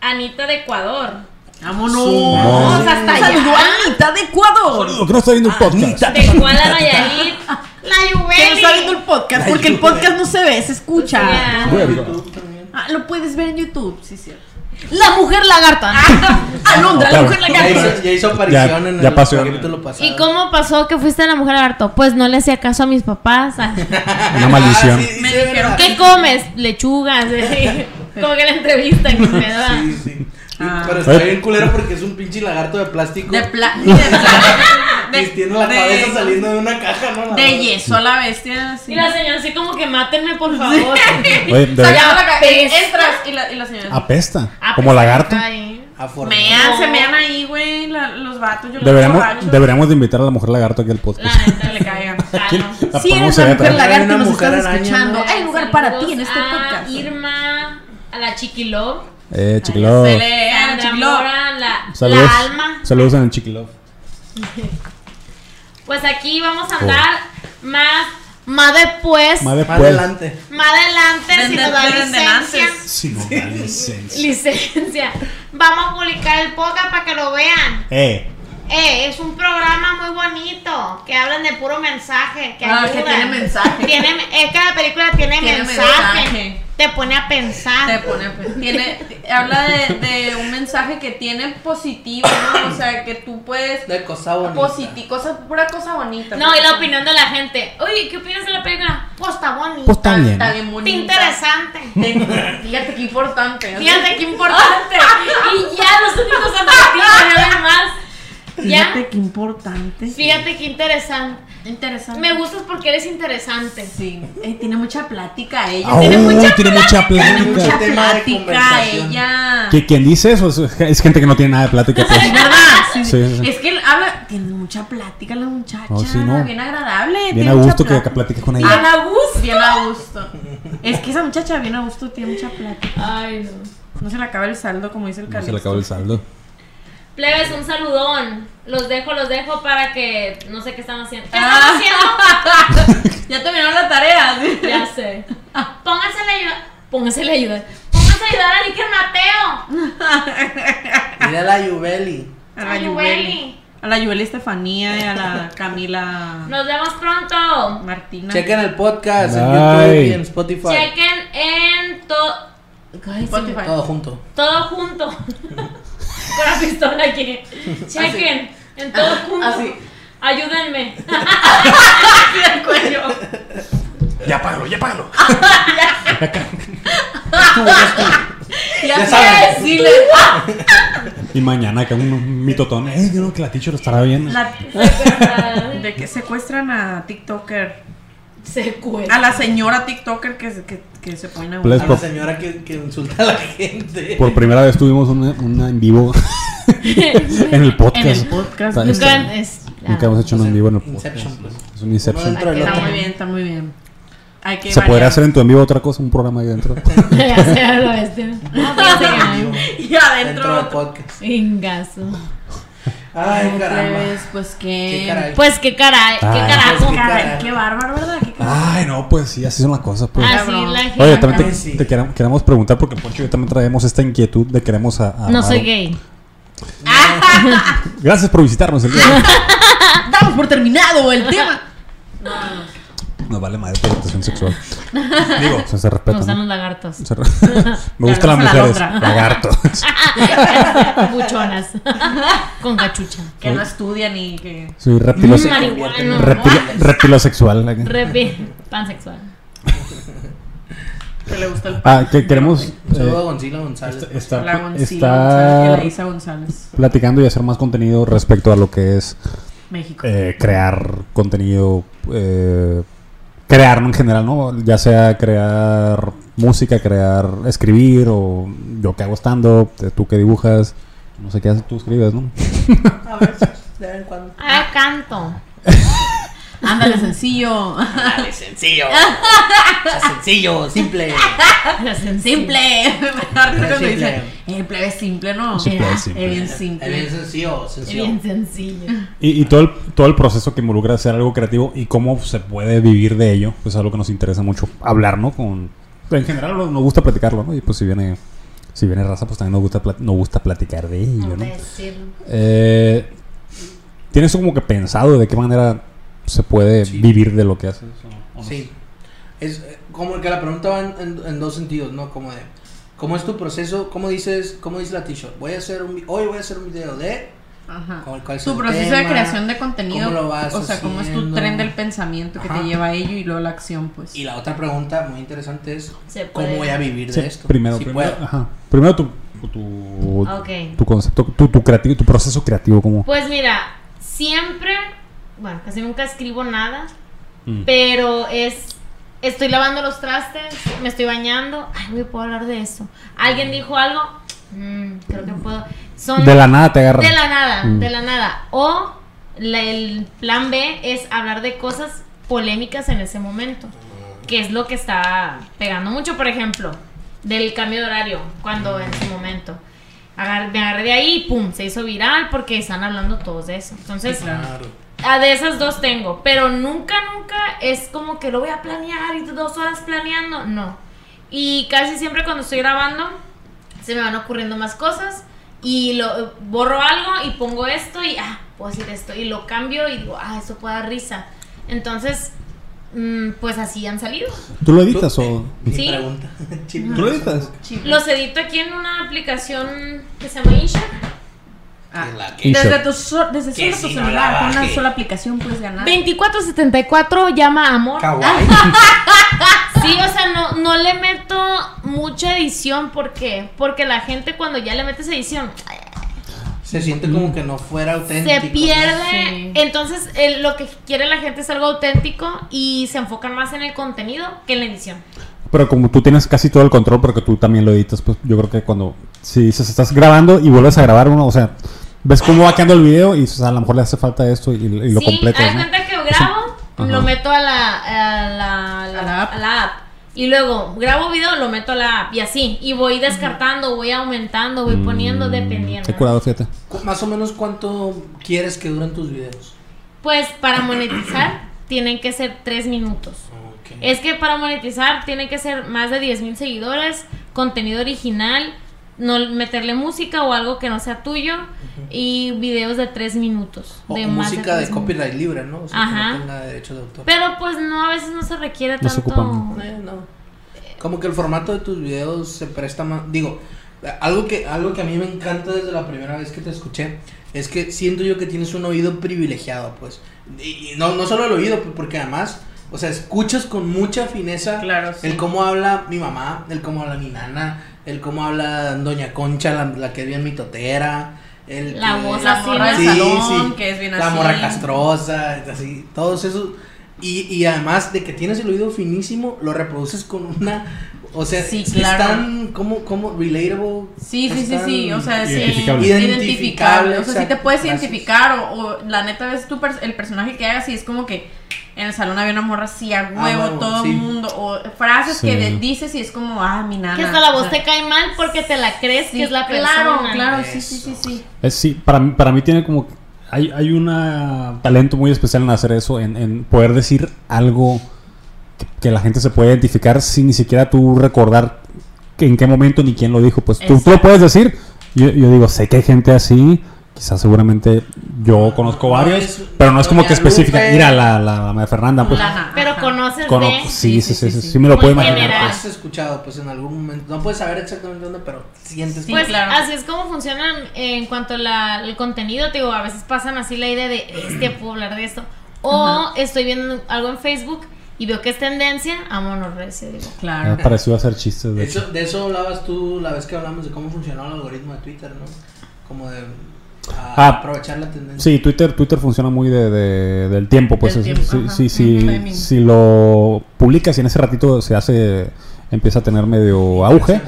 Speaker 3: Anita de Ecuador.
Speaker 4: Vámonos.
Speaker 5: Vamos
Speaker 4: hasta allá. Saludó a mitad de Ecuador.
Speaker 5: Lo que no está viendo un podcast.
Speaker 3: De Kuala Nayarit.
Speaker 8: La
Speaker 4: Que no está
Speaker 8: Yuveli.
Speaker 4: viendo el podcast porque el podcast no se ve, se escucha.
Speaker 3: Mira,
Speaker 5: Puerco.
Speaker 4: Ah, lo puedes ver en YouTube, sí, cierto. La mujer lagarta. [laughs]
Speaker 3: Ah.
Speaker 4: Alondra,
Speaker 5: Otra
Speaker 4: la
Speaker 5: vez.
Speaker 4: mujer
Speaker 1: Ya
Speaker 4: lagarta.
Speaker 1: hizo, ya hizo aparición
Speaker 5: Ya-
Speaker 1: en
Speaker 5: ya
Speaker 1: el
Speaker 5: pasó.
Speaker 1: capítulo pasado.
Speaker 3: ¿Y cómo pasó que fuiste a la mujer lagarto? Pues no le hacía caso a mis papás. Ah,
Speaker 5: Una maldición.
Speaker 1: Ah, sí, sí,
Speaker 4: Me
Speaker 1: sí,
Speaker 4: dijeron
Speaker 1: verdad.
Speaker 3: ¿Qué comes? Lechugas. [laughs] eh. Como que la entrevista que me da.
Speaker 1: Sí, sí.
Speaker 4: Ah.
Speaker 1: Pero
Speaker 5: Eh.
Speaker 1: está bien culero porque es un pinche lagarto de plástico.
Speaker 4: De
Speaker 1: [laughs]
Speaker 4: pla- de pla-
Speaker 1: y tiene la
Speaker 4: de-
Speaker 1: cabeza saliendo de una caja, ¿no? La
Speaker 4: De
Speaker 1: verdad.
Speaker 4: yeso a la bestia, así.
Speaker 8: Y la señora así como que mátenme, por
Speaker 4: [laughs]
Speaker 8: favor.
Speaker 5: Oye, de-
Speaker 4: Sacaba la ca- Entras y la, y la señora.
Speaker 5: apesta. Como lagarto.
Speaker 3: Ay.
Speaker 1: Afortunado.
Speaker 4: Mean, se mean ahí, güey, la- los vatos. Yo los
Speaker 5: Deberíamos,
Speaker 4: borrachos.
Speaker 5: deberíamos de invitar a la mujer lagarto aquí al podcast.
Speaker 4: La neta le [laughs] caigan.
Speaker 5: [laughs] La
Speaker 4: Si
Speaker 5: ponemos
Speaker 4: eres la
Speaker 5: ahí atrás.
Speaker 4: mujer
Speaker 1: Hay
Speaker 4: lagarta
Speaker 1: una
Speaker 4: y nos
Speaker 1: mujer
Speaker 4: estás
Speaker 1: araña,
Speaker 4: escuchando,
Speaker 1: ¿no?
Speaker 4: hay lugar para ti en este
Speaker 3: Saludos a
Speaker 4: podcast.
Speaker 3: Irma, a la Chiquiló,
Speaker 5: Eh, Chiquilov.
Speaker 4: Se le- a
Speaker 3: Sandra
Speaker 4: Chiclo.
Speaker 3: Mora, la,
Speaker 5: Saludos.
Speaker 3: la Alma.
Speaker 5: Saludos en el Chiquilov.
Speaker 3: Pues aquí vamos a andar más, más después,
Speaker 5: Más
Speaker 1: Más
Speaker 5: después.
Speaker 1: adelante.
Speaker 3: más adelante si nos da
Speaker 4: Venden
Speaker 3: licencia.
Speaker 4: antes.
Speaker 5: Sí, no, la licencia.
Speaker 3: Licencia. Vamos a publicar el podcast para que lo vean.
Speaker 5: Eh,
Speaker 3: Eh, es un programa muy bonito que hablan de puro mensaje, que
Speaker 4: Ah, que
Speaker 3: ayudan.
Speaker 4: tiene mensaje.
Speaker 3: Tiene- es que la película tiene,
Speaker 4: Tiene
Speaker 3: mensaje.
Speaker 4: mensaje.
Speaker 3: Te pone a pensar.
Speaker 4: Te pone, pues, tiene, habla de, de un mensaje que tiene positivo, ¿no? O sea, que tú puedes.
Speaker 1: De cosa bonita.
Speaker 4: Positivo, cosa, pura cosa bonita.
Speaker 3: No, y
Speaker 4: pues.
Speaker 3: la opinión de la gente. Oye, ¿qué opinas de la película?
Speaker 11: Pues está bonito.
Speaker 5: pues está bien.
Speaker 4: Está bien
Speaker 3: Está
Speaker 4: bonita.
Speaker 3: interesante.
Speaker 4: [laughs] Te- Fíjate qué importante. o sea,
Speaker 3: Fíjate qué importante. y ya los únicos atractivos ya ven más. Ya,
Speaker 4: Fíjate qué importante.
Speaker 3: fíjate qué interesante.
Speaker 4: Interesante.
Speaker 3: Me gustas porque eres interesante.
Speaker 4: Sí. Eh, tiene mucha plática ella.
Speaker 5: Ah,
Speaker 4: tiene mucha,
Speaker 5: tiene mucha
Speaker 4: tiene
Speaker 5: plática.
Speaker 4: mucha
Speaker 1: Tema de
Speaker 4: plática
Speaker 1: conversación.
Speaker 4: ella.
Speaker 5: Que quien dice eso es, es gente que no tiene nada de plática. pues.
Speaker 4: ¿Verdad? Sí,
Speaker 5: Sí, sí, sí.
Speaker 4: Es que él habla, tiene mucha plática la muchacha,
Speaker 5: No, sí, no.
Speaker 4: bien agradable.
Speaker 5: Bien
Speaker 4: tiene
Speaker 5: a
Speaker 4: mucha
Speaker 5: gusto que, que
Speaker 4: plática.
Speaker 5: platiques con
Speaker 4: Bien
Speaker 5: ella.
Speaker 4: a gusto. Bien a gusto. Es que esa muchacha bien a gusto tiene mucha plática.
Speaker 3: Ay, no.
Speaker 4: No se le acaba el saldo, como dice el
Speaker 5: No
Speaker 4: Carlos.
Speaker 5: se le acabó el saldo.
Speaker 3: Plebes, un saludón. Los dejo, los dejo para que no sé qué están haciendo. ¿Qué
Speaker 4: Ah.
Speaker 3: están haciendo?
Speaker 4: ya terminaron la tarea. ¿sí?
Speaker 3: Ya sé. Pónganse la ayuda. Pónganse la ayuda. Pónganse a ayudar a Iker Mateo.
Speaker 1: Mira la Yubeli.
Speaker 4: A
Speaker 3: Ay, Yuveli.
Speaker 4: A la Yuveli Estefanía y a la Camila
Speaker 3: Nos vemos pronto.
Speaker 4: Martina.
Speaker 1: Chequen el podcast en
Speaker 5: Bye.
Speaker 1: YouTube y en Spotify.
Speaker 3: Chequen en todo.
Speaker 4: Spotify.
Speaker 1: Todo junto.
Speaker 3: Todo junto. [laughs] Con la pistola aquí. Chequen. En todo junto.
Speaker 4: así.
Speaker 3: [laughs] Ayúdenme.
Speaker 5: Ya págalo, ya
Speaker 3: [laughs]
Speaker 5: págalo.
Speaker 1: Ya
Speaker 4: Ya
Speaker 1: saben.
Speaker 4: sabes. decirle.
Speaker 5: Y mañana acá un, un mitotón. Eh, yo creo que la teacher estará bien.
Speaker 4: La- de que secuestran a TikToker.
Speaker 12: Se cuela.
Speaker 4: A
Speaker 3: Ah,
Speaker 4: la señora TikToker que, se- que, que se pone.
Speaker 5: Pues,
Speaker 1: A la
Speaker 5: por-
Speaker 1: señora que, que insulta a la gente.
Speaker 5: Por primera vez tuvimos una, una en
Speaker 4: [laughs]
Speaker 5: vivo en el podcast.
Speaker 4: En el podcast. eh,
Speaker 5: Está- está-
Speaker 3: Nunca es.
Speaker 5: nunca hemos hecho una en vivo en el podcast.
Speaker 1: Inception, pues.
Speaker 5: Es un Inception.
Speaker 1: Uno dentro del
Speaker 4: Está
Speaker 1: otro.
Speaker 4: muy
Speaker 1: [laughs]
Speaker 4: bien, está muy bien. Hay que
Speaker 5: ¿Se podría
Speaker 4: variar.
Speaker 5: hacer en tu en vivo otra cosa? Un programa ahí dentro.
Speaker 3: [laughs] Ya sea lo este.
Speaker 4: [laughs] Y adentro.
Speaker 1: Dentro del
Speaker 4: otro.
Speaker 1: podcast.
Speaker 3: Ingazo.
Speaker 1: Ay, caramba.
Speaker 4: Pues, pues
Speaker 1: Qué
Speaker 4: que.
Speaker 1: caray.
Speaker 3: Pues qué caray, qué
Speaker 5: Ay,
Speaker 3: carajo.
Speaker 1: pues, qué caray.
Speaker 4: Qué bárbaro, ¿verdad? Qué caray.
Speaker 5: Ay, no, pues sí, así son las cosas. Pues.
Speaker 3: Así
Speaker 4: cabrón.
Speaker 3: Ah, la gente.
Speaker 5: Oye, también
Speaker 1: Ay,
Speaker 5: te,
Speaker 1: sí.
Speaker 5: te queramos, queremos preguntar porque Poncho y yo también traemos esta inquietud de queremos a. a
Speaker 3: No
Speaker 5: Amaro.
Speaker 3: soy gay.
Speaker 5: Gracias por visitarnos el día. [laughs] de hoy.
Speaker 4: [laughs] Damos por
Speaker 1: [laughs]
Speaker 4: terminado el tema.
Speaker 5: Nos vale madre tu orientación
Speaker 3: [laughs]
Speaker 5: sexual. Digo, o sea, se
Speaker 3: Me
Speaker 5: respeta.
Speaker 3: gustan
Speaker 5: ¿no?
Speaker 3: los lagartos.
Speaker 5: Se re- [laughs] Me gustan las
Speaker 4: Lagartos a la
Speaker 5: mujeres.
Speaker 4: lontra.
Speaker 3: [laughs]
Speaker 5: Lagartos.
Speaker 3: Buchonas. [laughs] Con cachucha.
Speaker 4: Que no estudian y que.
Speaker 5: Soy reptilose-
Speaker 3: Mm, Marihuana.
Speaker 5: reptil- reptilosexual.
Speaker 3: Repi- Pansexual.
Speaker 4: que le gusta el.
Speaker 5: Ah, pues, que queremos
Speaker 1: Saludo a
Speaker 5: eh,
Speaker 1: Gonzalo González.
Speaker 5: estar,
Speaker 4: la González, que
Speaker 5: estar
Speaker 4: le dice a González.
Speaker 5: platicando y hacer más contenido respecto a lo que es
Speaker 4: México.
Speaker 5: eh, crear contenido, eh, crear en general, ¿no? Ya sea crear música, crear, escribir, o yo que hago stand-up, eh, tú que dibujas, no sé qué haces, tú escribes, ¿no?
Speaker 1: A ver, de vez en
Speaker 4: [laughs]
Speaker 1: cuando.
Speaker 3: Ah, canto.
Speaker 4: Ándale,
Speaker 1: [laughs]
Speaker 4: sencillo.
Speaker 1: Dale, sencillo. Sea sencillo, simple.
Speaker 3: Ah,
Speaker 4: Simple. Me da risa cuando dicen, El plebe es simple,
Speaker 5: [laughs]
Speaker 4: ¿no?
Speaker 5: Sí, pues, sí.
Speaker 4: Es bien
Speaker 1: Es bien
Speaker 4: simple.
Speaker 1: sencillo, sencillo.
Speaker 3: Bien sencillo.
Speaker 5: Y, y todo, el, todo el proceso que involucra hacer algo creativo y cómo se puede vivir de ello, pues es algo que nos interesa mucho hablar, ¿no? Con, en general nos nos gusta platicarlo, ¿no? Y pues si viene, si viene raza, pues también nos gusta, plat- nos gusta platicar de ello, ¿no? Eh, ¿Tienes como que pensado de qué manera se puede
Speaker 1: Sí.
Speaker 5: vivir de lo que haces? o no?
Speaker 1: Sí. Es eh, como que la pregunta va en, en- en dos sentidos, ¿no? Como de, ¿cómo es tu proceso? ¿Cómo dices, cómo dice la t-shirt? Voy a hacer un, vi- hoy voy a hacer un video de...
Speaker 4: Ajá.
Speaker 1: ¿Cuál- cuál es
Speaker 4: Tu
Speaker 1: el
Speaker 4: proceso de
Speaker 1: tema?
Speaker 4: creación de contenido.
Speaker 1: ¿Cómo lo vas
Speaker 4: o sea, cómo es tu
Speaker 1: haciendo?
Speaker 4: tren del pensamiento que
Speaker 1: Ajá.
Speaker 4: te lleva a ello y luego la acción, pues.
Speaker 1: Y la otra pregunta muy interesante es,
Speaker 3: Se
Speaker 1: ¿cómo
Speaker 3: puede.
Speaker 1: voy a vivir
Speaker 5: Sí,
Speaker 1: de esto?
Speaker 5: primero,
Speaker 1: Si
Speaker 5: primero,
Speaker 1: puedo.
Speaker 5: ajá. Primero tu, tu,
Speaker 3: Ok.
Speaker 5: tu concepto, tu, tu creativo, tu proceso creativo, como...
Speaker 3: Pues mira, siempre, bueno, casi nunca escribo nada,
Speaker 5: Mm.
Speaker 3: pero es, estoy lavando los trastes, me estoy bañando, ay, güey, puedo hablar de eso. ¿Alguien dijo algo? Mm, creo que puedo. Son
Speaker 5: De la nada te agarra.
Speaker 3: Pues, de la nada,
Speaker 5: Mm.
Speaker 3: de la nada. O la- el plan B es hablar de cosas polémicas en ese momento, que es lo que está pegando mucho, por ejemplo, del cambio de horario, cuando en su momento. agar- me agarré de ahí y pum, se hizo viral porque están hablando todos de eso. Entonces,
Speaker 1: Claro.
Speaker 3: Ah, de esas dos tengo, pero nunca, nunca es como que lo voy a planear y dos horas planeando, no. Y casi siempre cuando estoy grabando se me van ocurriendo más cosas y lo borro algo y pongo esto y ah, puedo decir esto y lo cambio y digo, ah, eso puede dar risa. Entonces, mm, pues así han salido.
Speaker 5: ¿Tú lo editas
Speaker 1: Tú- Eh,
Speaker 5: o...?
Speaker 1: Mi
Speaker 3: Sí.
Speaker 1: pregunta. [laughs]
Speaker 5: ¿Tú lo editas?
Speaker 3: Los edito aquí en una aplicación que se llama InShot.
Speaker 4: Ah.
Speaker 1: La que-
Speaker 4: Desde,
Speaker 5: InShot.
Speaker 4: tu so- desde
Speaker 1: Que
Speaker 4: solo tu
Speaker 1: si no la
Speaker 4: celular, con una
Speaker 1: baje.
Speaker 4: sola aplicación puedes ganar.
Speaker 3: 2474 llama a amor.
Speaker 1: Kawaii.
Speaker 3: [laughs] Sí, o sea, no, no le meto mucha edición, ¿por qué? Porque la gente cuando ya le metes edición
Speaker 1: Se siente como que no fuera auténtico.
Speaker 3: se
Speaker 1: ¿no?
Speaker 3: pierde.
Speaker 4: Sí.
Speaker 3: Entonces, eh, lo que quiere la gente es algo auténtico y se enfocan más en el contenido que en la edición.
Speaker 5: Pero como tú tienes casi todo el control porque tú también lo editas, pues yo creo que cuando si dices estás grabando y vuelves a grabar uno, o sea, ves cómo va quedando el video y o sea, a lo mejor le hace falta esto y, y lo
Speaker 3: sí,
Speaker 5: completas,
Speaker 3: haz
Speaker 5: ¿no?
Speaker 3: cuenta que grabo,
Speaker 5: Ajá.
Speaker 3: lo meto a la, a la,
Speaker 4: A la app.
Speaker 3: a la app. Y luego grabo video, lo meto a la app. Y así. Y voy descartando, voy aumentando, voy poniendo,
Speaker 5: Mm,
Speaker 3: dependiendo.
Speaker 5: He curado, fíjate.
Speaker 1: Cu- Más o menos cuánto quieres que duren tus videos.
Speaker 3: Pues para
Speaker 4: [clears throat]
Speaker 3: monetizar tienen que ser tres minutos.
Speaker 1: Ok.
Speaker 3: Es que para monetizar tiene que ser más de 10.000 seguidores, contenido original, no meterle música o algo que no sea tuyo y videos de 3 minutos.
Speaker 1: O, o
Speaker 3: más
Speaker 1: música de
Speaker 3: tres minutos.
Speaker 1: copyright libre, ¿no? O sea, que
Speaker 3: Ajá.
Speaker 1: no tenga derechos de autor.
Speaker 3: Pero pues no, a veces no se requiere
Speaker 5: No se
Speaker 3: tanto.
Speaker 5: ocupa.
Speaker 1: Eh, no. Como que el formato de tus videos se presta más. Digo, algo que, algo que a mí me encanta desde la primera vez que te escuché es que siento yo que tienes un oído privilegiado, pues. Y, y no, no solo el oído, p- porque además, o sea, escuchas con mucha fineza
Speaker 4: Claro, sí.
Speaker 1: el cómo habla mi mamá, el cómo habla mi nana, el cómo habla Doña Concha, la, la que es bien mitotera. El
Speaker 3: La
Speaker 1: que-
Speaker 3: voz
Speaker 4: La
Speaker 3: así,
Speaker 4: morra
Speaker 3: ¿no?
Speaker 4: del salón, que es bien
Speaker 1: la
Speaker 4: así.
Speaker 1: morra castrosa, así, todos esos. Y, y además de que tienes el oído finísimo, lo reproduces con una. O sea,
Speaker 4: Sí,
Speaker 1: es
Speaker 4: claro.
Speaker 1: tan como, como relatable.
Speaker 4: Sí, sí,
Speaker 1: es
Speaker 4: sí,
Speaker 1: tan-
Speaker 4: sí, o sea, sí,
Speaker 7: Identificable.
Speaker 4: identificable, o sea, sí te
Speaker 1: exacto,
Speaker 4: puedes
Speaker 1: gracias.
Speaker 4: identificar o, o la neta ves tu pers- el personaje que hagas y es como que en el salón había una morra así a huevo,
Speaker 1: Ah, huevo,
Speaker 4: todo
Speaker 1: sí.
Speaker 4: el mundo, o frases
Speaker 5: Sí.
Speaker 4: que de- dices y es como, ah, mi nana.
Speaker 3: Que hasta la voz
Speaker 4: o sea,
Speaker 3: te cae mal porque te la crees
Speaker 4: sí,
Speaker 3: que es la
Speaker 4: Claro,
Speaker 3: persona.
Speaker 4: claro, sí, sí, sí, sí.
Speaker 5: Es, sí, para mí, para mí tiene como... que- Hay, hay un talento muy especial en hacer eso, en, en poder decir algo que, que la gente se puede identificar sin ni siquiera tú recordar que en qué momento ni quién lo dijo. Pues tú, tú lo puedes decir. Yo, yo digo, sé que hay gente así, quizás seguramente yo conozco
Speaker 1: No,
Speaker 5: varios,
Speaker 1: es-
Speaker 5: pero no es como
Speaker 1: Doña
Speaker 5: que específica.
Speaker 1: Lupe.
Speaker 5: Mira, la, la, la de Fernanda, pues...
Speaker 4: Lana,
Speaker 3: Pero
Speaker 4: ajá.
Speaker 3: conoces
Speaker 5: cono-
Speaker 3: de.
Speaker 5: sí, sí, sí, sí, sí,
Speaker 4: sí.
Speaker 5: me lo
Speaker 3: Muy
Speaker 5: puedo imaginar.
Speaker 3: general.
Speaker 5: pues.
Speaker 1: has escuchado, pues en algún momento. No puedes saber exactamente dónde, pero sientes
Speaker 4: Sí,
Speaker 3: Pues
Speaker 4: claro.
Speaker 3: así es como funcionan eh, en cuanto al el contenido, te digo, a veces pasan así la idea de, este, puedo hablar de esto. O estoy viendo algo en Facebook y veo que es tendencia, vámonos, rece, digo.
Speaker 4: Claro.
Speaker 5: Me pareció hacer chistes. De hecho.
Speaker 1: Eso- de eso hablabas tú la vez que hablamos de cómo funcionaba el algoritmo de Twitter, ¿no? Como de ah,
Speaker 5: Ah,
Speaker 1: aprovechar la tendencia.
Speaker 5: Sí, Twitter, Twitter funciona muy de, de- del tiempo, pues
Speaker 4: Del
Speaker 5: es- si,
Speaker 4: tiempo, ajá.
Speaker 5: si, si-
Speaker 4: Ujú, timing.
Speaker 5: si lo publicas y en ese ratito se hace, empieza a tener medio auge,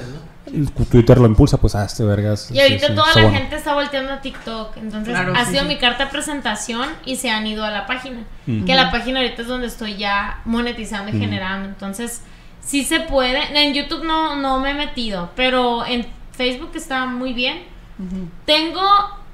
Speaker 5: el- Twitter lo impulsa, pues a este vergas.
Speaker 3: Y
Speaker 5: sí,
Speaker 3: ahorita
Speaker 5: sí,
Speaker 3: toda
Speaker 5: está
Speaker 3: la
Speaker 5: bueno.
Speaker 3: gente está volteando a TikTok, entonces
Speaker 4: Claro,
Speaker 3: ha
Speaker 4: sí,
Speaker 3: sido
Speaker 4: sí.
Speaker 3: mi carta de presentación y se han ido a la página.
Speaker 5: Mm.
Speaker 3: Que la página ahorita es donde estoy ya monetizando y
Speaker 5: Mm.
Speaker 3: generando, entonces sí se puede. En YouTube no, no me he metido, pero en Facebook está muy bien.
Speaker 4: Ujú.
Speaker 3: Tengo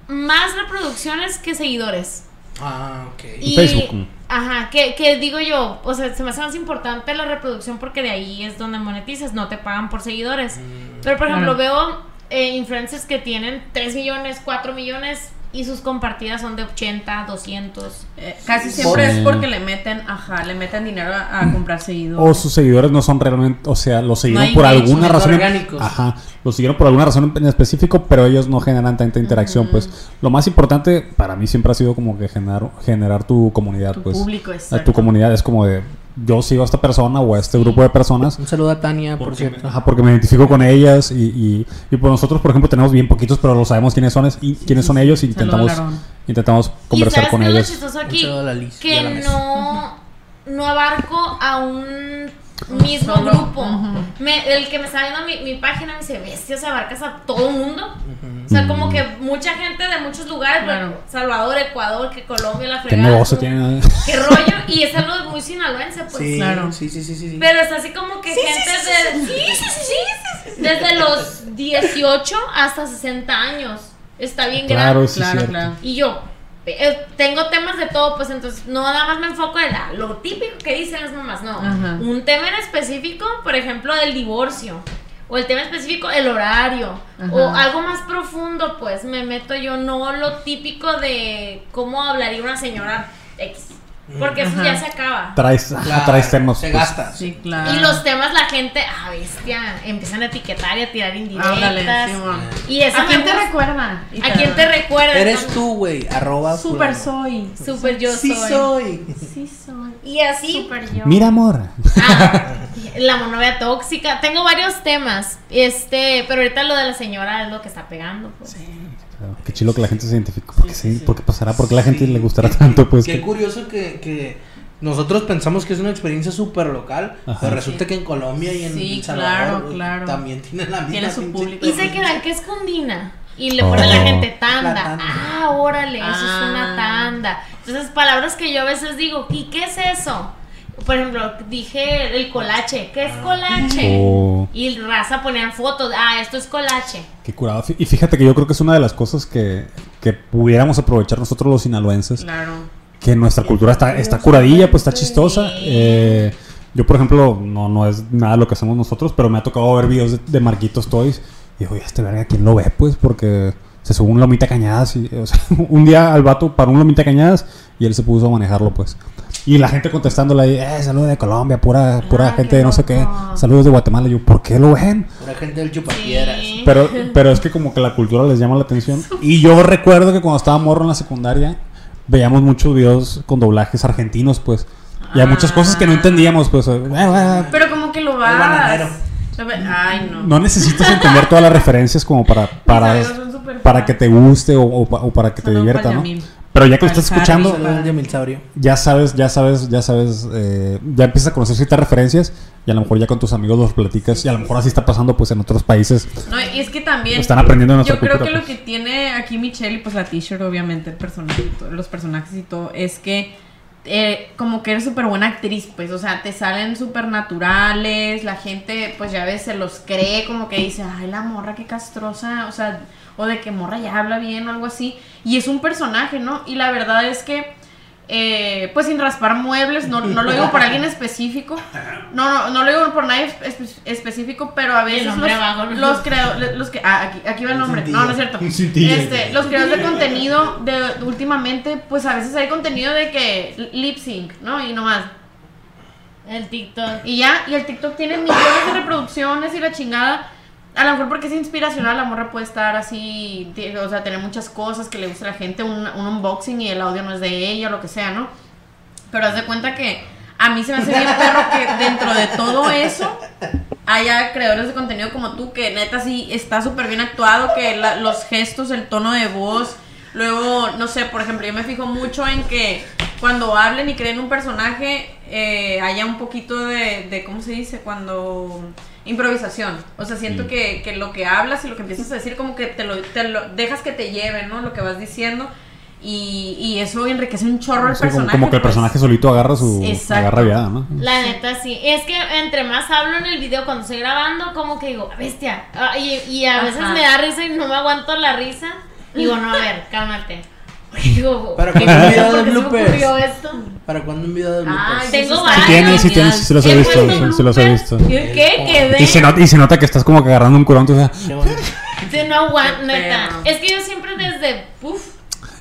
Speaker 3: más reproducciones que seguidores.
Speaker 1: Ah, ok.
Speaker 3: Y,
Speaker 5: Facebook, ¿no?
Speaker 3: Ajá, que, que digo yo, o sea, se me hace más importante la reproducción porque de ahí es donde monetizas, no te pagan por seguidores.
Speaker 1: Mm,
Speaker 3: Pero, por ejemplo,
Speaker 4: Claro.
Speaker 3: veo eh, influencers que tienen 3 millones, 4 millones y sus compartidas son de 80, 200.
Speaker 4: Eh, casi siempre
Speaker 5: Sí.
Speaker 4: es porque le meten, ajá, le meten dinero a, a comprar
Speaker 5: O
Speaker 4: seguidores.
Speaker 5: sus seguidores no son realmente, o sea, los siguieron
Speaker 4: hay
Speaker 5: por
Speaker 4: engagement,
Speaker 5: alguna
Speaker 1: son
Speaker 5: razón. en-
Speaker 1: orgánicos.
Speaker 5: Ajá, los siguieron por alguna razón en específico, pero ellos no generan tanta interacción, pues. Lo más importante para mí siempre ha sido como que generar, generar tu comunidad,
Speaker 4: Tu
Speaker 5: pues.
Speaker 4: público,
Speaker 5: a tu
Speaker 4: exacto.
Speaker 5: comunidad es como de, yo sigo a esta persona o a este grupo de personas
Speaker 1: Un saludo a Tania, por
Speaker 5: porque me,
Speaker 1: cierto.
Speaker 5: ajá, porque me identifico con ellas y, y, y pues nosotros, por ejemplo, tenemos bien poquitos, pero lo sabemos quiénes son, es- y, quiénes son ellos y intentamos,
Speaker 4: Larón.
Speaker 5: intentamos
Speaker 3: y
Speaker 5: conversar
Speaker 3: sabes
Speaker 5: con
Speaker 3: qué es lo
Speaker 5: ellos.
Speaker 3: chistoso
Speaker 1: Un
Speaker 3: aquí,
Speaker 1: saludo a la Liz y a
Speaker 3: que
Speaker 1: la Mes.
Speaker 3: no, no abarco a un mismo
Speaker 4: solo,
Speaker 3: grupo.
Speaker 4: ujú.
Speaker 3: Me- el que me está viendo mi, mi página me dice, bestias, abarcas a todo el mundo. O sea, como que mucha gente de muchos lugares,
Speaker 4: Claro.
Speaker 3: bueno, Salvador, Ecuador, que Colombia, la
Speaker 5: ¿Qué
Speaker 3: fregada.
Speaker 5: negocio
Speaker 3: Perú,
Speaker 5: [laughs] tienen?
Speaker 3: Qué rollo, y es algo muy sinaloense, pues.
Speaker 1: Sí,
Speaker 4: Claro.
Speaker 1: sí, sí, sí, sí, sí.
Speaker 3: Pero es así como que gente de... Desde los 18 hasta 60 años. Está bien
Speaker 5: Claro,
Speaker 3: grande.
Speaker 5: sí,
Speaker 4: Claro,
Speaker 5: cierto.
Speaker 4: claro.
Speaker 3: Y yo eh, tengo temas de todo, pues entonces no nada más me enfoco en la- lo típico que dicen las mamás, no.
Speaker 4: Ajá.
Speaker 3: Un tema en específico, por ejemplo, del divorcio. O el tema específico, el horario.
Speaker 4: Ajá.
Speaker 3: O algo más profundo, pues me meto yo, no lo típico de cómo hablaría una señora X. Porque eso
Speaker 4: Ajá.
Speaker 3: ya se acaba.
Speaker 5: Traes, ajá,
Speaker 1: Claro,
Speaker 5: traes temas.
Speaker 1: Se
Speaker 5: pues.
Speaker 1: gasta.
Speaker 4: Sí, claro.
Speaker 3: Y los temas la gente, ah, bestia, empiezan a etiquetar y a tirar
Speaker 4: Ándale,
Speaker 3: indirectas.
Speaker 4: Simón.
Speaker 3: y eso
Speaker 4: ¿A quién
Speaker 3: me
Speaker 4: te
Speaker 3: gusta.
Speaker 4: recuerda?
Speaker 3: ¿A quién te recuerda?
Speaker 1: Eres
Speaker 3: Entonces,
Speaker 1: tú, güey. Arroba.
Speaker 4: Super
Speaker 1: fulano.
Speaker 4: soy.
Speaker 3: Súper yo
Speaker 1: Sí,
Speaker 3: soy.
Speaker 1: soy.
Speaker 4: Sí soy.
Speaker 3: Y así,
Speaker 5: Mira, amor. [laughs]
Speaker 3: ah, la monovia tóxica. Tengo varios temas, este, pero ahorita lo de la señora es lo que está pegando. pues.
Speaker 5: Qué chilo que la gente se identifica. ¿Por qué, se-
Speaker 1: Sí, sí.
Speaker 5: por qué pasará? ¿Por qué a Ah, la gente
Speaker 1: Sí.
Speaker 5: le gustará tanto?
Speaker 1: [laughs]
Speaker 5: Pues
Speaker 1: Qué
Speaker 5: que-
Speaker 1: curioso que, que nosotros pensamos que es una experiencia súper local,
Speaker 5: Ajá.
Speaker 1: pero resulta que en Colombia y en
Speaker 4: Sí,
Speaker 1: El Salvador
Speaker 4: claro,
Speaker 1: güey,
Speaker 4: claro.
Speaker 1: también tienen la misma
Speaker 4: Tiene su
Speaker 1: pinche
Speaker 4: público.
Speaker 3: Y se
Speaker 1: experiencia.
Speaker 3: quedan que es cundina. Y le pone a
Speaker 5: Oh.
Speaker 3: la gente tanda.
Speaker 1: La tanda.
Speaker 3: Ah, órale, eso es una
Speaker 4: Ah.
Speaker 3: tanda. Entonces, palabras que yo a veces digo, ¿y qué es eso? Por ejemplo, dije el colache. ¿Qué es colache?
Speaker 5: Oh.
Speaker 3: Y raza ponían fotos. Ah, esto es colache.
Speaker 5: Qué curado. Fí- Y fíjate que yo creo que es una de las cosas que, que pudiéramos aprovechar nosotros los sinaloenses.
Speaker 4: Claro.
Speaker 5: que nuestra cultura está, está curadilla, pues está chistosa. Eh, yo, por ejemplo, no, no es nada lo que hacemos nosotros, pero me ha tocado ver videos de, de Marquitos Toys. Y digo, "Oye, este verga, ¿quién lo ve? Pues porque se subió un lomita cañadas. Y, o sea, [laughs] un día al vato paró un lomita cañadas y él se puso a manejarlo, pues. Y la gente contestándole ahí, eh, saludos de Colombia, pura, pura
Speaker 3: Ah,
Speaker 5: gente
Speaker 3: qué
Speaker 5: de no sé qué,
Speaker 3: loco.
Speaker 5: saludos de Guatemala. Y yo, ¿por qué lo ven?
Speaker 1: Pura gente del chupapiedras.
Speaker 3: Sí.
Speaker 5: Pero, pero es que como que la cultura les llama la atención. Y yo recuerdo que cuando estaba morro en la secundaria, veíamos muchos videos con doblajes argentinos, pues. Y hay muchas cosas que no entendíamos, pues. eh, eh, eh.
Speaker 4: Pero como que lo
Speaker 1: bananero.
Speaker 4: vas. Lo ve- Ay, no.
Speaker 5: No necesitas entender todas las referencias como para,
Speaker 4: Mis
Speaker 5: para,
Speaker 4: amigos son súper
Speaker 5: para
Speaker 4: fan.
Speaker 5: que te guste o, o pa- o para que te
Speaker 4: Saludos
Speaker 5: divierta,
Speaker 4: para
Speaker 5: ¿no?
Speaker 4: Yamil.
Speaker 5: Pero ya que lo
Speaker 4: Al
Speaker 5: estás
Speaker 4: Harry.
Speaker 5: escuchando,
Speaker 1: Saludos de Milsaurio.
Speaker 5: ya sabes, ya sabes, ya sabes, eh, ya empiezas a conocer ciertas referencias y a lo mejor ya con tus amigos los platicas y a lo mejor así está pasando pues en otros países.
Speaker 4: No, y es que también.
Speaker 5: Están aprendiendo de nuestra
Speaker 4: Yo creo
Speaker 5: cultura, pues.
Speaker 4: que lo que tiene aquí Michelle y pues la t-shirt, obviamente, el personaje, y todo- los personajes y todo, es que. eh, como que eres súper buena actriz, pues, o sea, te salen súper naturales, la gente, pues ya ves, se los cree, como que dice, ay, la morra, qué castrosa, o sea, o de que morra ya habla bien o algo así, y es un personaje, ¿no? Y la verdad es que, eh, pues sin raspar muebles, no, no lo digo por alguien específico, no, no, no lo digo por nadie espe- específico, pero a veces
Speaker 12: hombre
Speaker 4: los,
Speaker 12: vago, ¿no?
Speaker 4: los creo- le- los que ah, aquí, aquí va el nombre. No, no es cierto.
Speaker 7: Un cintillo.
Speaker 4: Este, los creadores de contenido de, de últimamente, pues a veces hay contenido de que lip sync, ¿no? Y nomás.
Speaker 12: El TikTok.
Speaker 4: Y ya, y el TikTok tiene millones de reproducciones y la chingada. A lo mejor porque es inspiracional, la morra puede estar así, ti- o sea, tener muchas cosas que le gusta a la gente, un, un unboxing y el audio no es de ella, lo que sea, ¿no? Pero haz de cuenta que a mí se me hace bien perro que dentro de todo eso haya creadores de contenido como tú, que neta sí está súper bien actuado, que la- los gestos, el tono de voz, luego, no sé, por ejemplo, yo me fijo mucho en que cuando hablen y creen un personaje, eh, haya un poquito de, de, ¿cómo se dice? Cuando... Improvisación. O sea, siento que, que lo que hablas y lo que empiezas a decir como que te lo, te lo- dejas que te lleven, ¿no? Lo que vas diciendo. Y, y eso enriquece un chorro al
Speaker 5: Sí, como,
Speaker 4: personaje.
Speaker 5: como que el
Speaker 4: pues.
Speaker 5: personaje solito agarra su
Speaker 4: Exacto.
Speaker 5: agarra viada, ¿no?
Speaker 3: La neta, sí. Es que entre más hablo en el video cuando estoy grabando, como que digo, "Ah, bestia. Ah, Y, y a veces
Speaker 4: Ajá.
Speaker 3: me da risa y no me aguanto la risa. Digo, no, a ver, cálmate. Digo,
Speaker 1: Pero
Speaker 3: ¿qué
Speaker 1: con un video
Speaker 3: pedo?
Speaker 1: de
Speaker 3: ¿Por qué se me
Speaker 1: bloopers.
Speaker 3: ocurrió esto?
Speaker 1: ¿Para cuándo un video de
Speaker 4: Ay,
Speaker 1: bloopers?
Speaker 5: pues,
Speaker 3: Ah, Tengo
Speaker 4: eso
Speaker 3: varios.
Speaker 4: está
Speaker 5: Sí tienes, sí
Speaker 4: genial.
Speaker 5: tienes, sí los he visto,
Speaker 3: puesto
Speaker 5: sí, sí los he
Speaker 3: bloopers.
Speaker 5: visto.
Speaker 3: ¿Y ¿Qué?
Speaker 5: Y se,
Speaker 3: ¿Quedé?
Speaker 5: nota, y se nota que estás como que agarrando un curanto, o sea,
Speaker 1: Qué bueno.
Speaker 3: Sí, No aguanto, neta.
Speaker 4: perro.
Speaker 3: Es que yo siempre desde, puf,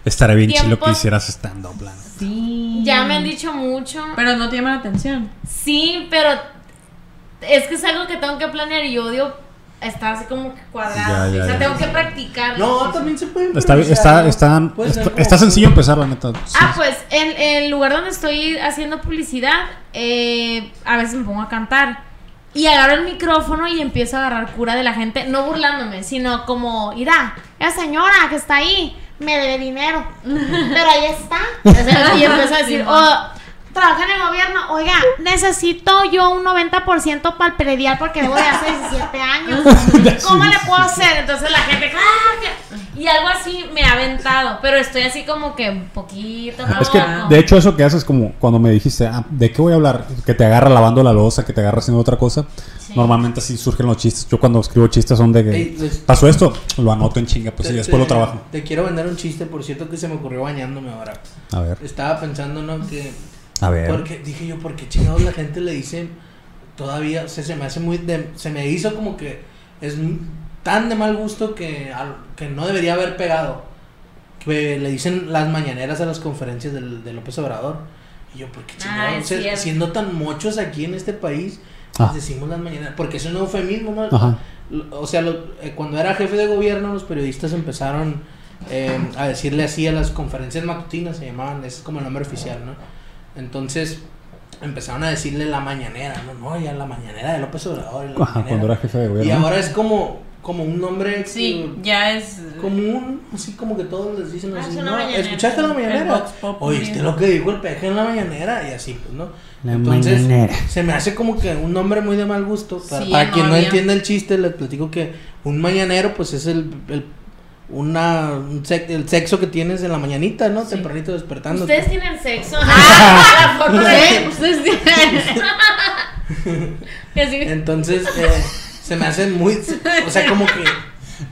Speaker 5: estaré bien
Speaker 3: Tiempos-
Speaker 5: chilo que hicieras estando, plan.
Speaker 4: Sí.
Speaker 3: ya me han dicho mucho.
Speaker 4: Pero no te llama la atención.
Speaker 3: Sí, pero es que es algo que tengo que planear y yo odio estar así como que cuadrado.
Speaker 5: Ya, ya,
Speaker 3: o sea,
Speaker 5: ya.
Speaker 3: tengo que practicarlo.
Speaker 1: No, también se puede
Speaker 5: Está,
Speaker 1: improvisar,
Speaker 5: está,
Speaker 1: ¿no?
Speaker 5: está,
Speaker 1: Puede ser
Speaker 5: está,
Speaker 1: como-
Speaker 5: está sencillo empezar, la neta. Sí.
Speaker 3: Ah, pues en en el lugar donde estoy haciendo publicidad, eh, a veces me pongo a cantar. Y agarro el micrófono y empiezo a agarrar cura de la gente, no burlándome, sino como, irá, la señora que está ahí me debe dinero, [laughs] pero ahí
Speaker 8: [laughs]
Speaker 3: está. O sea, Y empiezo a decir, oh, trabaja en el gobierno, oiga, necesito yo un 90% para el predial porque debo de hace
Speaker 5: [laughs]
Speaker 3: 17 años. ¿Cómo le puedo hacer? Entonces la gente, "Ah, que-". y algo así me ha aventado, pero estoy así como que un poquito.
Speaker 5: Es que,
Speaker 4: ah.
Speaker 3: poco.
Speaker 5: de hecho, eso que haces, como cuando me dijiste, ah, ¿de qué voy a hablar? Que te agarra lavando la losa, que te agarra haciendo otra cosa. Normalmente así surgen los chistes. Yo cuando escribo chistes son de
Speaker 1: Ey, pues,
Speaker 5: que
Speaker 1: les-
Speaker 5: pasó esto, lo anoto en chinga, pues y
Speaker 1: Te-
Speaker 5: después lo
Speaker 1: te-
Speaker 5: trabajo.
Speaker 1: Te quiero vender un chiste, por cierto, que se me ocurrió bañándome ahora.
Speaker 5: A ver,
Speaker 1: Estaba pensando, ¿no? Que.
Speaker 5: a ver.
Speaker 1: Porque dije yo, porque chingados la gente le dice todavía, o sea, se me hace muy. de- se me hizo como que es m- tan de mal gusto que, al- que no debería haber pegado. Que le dicen las mañaneras a las conferencias del, de López Obrador. Y yo, porque chingados,
Speaker 3: Ah, es
Speaker 1: O sea,
Speaker 3: cierto.
Speaker 1: siendo tan mochos aquí en este país,
Speaker 5: Ah.
Speaker 1: les decimos las mañaneras. Porque es un eufemismo, ¿no?
Speaker 5: Ajá.
Speaker 1: Lo- O sea, lo- eh, cuando era jefe de gobierno, los periodistas empezaron eh, a decirle así a las conferencias matutinas, se llamaban, ese es como el nombre oficial, ¿no? Entonces empezaron a decirle la mañanera, no, no, ya la mañanera de López Obrador. y la
Speaker 5: Ajá,
Speaker 1: mañanera.
Speaker 5: cuando era jefe de
Speaker 1: y
Speaker 5: gobierno.
Speaker 1: ahora es como, como un nombre
Speaker 4: Sí,
Speaker 1: eh,
Speaker 4: ya es.
Speaker 1: común, así como que todos les dicen
Speaker 3: Ah,
Speaker 1: así,
Speaker 3: es
Speaker 1: no,
Speaker 3: una mañanera.
Speaker 1: ¿escuchaste la
Speaker 4: El
Speaker 1: mañanera?
Speaker 4: Vox Populi.
Speaker 1: Oíste lo que dijo el peje en la mañanera y así, pues, ¿no?
Speaker 5: La
Speaker 1: Entonces,
Speaker 5: mañanera.
Speaker 1: se me hace como que un nombre muy de mal gusto. Para,
Speaker 4: Sí,
Speaker 1: para
Speaker 4: no
Speaker 1: quien no
Speaker 4: había.
Speaker 1: entienda el chiste, les platico que un mañanero, pues es el, el- una, un sec- el sexo que tienes en la mañanita, ¿no? Tempranito despertando.
Speaker 3: Ustedes tienen sexo.
Speaker 12: [laughs]
Speaker 3: Ah, la foto de-
Speaker 4: Ustedes tienen-
Speaker 3: que sí.
Speaker 1: Entonces, eh, se me hace muy. O sea, como que.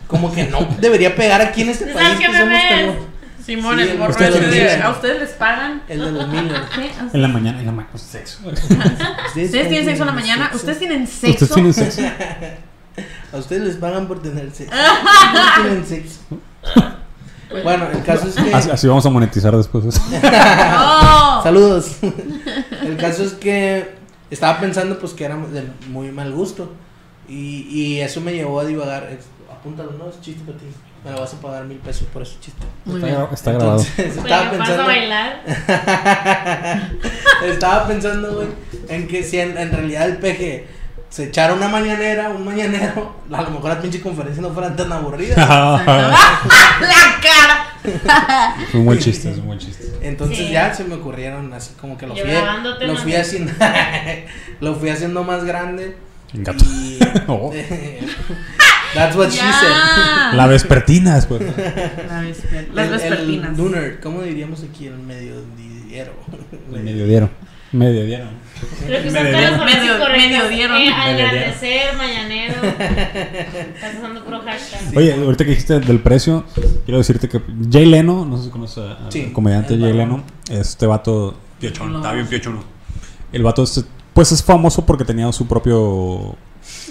Speaker 1: Como que no debería pegar aquí en este
Speaker 3: ¿Sabes
Speaker 1: país.
Speaker 3: qué
Speaker 1: que somos
Speaker 3: meme
Speaker 1: como
Speaker 4: [laughs] Simón,
Speaker 1: Sí,
Speaker 4: el morro
Speaker 1: ustedes
Speaker 4: ese
Speaker 1: lo
Speaker 4: de-
Speaker 1: tienen.
Speaker 4: ¿A ustedes les pagan?
Speaker 1: el de los niños.
Speaker 4: ¿Qué? ¿A
Speaker 5: En la mañana, en la mañana, pues, sexo.
Speaker 4: ¿Ustedes tienen sexo en la mañana? ¿Ustedes tienen sexo?
Speaker 5: ¿Ustedes tienen
Speaker 4: [laughs]
Speaker 5: sexo?
Speaker 1: A ustedes les pagan por tener sexo. Ustedes tienen sexo. Bueno, el caso es que.
Speaker 5: Así, así vamos a monetizar después. eso.
Speaker 4: ¡No!
Speaker 1: Saludos. [laughs] El caso es que estaba pensando pues que era de muy mal gusto. Y, y eso me llevó a divagar. Es- Apúntalo, no es chiste para ti. Me lo vas a pagar mil pesos por ese chiste.
Speaker 4: Muy
Speaker 5: Está,
Speaker 4: bien.
Speaker 5: gra- está grabado.
Speaker 1: Entonces,
Speaker 3: Bueno,
Speaker 1: estaba
Speaker 3: paso a
Speaker 1: pensando.
Speaker 3: bailar.
Speaker 1: estaba pensando, güey, en que si en, en realidad el peje se echara una mañanera, un
Speaker 5: [laughs]
Speaker 1: mañanero, a lo mejor la pinche conferencia no fuera tan aburrida.
Speaker 4: ¡La cara!
Speaker 5: Es un buen chiste, es un buen chiste.
Speaker 1: Entonces
Speaker 12: Sí.
Speaker 1: ya se me ocurrieron así como que lo
Speaker 12: Yo
Speaker 1: fui,
Speaker 12: grabándote,
Speaker 1: lo
Speaker 12: mami.
Speaker 1: fui haciendo [laughs] lo fui haciendo más grande
Speaker 5: El gato. [laughs]
Speaker 1: y
Speaker 5: Oh.
Speaker 1: [laughs] That's what she said.
Speaker 5: La vespertina después.
Speaker 4: Ah, La vesper- Las
Speaker 1: El- el
Speaker 4: vespertinas.
Speaker 1: lunar, ¿cómo diríamos aquí el mediodía? [laughs]
Speaker 5: El mediodieron. Mediodieron.
Speaker 12: Creo que
Speaker 5: Medio
Speaker 12: usaste las
Speaker 5: dieron.
Speaker 12: palabras
Speaker 4: Medio-
Speaker 12: incorrectas.
Speaker 4: medio dieron.
Speaker 12: Eh,
Speaker 5: Medio dieron.
Speaker 12: agradecer, mañanero. Estás usando puro hashtag.
Speaker 5: Oye, ahorita que dijiste del precio, quiero decirte que Jay Leno, no sé si conoces a- al
Speaker 1: Sí,
Speaker 5: comediante
Speaker 1: el
Speaker 5: Jay
Speaker 1: barbón.
Speaker 5: Leno, este vato. Piochón,
Speaker 4: está bien
Speaker 5: piochón. El vato, este, pues es famoso porque tenía su propio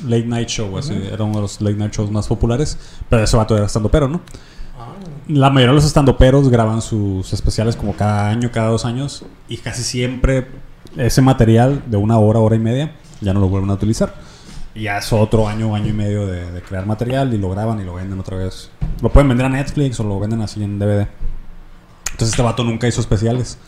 Speaker 5: late night show, así, era uno de los late night shows más populares, pero ese vato era estando pero, ¿no? La mayoría de los estandoperos graban sus especiales como cada año, cada dos años, y casi siempre ese material de una hora, hora y media, ya no lo vuelven a utilizar. Y ya es otro año, año y medio de, de crear material y lo graban y lo venden otra vez. Lo pueden vender a Netflix o lo venden así en DVD. Entonces este vato nunca hizo especiales.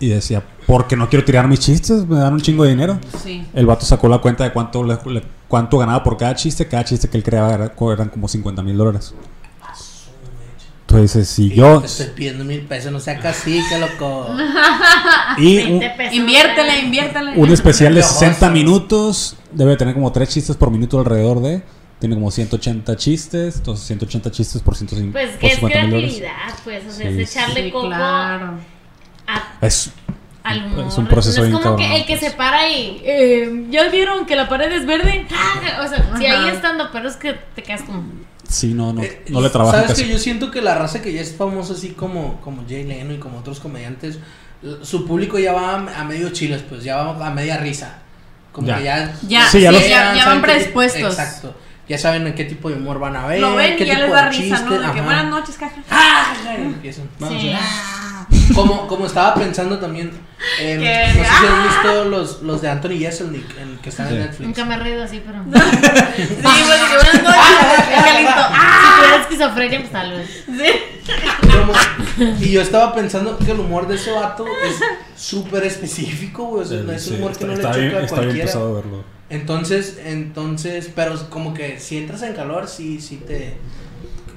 Speaker 5: Y decía, porque no quiero tirar mis chistes, me dan un chingo de dinero.
Speaker 4: Sí.
Speaker 5: El vato sacó la cuenta de cuánto, le- le- cuánto ganaba por cada chiste. Cada chiste que él creaba era- eran como 50 mil dólares. Entonces dices, si yo...
Speaker 1: Te estoy pidiendo mil pesos, no sea así, que loco.
Speaker 4: [laughs]
Speaker 12: Ah,
Speaker 5: Y un,
Speaker 4: Inviértele, inviértele.
Speaker 5: un especial
Speaker 1: [laughs]
Speaker 5: de
Speaker 1: Qué oso.
Speaker 5: 60 minutos debe tener como 3 chistes por minuto alrededor de... Tiene como 180 chistes. Entonces 180 chistes por, 150
Speaker 12: Pues que
Speaker 5: por
Speaker 12: es
Speaker 5: 50 mil dólares.
Speaker 12: creatividad, pues, o sea,
Speaker 5: Sí,
Speaker 12: es echarle
Speaker 4: Sí,
Speaker 12: coco
Speaker 4: claro.
Speaker 12: a,
Speaker 5: Es,
Speaker 12: al humor.
Speaker 5: Es un proceso
Speaker 12: No es
Speaker 5: bien
Speaker 12: como
Speaker 5: cabrón,
Speaker 12: que el que
Speaker 5: pues.
Speaker 12: se para y eh, ya vieron que la pared es verde. Ah, o sea, si
Speaker 4: Ajá.
Speaker 12: ahí estando, pero es que te quedas como.
Speaker 5: sí, no, no,
Speaker 1: Eh,
Speaker 5: no le trabajan
Speaker 1: Sabes
Speaker 5: casi.
Speaker 1: que yo siento que la raza que ya es famosa así como, como Jay Leno y como otros comediantes, l- su público ya va a, a medio chiles, pues ya va a media risa. Como
Speaker 5: Ya.
Speaker 1: que ya...
Speaker 4: Ya,
Speaker 5: Sí, ya los-
Speaker 4: ya-
Speaker 1: saben
Speaker 4: ya van
Speaker 1: qué tipo-
Speaker 4: predispuestos.
Speaker 1: Exacto. Ya saben en qué tipo de humor van a ver.
Speaker 4: Lo ven
Speaker 1: Eh, qué
Speaker 4: y ya
Speaker 1: tipo
Speaker 4: les da
Speaker 1: de
Speaker 4: risa,
Speaker 1: chiste,
Speaker 4: ¿no? De que
Speaker 1: ajá.
Speaker 4: buenas noches,
Speaker 1: [laughs]
Speaker 4: caja.
Speaker 1: Ah, y empiezan. Vamos
Speaker 12: Sí.
Speaker 1: a- ¡Ah! Como, como estaba pensando también, em,
Speaker 4: Qué
Speaker 1: no sé si
Speaker 4: ¡Ah!
Speaker 1: han visto los, los de Anthony Jeselnik, el que están
Speaker 5: Sí.
Speaker 1: en Netflix.
Speaker 12: Nunca me he reído así, pero.
Speaker 4: Sí, pues de que buenas noches, angelito. Ah,
Speaker 12: [laughs] Si tuviera esquizofrenia, pues tal vez.
Speaker 4: sí.
Speaker 1: Como- y yo estaba pensando que el humor de ese vato es súper específico, güey. O sea, no es
Speaker 5: Sí,
Speaker 1: un humor que
Speaker 5: está,
Speaker 1: no le
Speaker 5: está
Speaker 1: choca
Speaker 5: bien,
Speaker 1: a
Speaker 5: está bien
Speaker 1: cualquiera.
Speaker 5: pesado verlo.
Speaker 1: entonces, entonces, pero como que si entras en calor, sí, sí te.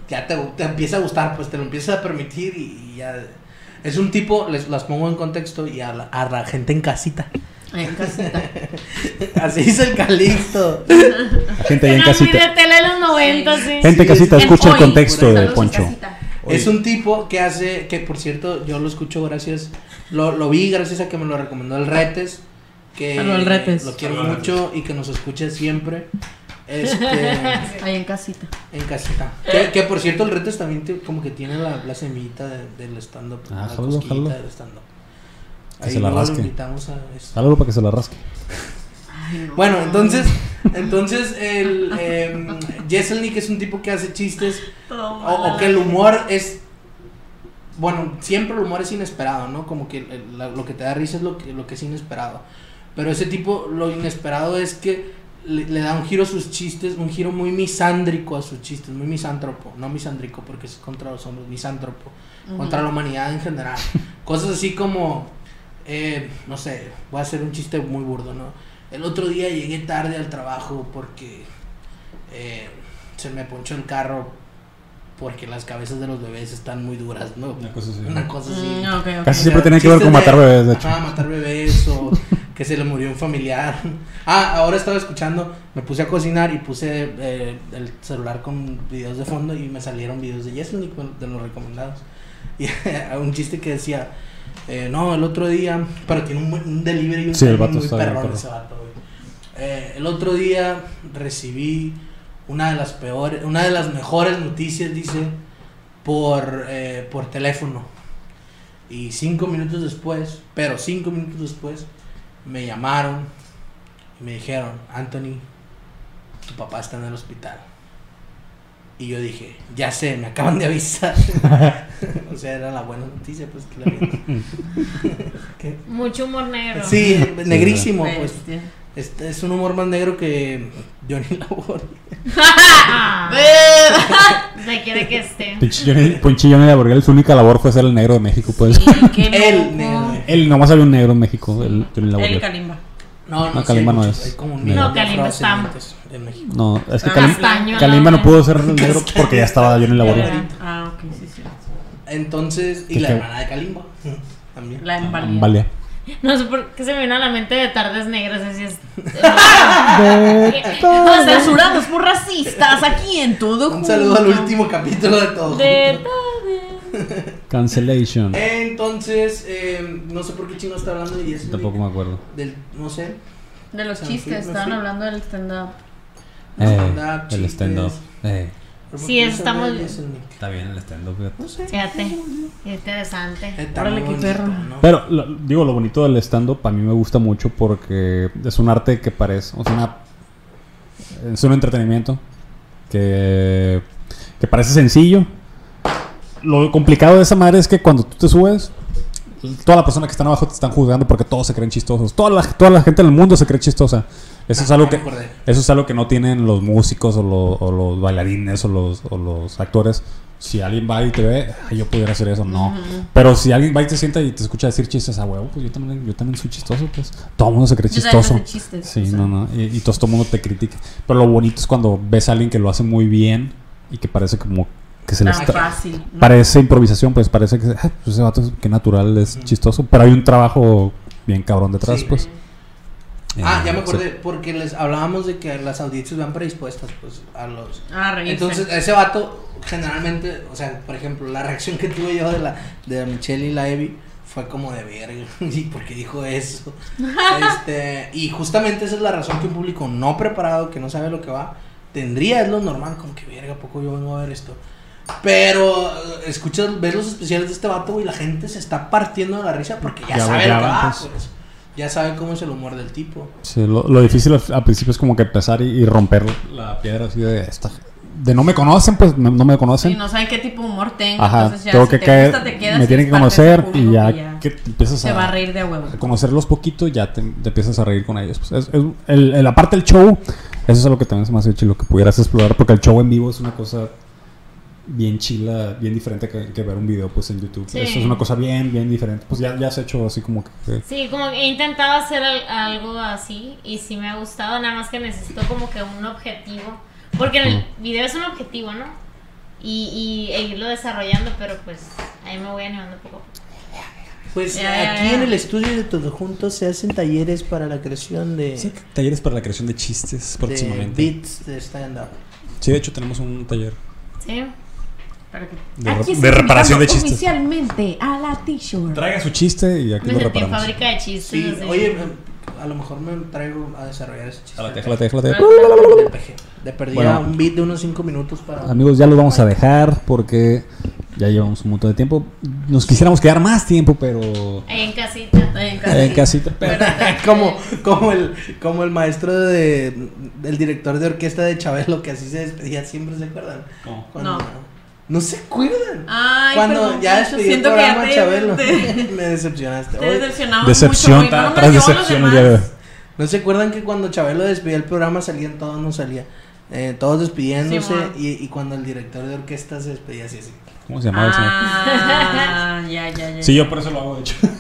Speaker 1: Ya te, te empieza a gustar, pues te lo empiezas a permitir y, y ya. Es un tipo, les las pongo en contexto y a la, a la gente en casita. [laughs]
Speaker 4: En casita.
Speaker 1: Así dice el Calixto.
Speaker 5: La gente ahí en
Speaker 12: Era muy de
Speaker 5: casita.
Speaker 12: tele de los 90, sí.
Speaker 5: Gente en
Speaker 1: Sí, es-
Speaker 5: casita,
Speaker 1: en
Speaker 5: escucha el
Speaker 4: hoy,
Speaker 5: contexto de
Speaker 4: saludos en
Speaker 5: Poncho.
Speaker 4: casita.
Speaker 5: Oye.
Speaker 1: Es un tipo que hace, que por cierto, yo lo escucho gracias, lo, lo vi gracias a que me lo recomendó el Retes, que
Speaker 4: Saludos al Retes.
Speaker 1: lo quiero
Speaker 5: Saludos al
Speaker 1: mucho y que nos escuche siempre.
Speaker 4: [laughs]
Speaker 1: Este,
Speaker 4: Ahí en casita.
Speaker 1: en casita. Que, que, por cierto el Retes también te- como que tiene la, la semillita de- del stand-up.
Speaker 5: Ah,
Speaker 1: la
Speaker 5: jalo,
Speaker 1: cosquillita
Speaker 5: jalo.
Speaker 1: del stand-up.
Speaker 5: Que
Speaker 1: Ahí
Speaker 5: se la
Speaker 1: luego lo
Speaker 5: rasque. Ah.
Speaker 1: invitamos a este.
Speaker 5: Dálalo para que se la rasque.
Speaker 1: Bueno, entonces, entonces el em, Jeselnik es un tipo que hace chistes O, o que el humor es. Bueno, siempre el humor es inesperado, ¿no? Como que el- la- lo que te da risa es lo que, lo que es inesperado. Pero ese tipo, lo inesperado es que le, le da un giro a sus chistes, un giro muy misándrico a sus chistes, muy misántropo. No misándrico porque es contra los hombres, misántropo. Contra la humanidad en general. Cosas así como. eh, no sé, voy a hacer un chiste muy burdo, ¿no? El otro día llegué tarde al trabajo porque eh, se me ponchó el carro porque las cabezas de los bebés están muy duras, ¿no?
Speaker 5: Una cosa así.
Speaker 1: Una cosa así.
Speaker 4: Mm, ok, ok.
Speaker 5: Casi
Speaker 1: O
Speaker 5: siempre
Speaker 1: sea,
Speaker 5: tenía que ver
Speaker 1: chistes
Speaker 5: con matar
Speaker 1: de-
Speaker 5: bebés, de hecho.
Speaker 1: Ajá, matar bebés o que se le murió un familiar. Ah, ahora estaba escuchando, me puse a cocinar y puse eh, el celular con videos de fondo y me salieron videos de Jeselnik, bueno, de los recomendados. [laughs] Y un chiste que decía, eh, no, el otro día, pero tiene un, buen- un delivery un
Speaker 5: Sí, el
Speaker 1: timing
Speaker 5: vato
Speaker 1: muy
Speaker 5: está bien
Speaker 1: perrón
Speaker 5: perro.
Speaker 1: ese vato, güey. Eh, el otro día recibí una de las peores, una de las mejores noticias, dice, por, eh, por teléfono. Y cinco minutos después, pero cinco minutos después, me llamaron y me dijeron, Anthony, tu papá está en el hospital. Y yo dije, ya sé, me acaban de avisar. [laughs] o sea, era la buena noticia, pues que la vi. ¿Qué?
Speaker 12: Mucho humor negro.
Speaker 3: [laughs]
Speaker 1: Sí, negrísimo, pues.
Speaker 4: Bestia.
Speaker 1: Este es un humor más negro que Johnny [laughs] Labor.
Speaker 12: Ah,
Speaker 4: Eh,
Speaker 12: donde quiera que esté.
Speaker 5: Pinche Johnny- Ponchillo Johnny de Borgel, su única labor fue ser el negro de México, pues.
Speaker 4: qué loco.
Speaker 1: El negro.
Speaker 5: Él nomás había un negro en México, el Johnny
Speaker 4: El
Speaker 5: Laboriel.
Speaker 4: Kalimba.
Speaker 1: No,
Speaker 5: No,
Speaker 1: sí,
Speaker 5: Kalimba
Speaker 1: hay
Speaker 5: no
Speaker 1: muchos,
Speaker 5: es
Speaker 1: hay como un
Speaker 5: negro.
Speaker 1: millón
Speaker 12: No,
Speaker 1: de
Speaker 12: Kalimba
Speaker 1: afros
Speaker 12: está-
Speaker 1: inmigrantes en México.
Speaker 5: No, es que
Speaker 4: Ah,
Speaker 5: Kalim-
Speaker 12: Castaño,
Speaker 5: Kalimba no
Speaker 12: güey.
Speaker 5: pudo ser el negro porque ya estaba Johnny Laboriel.
Speaker 4: Ah, ok, sí, sí.
Speaker 1: Entonces, y
Speaker 13: ¿Qué
Speaker 1: la
Speaker 13: te-
Speaker 1: hermana de Kalimba. También.
Speaker 4: La embalía.
Speaker 13: Vale.
Speaker 3: No sé por qué se me vino a la mente de tardes negras,
Speaker 5: [laughs]
Speaker 3: así es. O
Speaker 4: [laughs]
Speaker 3: sea,
Speaker 4: Censurados por racistas aquí en todo.
Speaker 1: Un saludo al
Speaker 4: junto.
Speaker 1: último capítulo de todo.
Speaker 3: de
Speaker 1: Junto. Eh.
Speaker 5: Cancellation.
Speaker 1: Entonces, eh, no sé por qué chino está hablando de eso.
Speaker 5: Tampoco me acuerdo.
Speaker 1: Del, no sé.
Speaker 4: De los
Speaker 1: Sí,
Speaker 4: chistes,
Speaker 1: sí.
Speaker 4: estaban hablando del stand-up.
Speaker 5: Eh,
Speaker 1: Stand-up,
Speaker 5: el
Speaker 1: chistes.
Speaker 5: stand-up. Eh,
Speaker 1: ¿Por
Speaker 3: Sí,
Speaker 1: qué no
Speaker 3: estamos
Speaker 1: sabe de
Speaker 3: bien.
Speaker 1: eso, Nick?
Speaker 5: está bien el stand-up. fíjate.
Speaker 1: No sé.
Speaker 3: Fíjate, qué interesante.
Speaker 1: Está
Speaker 4: Órale,
Speaker 1: muy
Speaker 4: qué perro.
Speaker 1: Eh, ¿no?
Speaker 5: Pero lo- digo, lo bonito del stand-up a mí me gusta mucho porque es un arte que parece, o sea, una- es un entretenimiento que, que parece sencillo. Lo complicado de esa madre es que cuando tú te subes, toda la persona que están abajo te están juzgando porque todos se creen chistosos. Toda la, toda la gente en el mundo se cree chistosa. Eso es
Speaker 1: Ah,
Speaker 5: algo
Speaker 1: ya
Speaker 5: que,
Speaker 1: me acordé.
Speaker 5: eso es algo que no tienen los músicos o, lo- o los bailarines o los, o los actores. Si alguien va y te ve, "Ay, yo pudiera hacer eso, no. Pero si alguien va y te sienta y te escucha decir chistes a huevo, pues yo también, yo también soy chistoso, pues todo el mundo se cree
Speaker 4: Yo también
Speaker 5: chistoso.
Speaker 4: hago chistes,
Speaker 5: Sí,
Speaker 4: o sea.
Speaker 5: no, no. Y, y todo el mundo te critica. Pero lo bonito es cuando ves a alguien que lo hace muy bien y que parece como que se le
Speaker 4: Tan
Speaker 5: está.
Speaker 4: fácil. ¿no?
Speaker 5: Parece improvisación, pues parece que "Ah, pues ese vato es- qué natural, es chistoso. Pero hay un trabajo bien cabrón detrás,
Speaker 1: Sí.
Speaker 5: pues.
Speaker 1: Ah,
Speaker 5: Eh,
Speaker 1: ya me
Speaker 5: sí.
Speaker 1: acordé, porque les hablábamos de que las audiencias van predispuestas pues a los
Speaker 4: Ah, reírse.
Speaker 1: Entonces, ese vato, generalmente, o sea, por ejemplo, la reacción que tuve yo de la, de la Michelle y la Evi fue como de verga, [laughs] y porque dijo
Speaker 4: [laughs]
Speaker 1: eso. Este, y justamente esa es la razón que un público no preparado, que no sabe lo que va, tendría, es lo normal, como que verga, ¿a poco yo vengo a ver esto. Pero eh, escuchas, ves los especiales de este vato, güey, la gente se está partiendo de la risa porque ya,
Speaker 5: Ya
Speaker 1: sabe lo que
Speaker 5: bailaban,
Speaker 1: va,
Speaker 5: pues.
Speaker 1: pues. Ya sabe cómo es el humor del tipo.
Speaker 5: Sí, lo, lo difícil al, al principio es como que empezar y, y romper la piedra así de esta. De no me conocen, pues me- no me
Speaker 4: Y
Speaker 5: conocen.
Speaker 4: no saben qué tipo de humor tengo.
Speaker 5: Ajá,
Speaker 4: entonces ya,
Speaker 5: tengo
Speaker 4: si
Speaker 5: que
Speaker 4: te
Speaker 5: caer.
Speaker 4: gusta, te quedas
Speaker 5: me
Speaker 4: y
Speaker 5: tienen que
Speaker 4: es parte
Speaker 5: conocer
Speaker 4: del
Speaker 5: y
Speaker 4: público
Speaker 5: ya,
Speaker 4: y ya
Speaker 5: que te empiezas
Speaker 4: Se
Speaker 5: a,
Speaker 4: va a reír de a huevo.
Speaker 5: a conocerlos poquito, ya te, te empiezas a reír con ellos. Pues es- es- el, el- aparte el show, eso es algo que también se me hace chido que pudieras explorar, porque el show en vivo es una cosa bien chila, bien diferente que, que ver un video pues en YouTube.
Speaker 3: Sí.
Speaker 5: Eso es una cosa bien, bien diferente. Pues ya, ya has hecho así como que... eh,
Speaker 3: Sí, como que he intentado hacer al- algo así y sí me ha gustado, nada más que necesito como que un objetivo, porque en el video es un objetivo, ¿no? Y, y e irlo desarrollando, pero pues ahí me voy animando poco a poco.
Speaker 1: Pues
Speaker 4: Ya, ya,
Speaker 1: aquí
Speaker 4: ya.
Speaker 1: en el estudio de Todos Juntos se hacen talleres para la creación de...
Speaker 5: Sí, talleres para la creación de chistes próximamente.
Speaker 1: De beats de stand-up.
Speaker 5: Sí, de hecho tenemos un taller
Speaker 3: Sí.
Speaker 4: Para que-
Speaker 5: de, re- de reparación de chistes.
Speaker 14: Oficialmente a la t-shirt.
Speaker 5: Traiga su chiste y aquí
Speaker 3: Me
Speaker 5: lo
Speaker 3: sentí en
Speaker 5: reparamos.
Speaker 3: fábrica de chistes.
Speaker 1: Sí,
Speaker 3: así.
Speaker 1: oye, em, a lo mejor me traigo a desarrollar ese chiste.
Speaker 5: Jálate, jálate, jálate.
Speaker 1: De PG. De perdida
Speaker 5: Bueno.
Speaker 1: un beat de unos 5 minutos para...
Speaker 5: Amigos, ya los vamos a dejar porque ya llevamos un montón de tiempo. Nos quisiéramos quedar más tiempo, pero
Speaker 3: Ahí en casita.
Speaker 4: Ay, en casa.
Speaker 5: en casita. Pero
Speaker 1: [laughs] como, como, el, como el maestro de... El director de orquesta de Chabelo que así se despedía siempre, ¿se acuerdan? Cuando-
Speaker 4: No.
Speaker 1: No se acuerdan.
Speaker 4: Ay,
Speaker 1: Cuando
Speaker 4: perdón,
Speaker 1: ya
Speaker 4: Poncho,
Speaker 1: despidió el
Speaker 4: siento que
Speaker 1: programa
Speaker 4: ya
Speaker 1: Chabelo. [laughs]
Speaker 4: te- te-
Speaker 1: me decepcionaste.
Speaker 4: Te
Speaker 1: Oye,
Speaker 4: decepcionamos
Speaker 5: decepción,
Speaker 4: mucho, güey,
Speaker 5: tra-
Speaker 4: no nos
Speaker 5: tras
Speaker 4: llevó a los
Speaker 5: decepción el
Speaker 4: demás.
Speaker 5: día de hoy.
Speaker 1: ¿No se acuerdan que cuando Chabelo despedía el programa salían todos, no salía? Eh, todos despidiéndose
Speaker 4: Simón.
Speaker 1: y, y cuando el director de orquesta se despedía así, así.
Speaker 5: ¿Cómo se llamaba el señor?
Speaker 4: Ah, ya, ya, ya.
Speaker 5: Sí, yo por eso lo hago, de hecho. [laughs]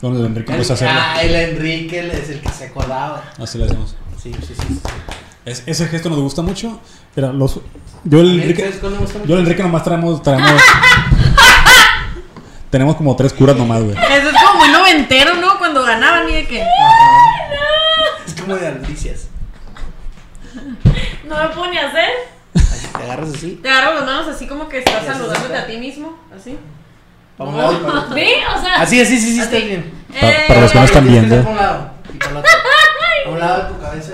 Speaker 5: Cuando Enrique empezó a hacerlo,
Speaker 1: Ah, el Enrique el- es el que se acordaba.
Speaker 5: así lo hacemos.
Speaker 1: Sí, sí, sí.
Speaker 5: Es- ese gesto nos gusta mucho. Era los, yo, el Enrique,
Speaker 1: ¿Sabes cuál me gusta mucho?
Speaker 5: yo el Enrique nomás traemos...
Speaker 4: [laughs]
Speaker 5: traemos tenemos como tres curas nomás, güey.
Speaker 4: Eso es como muy noventero, ¿no? Cuando ganaban y de que.
Speaker 1: Ajá. Es como de albricias.
Speaker 3: No me puedo ni hacer.
Speaker 1: Así Te agarras así.
Speaker 4: Te agarran las manos así como que estás
Speaker 1: Y así
Speaker 4: saludándote
Speaker 1: se-
Speaker 4: a ti mismo. Así.
Speaker 1: pa' un lado y pa' otro.
Speaker 3: Sí, o sea,
Speaker 1: Así, así, sí, sí, estás
Speaker 4: Así.
Speaker 1: bien.
Speaker 5: Pa-
Speaker 4: Eh,
Speaker 5: para los que no están
Speaker 1: Tienes que
Speaker 5: viendo.
Speaker 1: estar pa' un lado y pa' el otro.
Speaker 3: [laughs]
Speaker 1: A un lado de tu cabeza.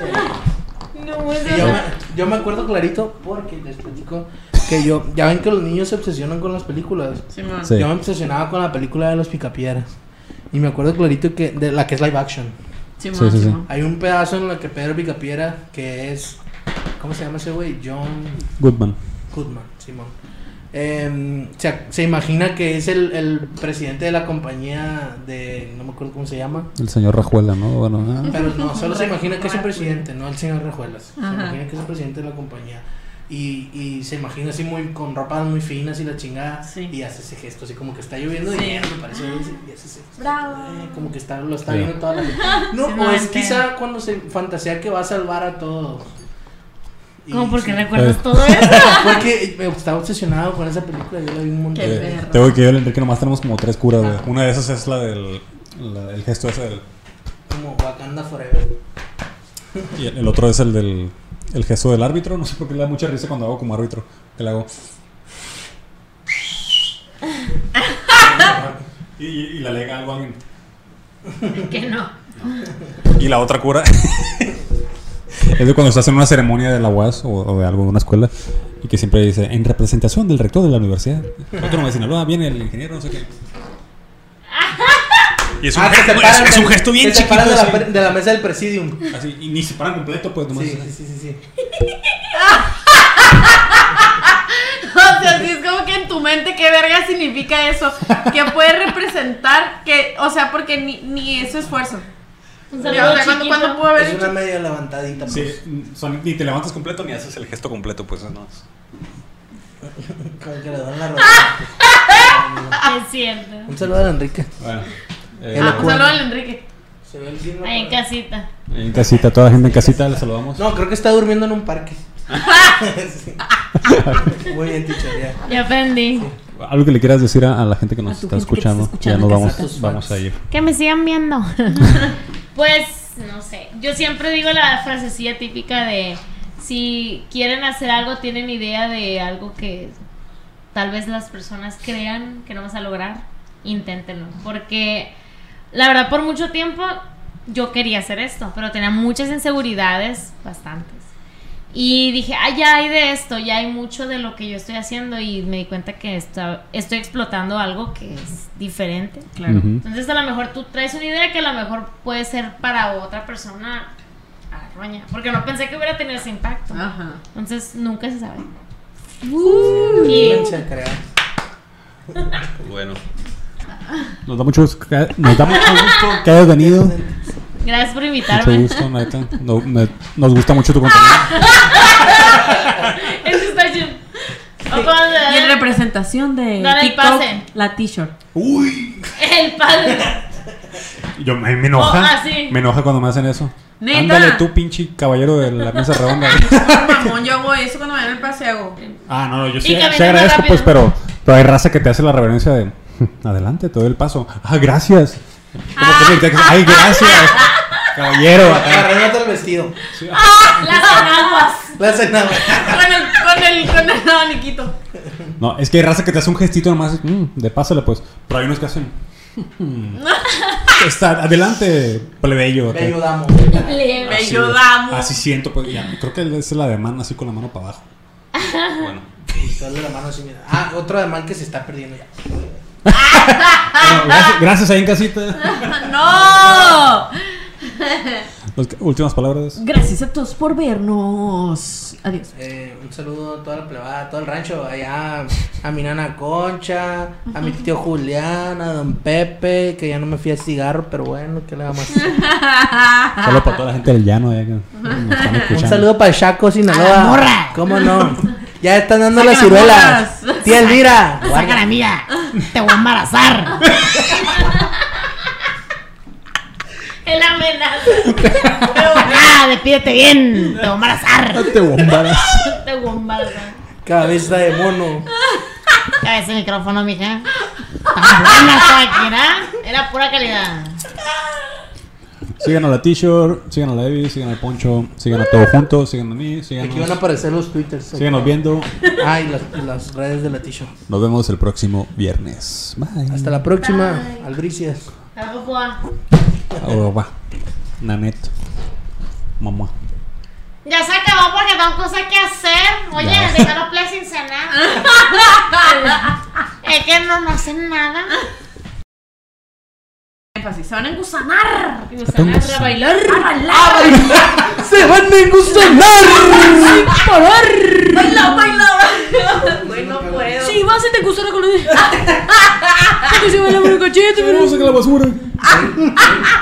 Speaker 1: y-
Speaker 3: no, o sea,
Speaker 1: Y Yo me, yo me acuerdo clarito porque les platico que yo, ya ven que los niños se obsesionan con las películas.
Speaker 4: Simón.
Speaker 5: Sí.
Speaker 1: Yo me obsesionaba con la película de los picapiedras. Y me acuerdo clarito que de la que es live action.
Speaker 4: Simón,
Speaker 5: Sí, sí, sí.
Speaker 4: Simón.
Speaker 1: Hay un pedazo en la que Pedro Picapiedra, que es. ¿Cómo se llama ese güey? John
Speaker 5: Goodman.
Speaker 1: Goodman, Simón. Em, se, se imagina que es el, el presidente de la compañía de. No me acuerdo cómo se llama.
Speaker 5: El señor Rajuela, ¿no? Bueno, ah.
Speaker 1: Pero no, solo se imagina que es un presidente, no el señor Rejuelas. Se
Speaker 4: Ajá.
Speaker 1: imagina que es el presidente de la compañía. Y, y se imagina así muy con ropas muy finas y la chingada.
Speaker 4: Sí.
Speaker 1: Y hace ese gesto, así como que está lloviendo
Speaker 4: Sí.
Speaker 1: dinero, me parece. Y hace ese gesto,
Speaker 4: Bravo.
Speaker 1: eh, Como que está, lo está
Speaker 5: Sí.
Speaker 1: viendo
Speaker 4: [laughs]
Speaker 1: toda la gente. No, pues,
Speaker 4: Sí,
Speaker 1: o
Speaker 4: no,
Speaker 1: es
Speaker 4: entiendo.
Speaker 1: quizá cuando se fantasea que va a salvar a todos. Y
Speaker 15: ¿Cómo? Porque
Speaker 1: sí.
Speaker 15: recuerdas
Speaker 5: Eh.
Speaker 15: todo eso.
Speaker 1: [laughs] Porque me estaba obsesionado con esa película. Yo la vi un montón.
Speaker 5: Eh,
Speaker 4: Qué
Speaker 1: de-
Speaker 4: perro.
Speaker 5: Tengo que yo y el Enrique nomás tenemos como tres curas, güey. Una de esas es la del la- el gesto ese del.
Speaker 1: Como Wakanda Forever.
Speaker 5: Y el, el otro es el del el gesto del árbitro. No sé por qué le da mucha risa cuando hago como árbitro. Que le hago. [laughs] y, y- y le alega algo a alguien.
Speaker 3: Que no.
Speaker 5: Y la otra cura [laughs] es de cuando estás en una ceremonia de la UAS o, o de algo, de una escuela, y que siempre dice, en representación del rector de la universidad, autónoma de Sinaloa, "Ah, viene el ingeniero, no sé qué. Y es un,
Speaker 1: Ah, que
Speaker 5: gesto,
Speaker 1: se paran
Speaker 5: es- es un
Speaker 1: del-
Speaker 5: gesto bien
Speaker 1: que se
Speaker 5: chiquito.
Speaker 1: paran de la,
Speaker 5: así.
Speaker 1: pre- de la mesa del presidium.
Speaker 5: Así, y ni se paran completo, pues nomás.
Speaker 1: Sí, sí, sí, sí, sí.
Speaker 4: [laughs] O sea, sí, es como que en tu mente, ¿qué verga significa eso? ¿Qué puede representar? Que, o sea, porque ni, ni es su esfuerzo.
Speaker 3: Un
Speaker 4: O sea,
Speaker 3: saludo
Speaker 4: ¿cuándo,
Speaker 3: chiquito.
Speaker 4: ¿cuándo pudo haber
Speaker 1: Es
Speaker 4: hecho?
Speaker 1: una media levantadita.
Speaker 5: Sí,
Speaker 1: Pues.
Speaker 5: son- ni te levantas completo ni haces el gesto completo, pues no.
Speaker 1: [laughs] Como que le
Speaker 3: ¡Ah!
Speaker 1: dan la rodilla.
Speaker 3: Es cierto.
Speaker 1: Un saludo a Enrique.
Speaker 5: Bueno, eh,
Speaker 1: El
Speaker 4: Ah, un saludo al Enrique.
Speaker 1: Se ve el gym,
Speaker 3: Ahí en
Speaker 1: pero-
Speaker 3: casita.
Speaker 5: en casita, toda la gente en casita, les saludamos.
Speaker 1: No, creo que está durmiendo en un
Speaker 3: [laughs]
Speaker 1: parque. Sí. Muy bien, teacher, ya.
Speaker 3: Ya aprendí.
Speaker 5: Algo que le quieras decir a, a la gente que
Speaker 4: A
Speaker 5: nos
Speaker 4: tu
Speaker 5: está
Speaker 4: gente que te
Speaker 5: escuchando,
Speaker 4: está
Speaker 5: ya
Speaker 4: escuchando
Speaker 5: nos
Speaker 4: en
Speaker 5: vamos,
Speaker 1: casita.
Speaker 5: vamos a ir.
Speaker 15: Que me sigan viendo.
Speaker 3: [laughs] Pues, no sé. Yo siempre digo la frasecilla típica de si quieren hacer algo, tienen idea de algo que tal vez las personas crean que no vas a lograr, inténtenlo. Porque la verdad, por mucho tiempo yo quería hacer esto, pero tenía muchas inseguridades, bastantes. Y dije, ah, ya hay de esto, ya hay mucho de lo que yo estoy haciendo y me di cuenta que esta- estoy explotando algo que es diferente.
Speaker 4: Claro.
Speaker 5: Ujú.
Speaker 3: Entonces a lo mejor tú traes una idea que a lo mejor puede ser para otra persona a la roña. Porque no pensé que hubiera tenido ese impacto.
Speaker 4: Ajá.
Speaker 3: Entonces nunca se sabe. Y-
Speaker 1: Pónganse a crear.
Speaker 5: Bueno. Nos da mucho, gusto que- nos da mucho gusto que hayas venido.
Speaker 3: gracias por
Speaker 5: Mucho
Speaker 3: [laughs] invitarme.
Speaker 5: gusto, neta. No- me- nos gusta mucho tu contenido.
Speaker 3: Eso está chido. Vamos a
Speaker 4: Y en
Speaker 3: dar
Speaker 4: representación de
Speaker 3: Dale el
Speaker 4: TikTok,
Speaker 3: pase.
Speaker 4: la t-shirt.
Speaker 5: Uy.
Speaker 3: el padre.
Speaker 5: Yo me, me
Speaker 3: Oh,
Speaker 5: enoja.
Speaker 3: ah, sí.
Speaker 5: Me enoja cuando me hacen eso.
Speaker 4: Neta.
Speaker 5: Ándale tú, pinche caballero de la mesa [laughs] redonda.
Speaker 4: Mamón, yo hago eso cuando me dan el pase, hago.
Speaker 5: ah, no, no, yo
Speaker 3: Y
Speaker 5: sí,
Speaker 3: camina
Speaker 5: sí agradezco,
Speaker 3: más
Speaker 5: pues,
Speaker 3: rápido.
Speaker 5: pero, pero hay raza que te hace la reverencia de "Hmm, adelante, te doy el paso. Ah, gracias. Como
Speaker 3: Ah.
Speaker 5: que te- Ay, gracias. Caballero. acá.
Speaker 1: Arreglate el vestido.
Speaker 3: Las enaguas.
Speaker 1: La cena. güey.
Speaker 4: Con el, con el, con el abaniquito.
Speaker 5: No, es que hay raza que te hace un gestito nomás, mm, de pásale pues. Pero hay unos
Speaker 1: [laughs]
Speaker 5: que hacen. mm. Está, adelante, plebeyo. acá.
Speaker 1: Te ayudamos.
Speaker 3: Le-
Speaker 4: Me
Speaker 5: Así es.
Speaker 4: ayudamos.
Speaker 5: Así siento, pues. ya, creo que esa es la de mano así con la mano para abajo.
Speaker 1: [laughs]
Speaker 5: Bueno.
Speaker 1: Dale la mano así, mira. Ah, otro ademán que se está perdiendo ya.
Speaker 5: gracias, gracias ahí en casita.
Speaker 4: ¡No!
Speaker 5: Los que- últimas palabras.
Speaker 4: Gracias a todos por vernos. Adiós.
Speaker 1: Eh, un saludo a toda la plebada, a todo el rancho, allá a mi nana Concha, a mi tío Julián, a don Pepe, que ya no me fui al cigarro, pero bueno, ¿qué le vamos a hacer?
Speaker 5: Solo para toda la gente del llano. eh, que nos están escuchando.
Speaker 1: Un saludo para el Chaco Sinaloa. ¿Cómo no? Ya están dando las
Speaker 4: Saca las
Speaker 1: ciruelas. Tía Elvira.
Speaker 8: Saca la [laughs] mía. Te voy a [laughs] embarazar.
Speaker 3: El
Speaker 8: [laughs]
Speaker 3: amenaza
Speaker 8: Ah, despídete bien. Te voy a embarazar.
Speaker 5: Te bombaras.
Speaker 3: de bombarda.
Speaker 1: Cabeza de mono.
Speaker 8: Ya ese micrófono, mija. Tan buena máquina. Era pura calidad.
Speaker 5: Sigan a la T-shirt, sigan a la Evi, sigan al Poncho, sigan a todos juntos, sigan a mí,
Speaker 1: Aquí van a
Speaker 5: sigan
Speaker 1: aparecer los twitters.
Speaker 5: Síganos viendo.
Speaker 1: Ah, y las, y las redes de la Tisho.
Speaker 5: Nos vemos el próximo viernes. Bye.
Speaker 1: Hasta la próxima, albricias.
Speaker 5: Oh, va. Nanet. Mamá.
Speaker 15: Ya se acabó porque tengo cosas que hacer. Oye,
Speaker 5: Ya.
Speaker 15: déjalo play sin cenar. es que no, no hacen nada.
Speaker 4: Énfasis. Se van a engusanar.
Speaker 3: Y nos van a bailar.
Speaker 4: A bailar.
Speaker 1: ¡Se van a engustonar!
Speaker 4: Baila, baila, baila. Güey, no puedo. Sí, vas a te gustará con los. Que se baila con el cachete,
Speaker 5: la basura.